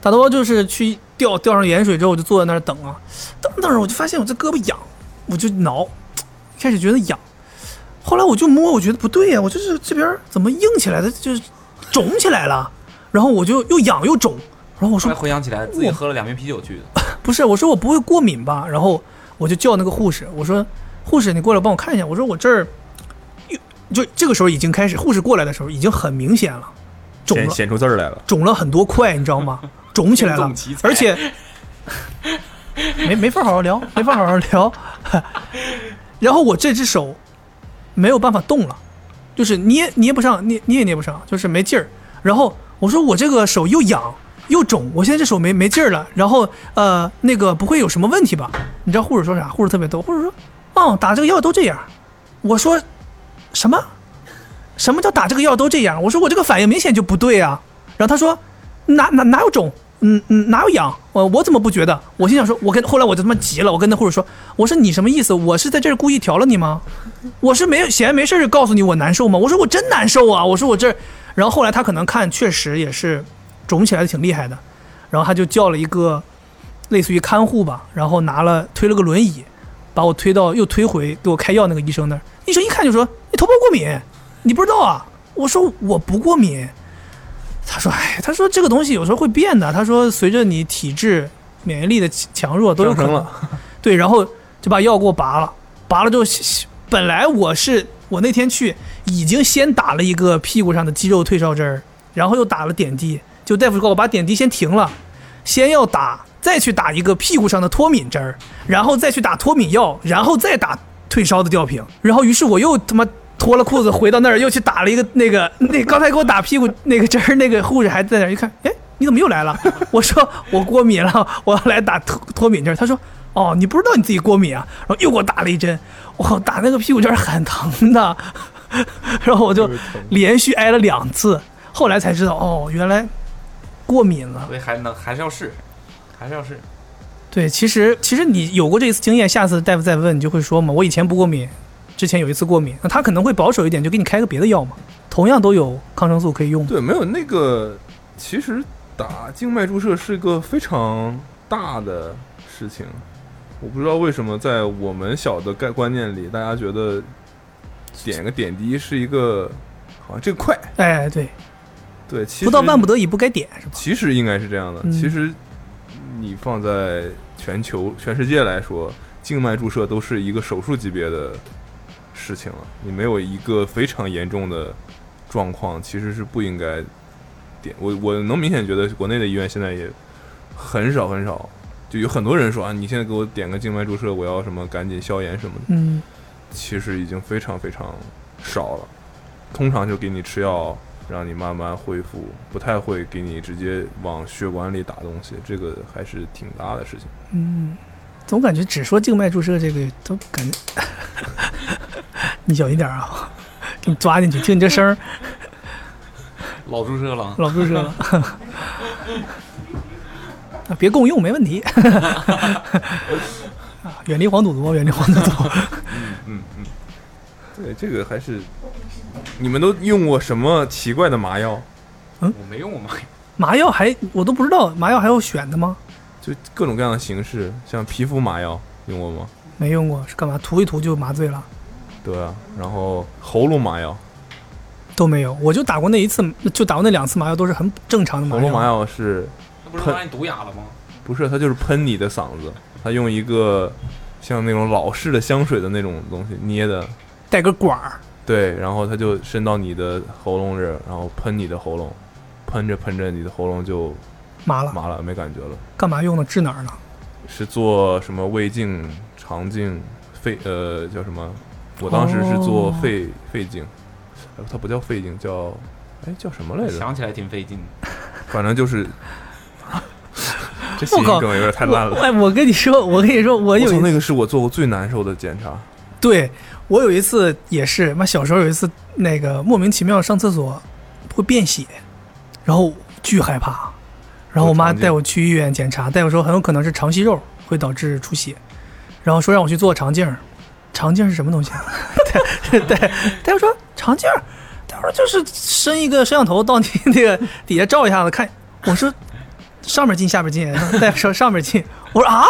Speaker 3: 打头孢就是去吊吊上盐水之后，我就坐在那儿等啊，等着等着我就发现我这胳膊痒，我就挠，一开始觉得痒，后来我就摸，我觉得不对呀、我就是这边儿怎么硬起来的，就是肿起来了，然后我就又痒又肿，然后我
Speaker 4: 突
Speaker 3: 说
Speaker 4: 然回想起来，自己喝了两瓶啤酒去的，
Speaker 3: 不是，我说我不会过敏吧？然后我就叫那个护士，我说护士，你过来帮我看一下。我说我这儿，就这个时候已经开始，护士过来的时候已经很明显了，肿
Speaker 2: 显
Speaker 3: 了，
Speaker 2: 显出字儿来了。
Speaker 3: 肿了很多块，你知道
Speaker 4: *laughs*
Speaker 3: 吗？肿起来
Speaker 4: 天
Speaker 3: 了
Speaker 4: 纵奇，才
Speaker 3: 而且没没法好好
Speaker 4: *laughs*
Speaker 3: 聊，没法好好聊。 *laughs* 然后我这只手没有办法动了，就是捏捏不上，捏捏也捏不上，就是没劲儿。然后我说我这个手又痒又肿，我现在这手没没劲儿了。然后呃，那个不会有什么问题吧？你知道护士说啥？护士特别逗，护士说，哦，打这个药都这样。我说什么？什么叫打这个药都这样？我说我这个反应明显就不对啊。然后他说哪哪哪有肿？嗯嗯，哪有痒？我我怎么不觉得？我心想说，我跟后来我就他妈急了，我跟那护士说，我说你什么意思？我是在这儿故意调了你吗？我是没有闲没事儿就告诉你我难受吗？我说我真难受啊！我说我这，然后后来他可能看确实也是肿起来的挺厉害的，然后他就叫了一个类似于看护吧，然后拿了推了个轮椅，把我推到又推回给我开药那个医生那儿。医生一看就说你头孢过敏，你不知道啊？我说我不过敏。他说哎，他说这个东西有时候会变的，他说随着你体质、免疫力的强弱都有可能
Speaker 2: 上升了。
Speaker 3: 对，然后就把药给我拔了，拔了之后，本来我是我那天去已经先打了一个屁股上的肌肉退烧针儿，然后又打了点滴，就大夫告我把点滴先停了，先要打，再去打一个屁股上的脱敏针儿，然后再去打脱敏药，然后再打退烧的吊瓶，然后于是我又他妈。脱了裤子回到那儿，又去打了一个那个那刚才给我打屁股那个针儿，那个护士还在那儿一看，哎，你怎么又来了？我说我过敏了，我要来打脱脱敏针儿。他说哦，你不知道你自己过敏啊，然后又给我打了一针，我靠，打那个屁股针儿很疼的，然后我就连续挨了两次，后来才知道哦，原来过敏了。
Speaker 4: 所以还能还是要试，还是要试。
Speaker 3: 对，其实其实你有过这一次经验，下次大夫再问，你就会说嘛，我以前不过敏，之前有一次过敏，那他可能会保守一点，就给你开个别的药嘛，同样都有抗生素可以用。
Speaker 2: 对，没有那个，其实打静脉注射是个非常大的事情。我不知道为什么在我们小的概观念里，大家觉得点个点滴是一个好像这个快，
Speaker 3: 哎，对，
Speaker 2: 对，其实
Speaker 3: 不到万不得已不该点是吧？
Speaker 2: 其实应该是这样的。
Speaker 3: 嗯
Speaker 2: 其实你放在全球、全世界来说，静脉注射都是一个手术级别的事情了。你没有一个非常严重的状况，其实是不应该点。我我能明显觉得，国内的医院现在也很少很少，就有很多人说啊，你现在给我点个静脉注射，我要什么赶紧消炎什么的。
Speaker 3: 嗯，
Speaker 2: 其实已经非常非常少了。通常就给你吃药，让你慢慢恢复，不太会给你直接往血管里打东西，这个还是挺大的事情。
Speaker 3: 总感觉只说静脉注射这个都感觉， *laughs* 你小心点儿啊，给你抓进去，听你这声儿，
Speaker 4: 老注射了，
Speaker 3: 老注射了。啊别共用没问题， *laughs* 啊远离黄赌毒，远离黄赌毒。
Speaker 2: 嗯嗯，对，这个还是你们都用过什么奇怪的麻药？
Speaker 4: 我没用过啊吗？
Speaker 3: 麻药还我都不知道，麻药还有选的吗？
Speaker 2: 就各种各样的形式，像皮肤麻药用过吗？
Speaker 3: 没用过，是干嘛？涂一涂就麻醉了？
Speaker 2: 对啊，然后喉咙麻药，
Speaker 3: 都没有，我就打过那一次，就打过那两次麻药，都是很正常的麻
Speaker 2: 喉咙
Speaker 3: 药。
Speaker 2: 麻药是
Speaker 4: 那不是把你毒哑了吗？
Speaker 2: 不是，它就是喷你的嗓子，它用一个像那种老式的香水的那种东西捏的，
Speaker 3: 带个管儿，
Speaker 2: 对，然后它就伸到你的喉咙这儿，然后喷你的喉咙，喷着喷着你的喉咙就
Speaker 3: 麻了，
Speaker 2: 麻了，没感觉了。
Speaker 3: 干嘛用的？治哪儿呢？
Speaker 2: 是做什么胃镜、肠镜、肺呃叫什么？我当时是做
Speaker 3: 哦
Speaker 2: 肺、肺镜，哎它不叫肺镜，叫哎叫什么来着？
Speaker 4: 想起来挺费劲的。
Speaker 2: 反正就是。这谐音
Speaker 3: 我靠
Speaker 2: 梗有点太烂了。
Speaker 3: 哎，我跟你说，我跟你说，我
Speaker 2: 我
Speaker 3: 有
Speaker 2: 操，
Speaker 3: 一
Speaker 2: 那个是我做过最难受的检查。
Speaker 3: 对我有一次也是，妈小时候有一次那个莫名其妙上厕所会便血，然后巨害怕，然后我妈
Speaker 2: 有肠镜
Speaker 3: 带我去医院检查，大夫说很有可能是肠息肉会导致出血，然后说让我去做肠镜儿，肠镜是什么东西啊？ *laughs* 对对，大夫说肠镜儿，他说就是伸一个摄像头到你那个底下照一下子看。我说上面进下面进，大夫说上面进，我说啊，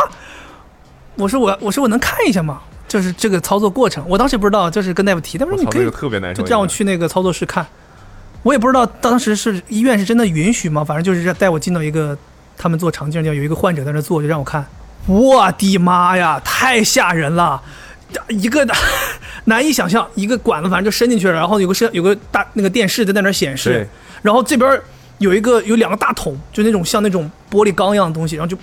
Speaker 3: 我说我我说我能看一下吗？就是这个操作过程，我当时也不知道，就是跟大夫提，他说
Speaker 2: 我
Speaker 3: 你
Speaker 2: 操，
Speaker 3: 可
Speaker 2: 这
Speaker 3: 以
Speaker 2: 个特别难受。
Speaker 3: 就让我去那个操作室看。我也不知道当时是医院是真的允许吗？反正就是带我进到一个他们做肠镜，叫有一个患者在那做，就让我看。我的妈呀，太吓人了！一个难 *laughs* 以想象，一个管子反正就伸进去了，然后有个摄有个大那个电视就在那儿显示
Speaker 2: 对，
Speaker 3: 然后这边儿有一个有两个大桶，就那种像那种玻璃缸一样的东西，然后就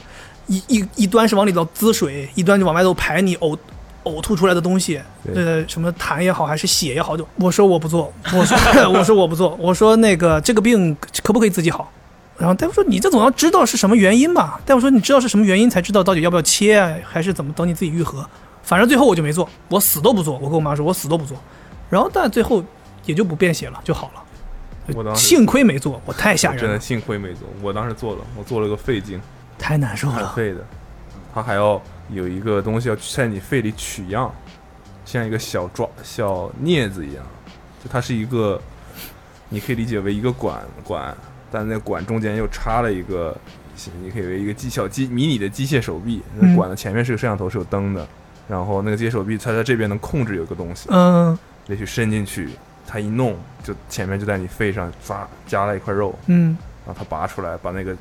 Speaker 3: 一一一端是往里头滋水，一端就往外头排你呕呕吐出来的东西，
Speaker 2: 对
Speaker 3: 呃，什么痰也好还是血也好，就我说我不做，我说 *laughs* 我说我不做，我说那个这个病可不可以自己好？然后大夫说你这总要知道是什么原因吧？大夫说你知道是什么原因才知道到底要不要切啊，还是怎么等你自己愈合。反正最后我就没做，我死都不做。我跟我妈说，我死都不做。然后但最后也就不便血了，就好了。
Speaker 2: 我当时
Speaker 3: 幸亏没做，我太吓
Speaker 2: 真
Speaker 3: 人
Speaker 2: 的
Speaker 3: 了，
Speaker 2: 幸亏没做，我当时做了，我做了个肺镜，
Speaker 3: 太难受
Speaker 2: 很
Speaker 3: 了。
Speaker 2: 费的，它还要有一个东西要在你肺里取样，像一个小抓小镊子一样，就它是一个，你可以理解为一个管管，但那管中间又插了一个，你可以为一个机小机迷你的机械手臂，那
Speaker 3: 嗯
Speaker 2: 管的前面是个摄像头，是有灯的，然后那个机械手臂它在这边能控制有个东西，
Speaker 3: 嗯
Speaker 2: 得去伸进去，它一弄就前面就在你肺上抓夹了一块肉，
Speaker 3: 嗯，
Speaker 2: 然后他拔出来，把那个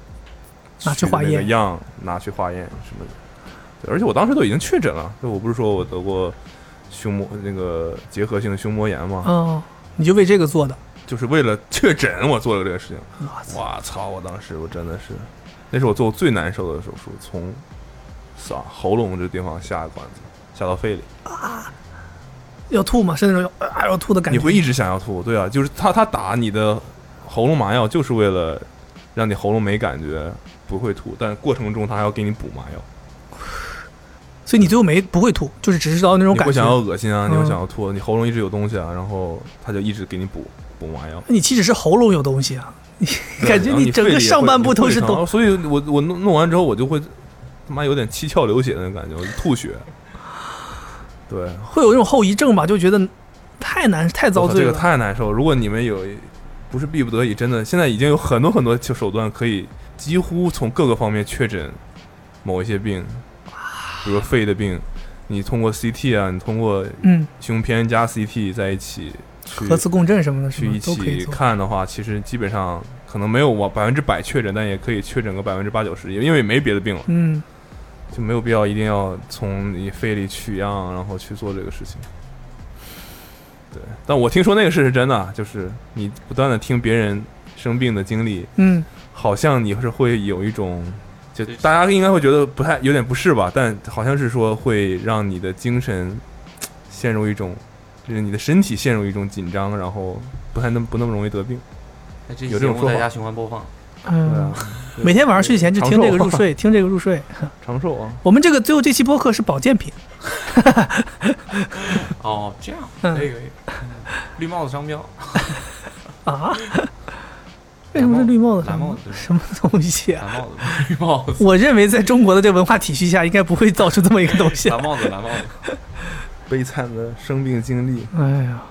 Speaker 3: 拿去
Speaker 2: 取的
Speaker 3: 化验
Speaker 2: 那个样拿去化验什么的。对而且我当时都已经确诊了，就我不是说我得过胸膜那个结核性的胸膜炎嘛，
Speaker 3: 哦，你就为这个做的。
Speaker 2: 就是为了确诊我做了这个事情。
Speaker 3: 哇塞，
Speaker 2: 我操！我当时我真的是，那是我做过最难受的手术，从嗓喉咙这地方下管子下到肺里，
Speaker 3: 要吐吗？是那种要啊要吐的感
Speaker 2: 你
Speaker 3: 觉。
Speaker 2: 会一直想要吐。对啊，就是他他打你的喉咙麻药，就是为了让你喉咙没感觉，不会吐，但过程中他还要给你补麻药。
Speaker 3: 所以你最后没不会吐，就是只知道那种
Speaker 2: 你
Speaker 3: 感
Speaker 2: 会
Speaker 3: 觉
Speaker 2: 想。要恶心啊，
Speaker 3: 嗯
Speaker 2: 你会想要吐，你喉咙一直有东西啊，然后他就一直给你补补麻药，
Speaker 3: 你岂止是喉咙有东西啊？你 *laughs* 感觉
Speaker 2: 然后你
Speaker 3: 整
Speaker 2: 肺
Speaker 3: 个
Speaker 2: 里也
Speaker 3: 上
Speaker 2: 会
Speaker 3: 半部都是
Speaker 2: 你会
Speaker 3: 东
Speaker 2: 疼，所以我我弄弄完之后我就会他妈有点七窍流血的那种感觉，我就吐血。对，
Speaker 3: 会有那种后遗症吧？就觉得太难太遭
Speaker 2: 我操
Speaker 3: 罪
Speaker 2: 这个
Speaker 3: 了。
Speaker 2: 太难受了。如果你们有不是逼不得已，真的现在已经有很多很多就手段可以几乎从各个方面确诊某一些病，比如说肺的病，你通过 CT 啊，你通过
Speaker 3: 嗯，
Speaker 2: 胸片加 CT 在一起去
Speaker 3: 核磁共振什么的，是
Speaker 2: 去
Speaker 3: 吗
Speaker 2: 一
Speaker 3: 嗯都可以
Speaker 2: 起
Speaker 3: 做。
Speaker 2: 看的话，其实基本上可能没有我百分之百确诊，但也可以确诊个百分之八九十，因为没别的病了，
Speaker 3: 嗯，
Speaker 2: 就没有必要一定要从你肺里取样，然后去做这个事情。对，但我听说那个事是真的，啊就是你不断的听别人生病的经历，
Speaker 3: 嗯，
Speaker 2: 好像你是会有一种，就大家应该会觉得不太有点不适吧，但好像是说会让你的精神陷入一种，就是你的身体陷入一种紧张，然后不太那么不那么容易得病。
Speaker 4: 那这期
Speaker 2: 有这
Speaker 4: 节
Speaker 2: 种
Speaker 4: 目
Speaker 2: 说
Speaker 4: 在
Speaker 2: 法
Speaker 4: 家循环播放，
Speaker 2: 对啊
Speaker 3: 嗯，，每天晚上睡前就听这个
Speaker 2: *laughs*
Speaker 3: 入睡，听这个入睡。
Speaker 2: 长寿啊，
Speaker 3: 我们这个最后这期播客是保健品，
Speaker 4: 哦，这样
Speaker 3: 嗯
Speaker 4: 可以可以，嗯绿帽子商标，
Speaker 3: 啊？ *laughs* 为什么是绿帽子？
Speaker 4: 蓝帽子
Speaker 3: 什么东西啊？
Speaker 4: 蓝帽子，绿帽子，
Speaker 3: 我认为在中国的这文化体系下，应该不会造出这么一个东西。
Speaker 4: 蓝帽子，蓝帽子，
Speaker 2: 悲惨的生病经历，
Speaker 3: 哎呀，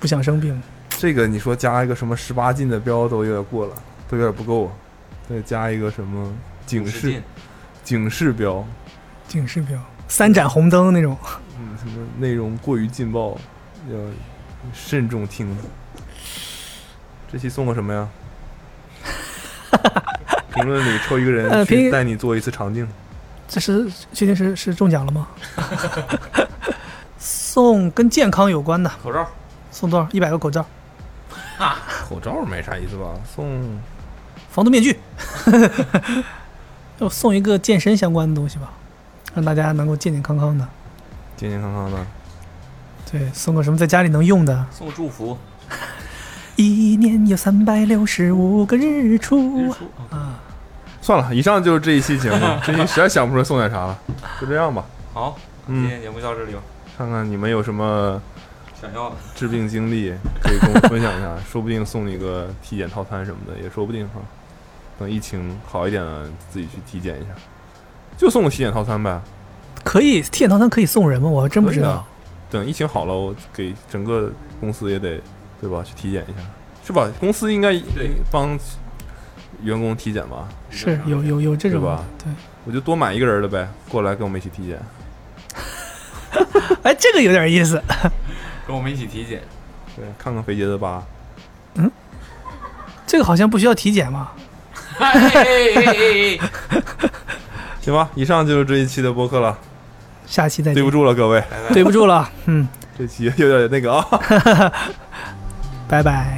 Speaker 3: 不想生病。
Speaker 2: 这个你说加一个什么十八禁的标都有点过了，都有点不够啊，再加一个什么警
Speaker 4: 使
Speaker 2: 示
Speaker 4: 劲，
Speaker 2: 警示标，
Speaker 3: 警示标，三盏红灯那种。
Speaker 2: 嗯，什么内容过于劲爆，要慎重听。这期送个什么 *laughs* 呀？评论里抽一个
Speaker 3: 呃
Speaker 2: 人
Speaker 3: 评
Speaker 2: 去带你做一次肠镜，
Speaker 3: 这是确定是是中奖了
Speaker 4: *laughs*
Speaker 3: 吗？送跟健康有关的，
Speaker 4: 口罩，
Speaker 3: 送多少？一百个口罩、
Speaker 2: 口罩没啥意思吧？送
Speaker 3: 防毒面具， *laughs* 要送一个健身相关的东西吧，让大家能够健健康康的。
Speaker 2: 健健康康的。
Speaker 3: 对，送个什么在家里能用的。
Speaker 4: 送祝福，
Speaker 3: 一年有三百六十五个日
Speaker 4: 日
Speaker 3: 出
Speaker 4: 出，啊
Speaker 3: 啊！
Speaker 2: 算了，以上就是这一期节目，这期实在想不出来送点啥了，就这样吧。
Speaker 4: 好，今
Speaker 2: 嗯，
Speaker 4: 天节目就到这里吧，
Speaker 2: 看看你们有什么
Speaker 4: 想要
Speaker 2: 治病经历，可以跟我分享一下，说不定送你个体检套餐什么的，也说不定哈。等疫情好一点了，自己去体检一下，就送个体检套餐呗。
Speaker 3: 可以，体检套餐可以送人吗？我还真不
Speaker 2: 可
Speaker 3: 知
Speaker 2: 以
Speaker 3: 道
Speaker 2: 啊。等疫情好了，我给整个公司也得对吧去体检一下，是吧？公司应该帮员工体检吧？
Speaker 3: 是有有有这种
Speaker 2: 啊对吧
Speaker 3: 对，
Speaker 2: 我就多买一个人了呗，过来跟我们一起体检。
Speaker 3: 哎，这个有点意思，
Speaker 4: 跟我们一起体检，
Speaker 2: 对，看看肥杰的疤，
Speaker 3: 这个好像不需要体检嘛？
Speaker 4: 哎哎哎哎哎
Speaker 2: 行吧？以上就是这一期的播客了，
Speaker 3: 下期再
Speaker 2: 对
Speaker 3: 见
Speaker 2: 不，住了各位，
Speaker 3: 对不住了，嗯，
Speaker 2: 这期有点那个啊。
Speaker 3: *laughs* 拜拜。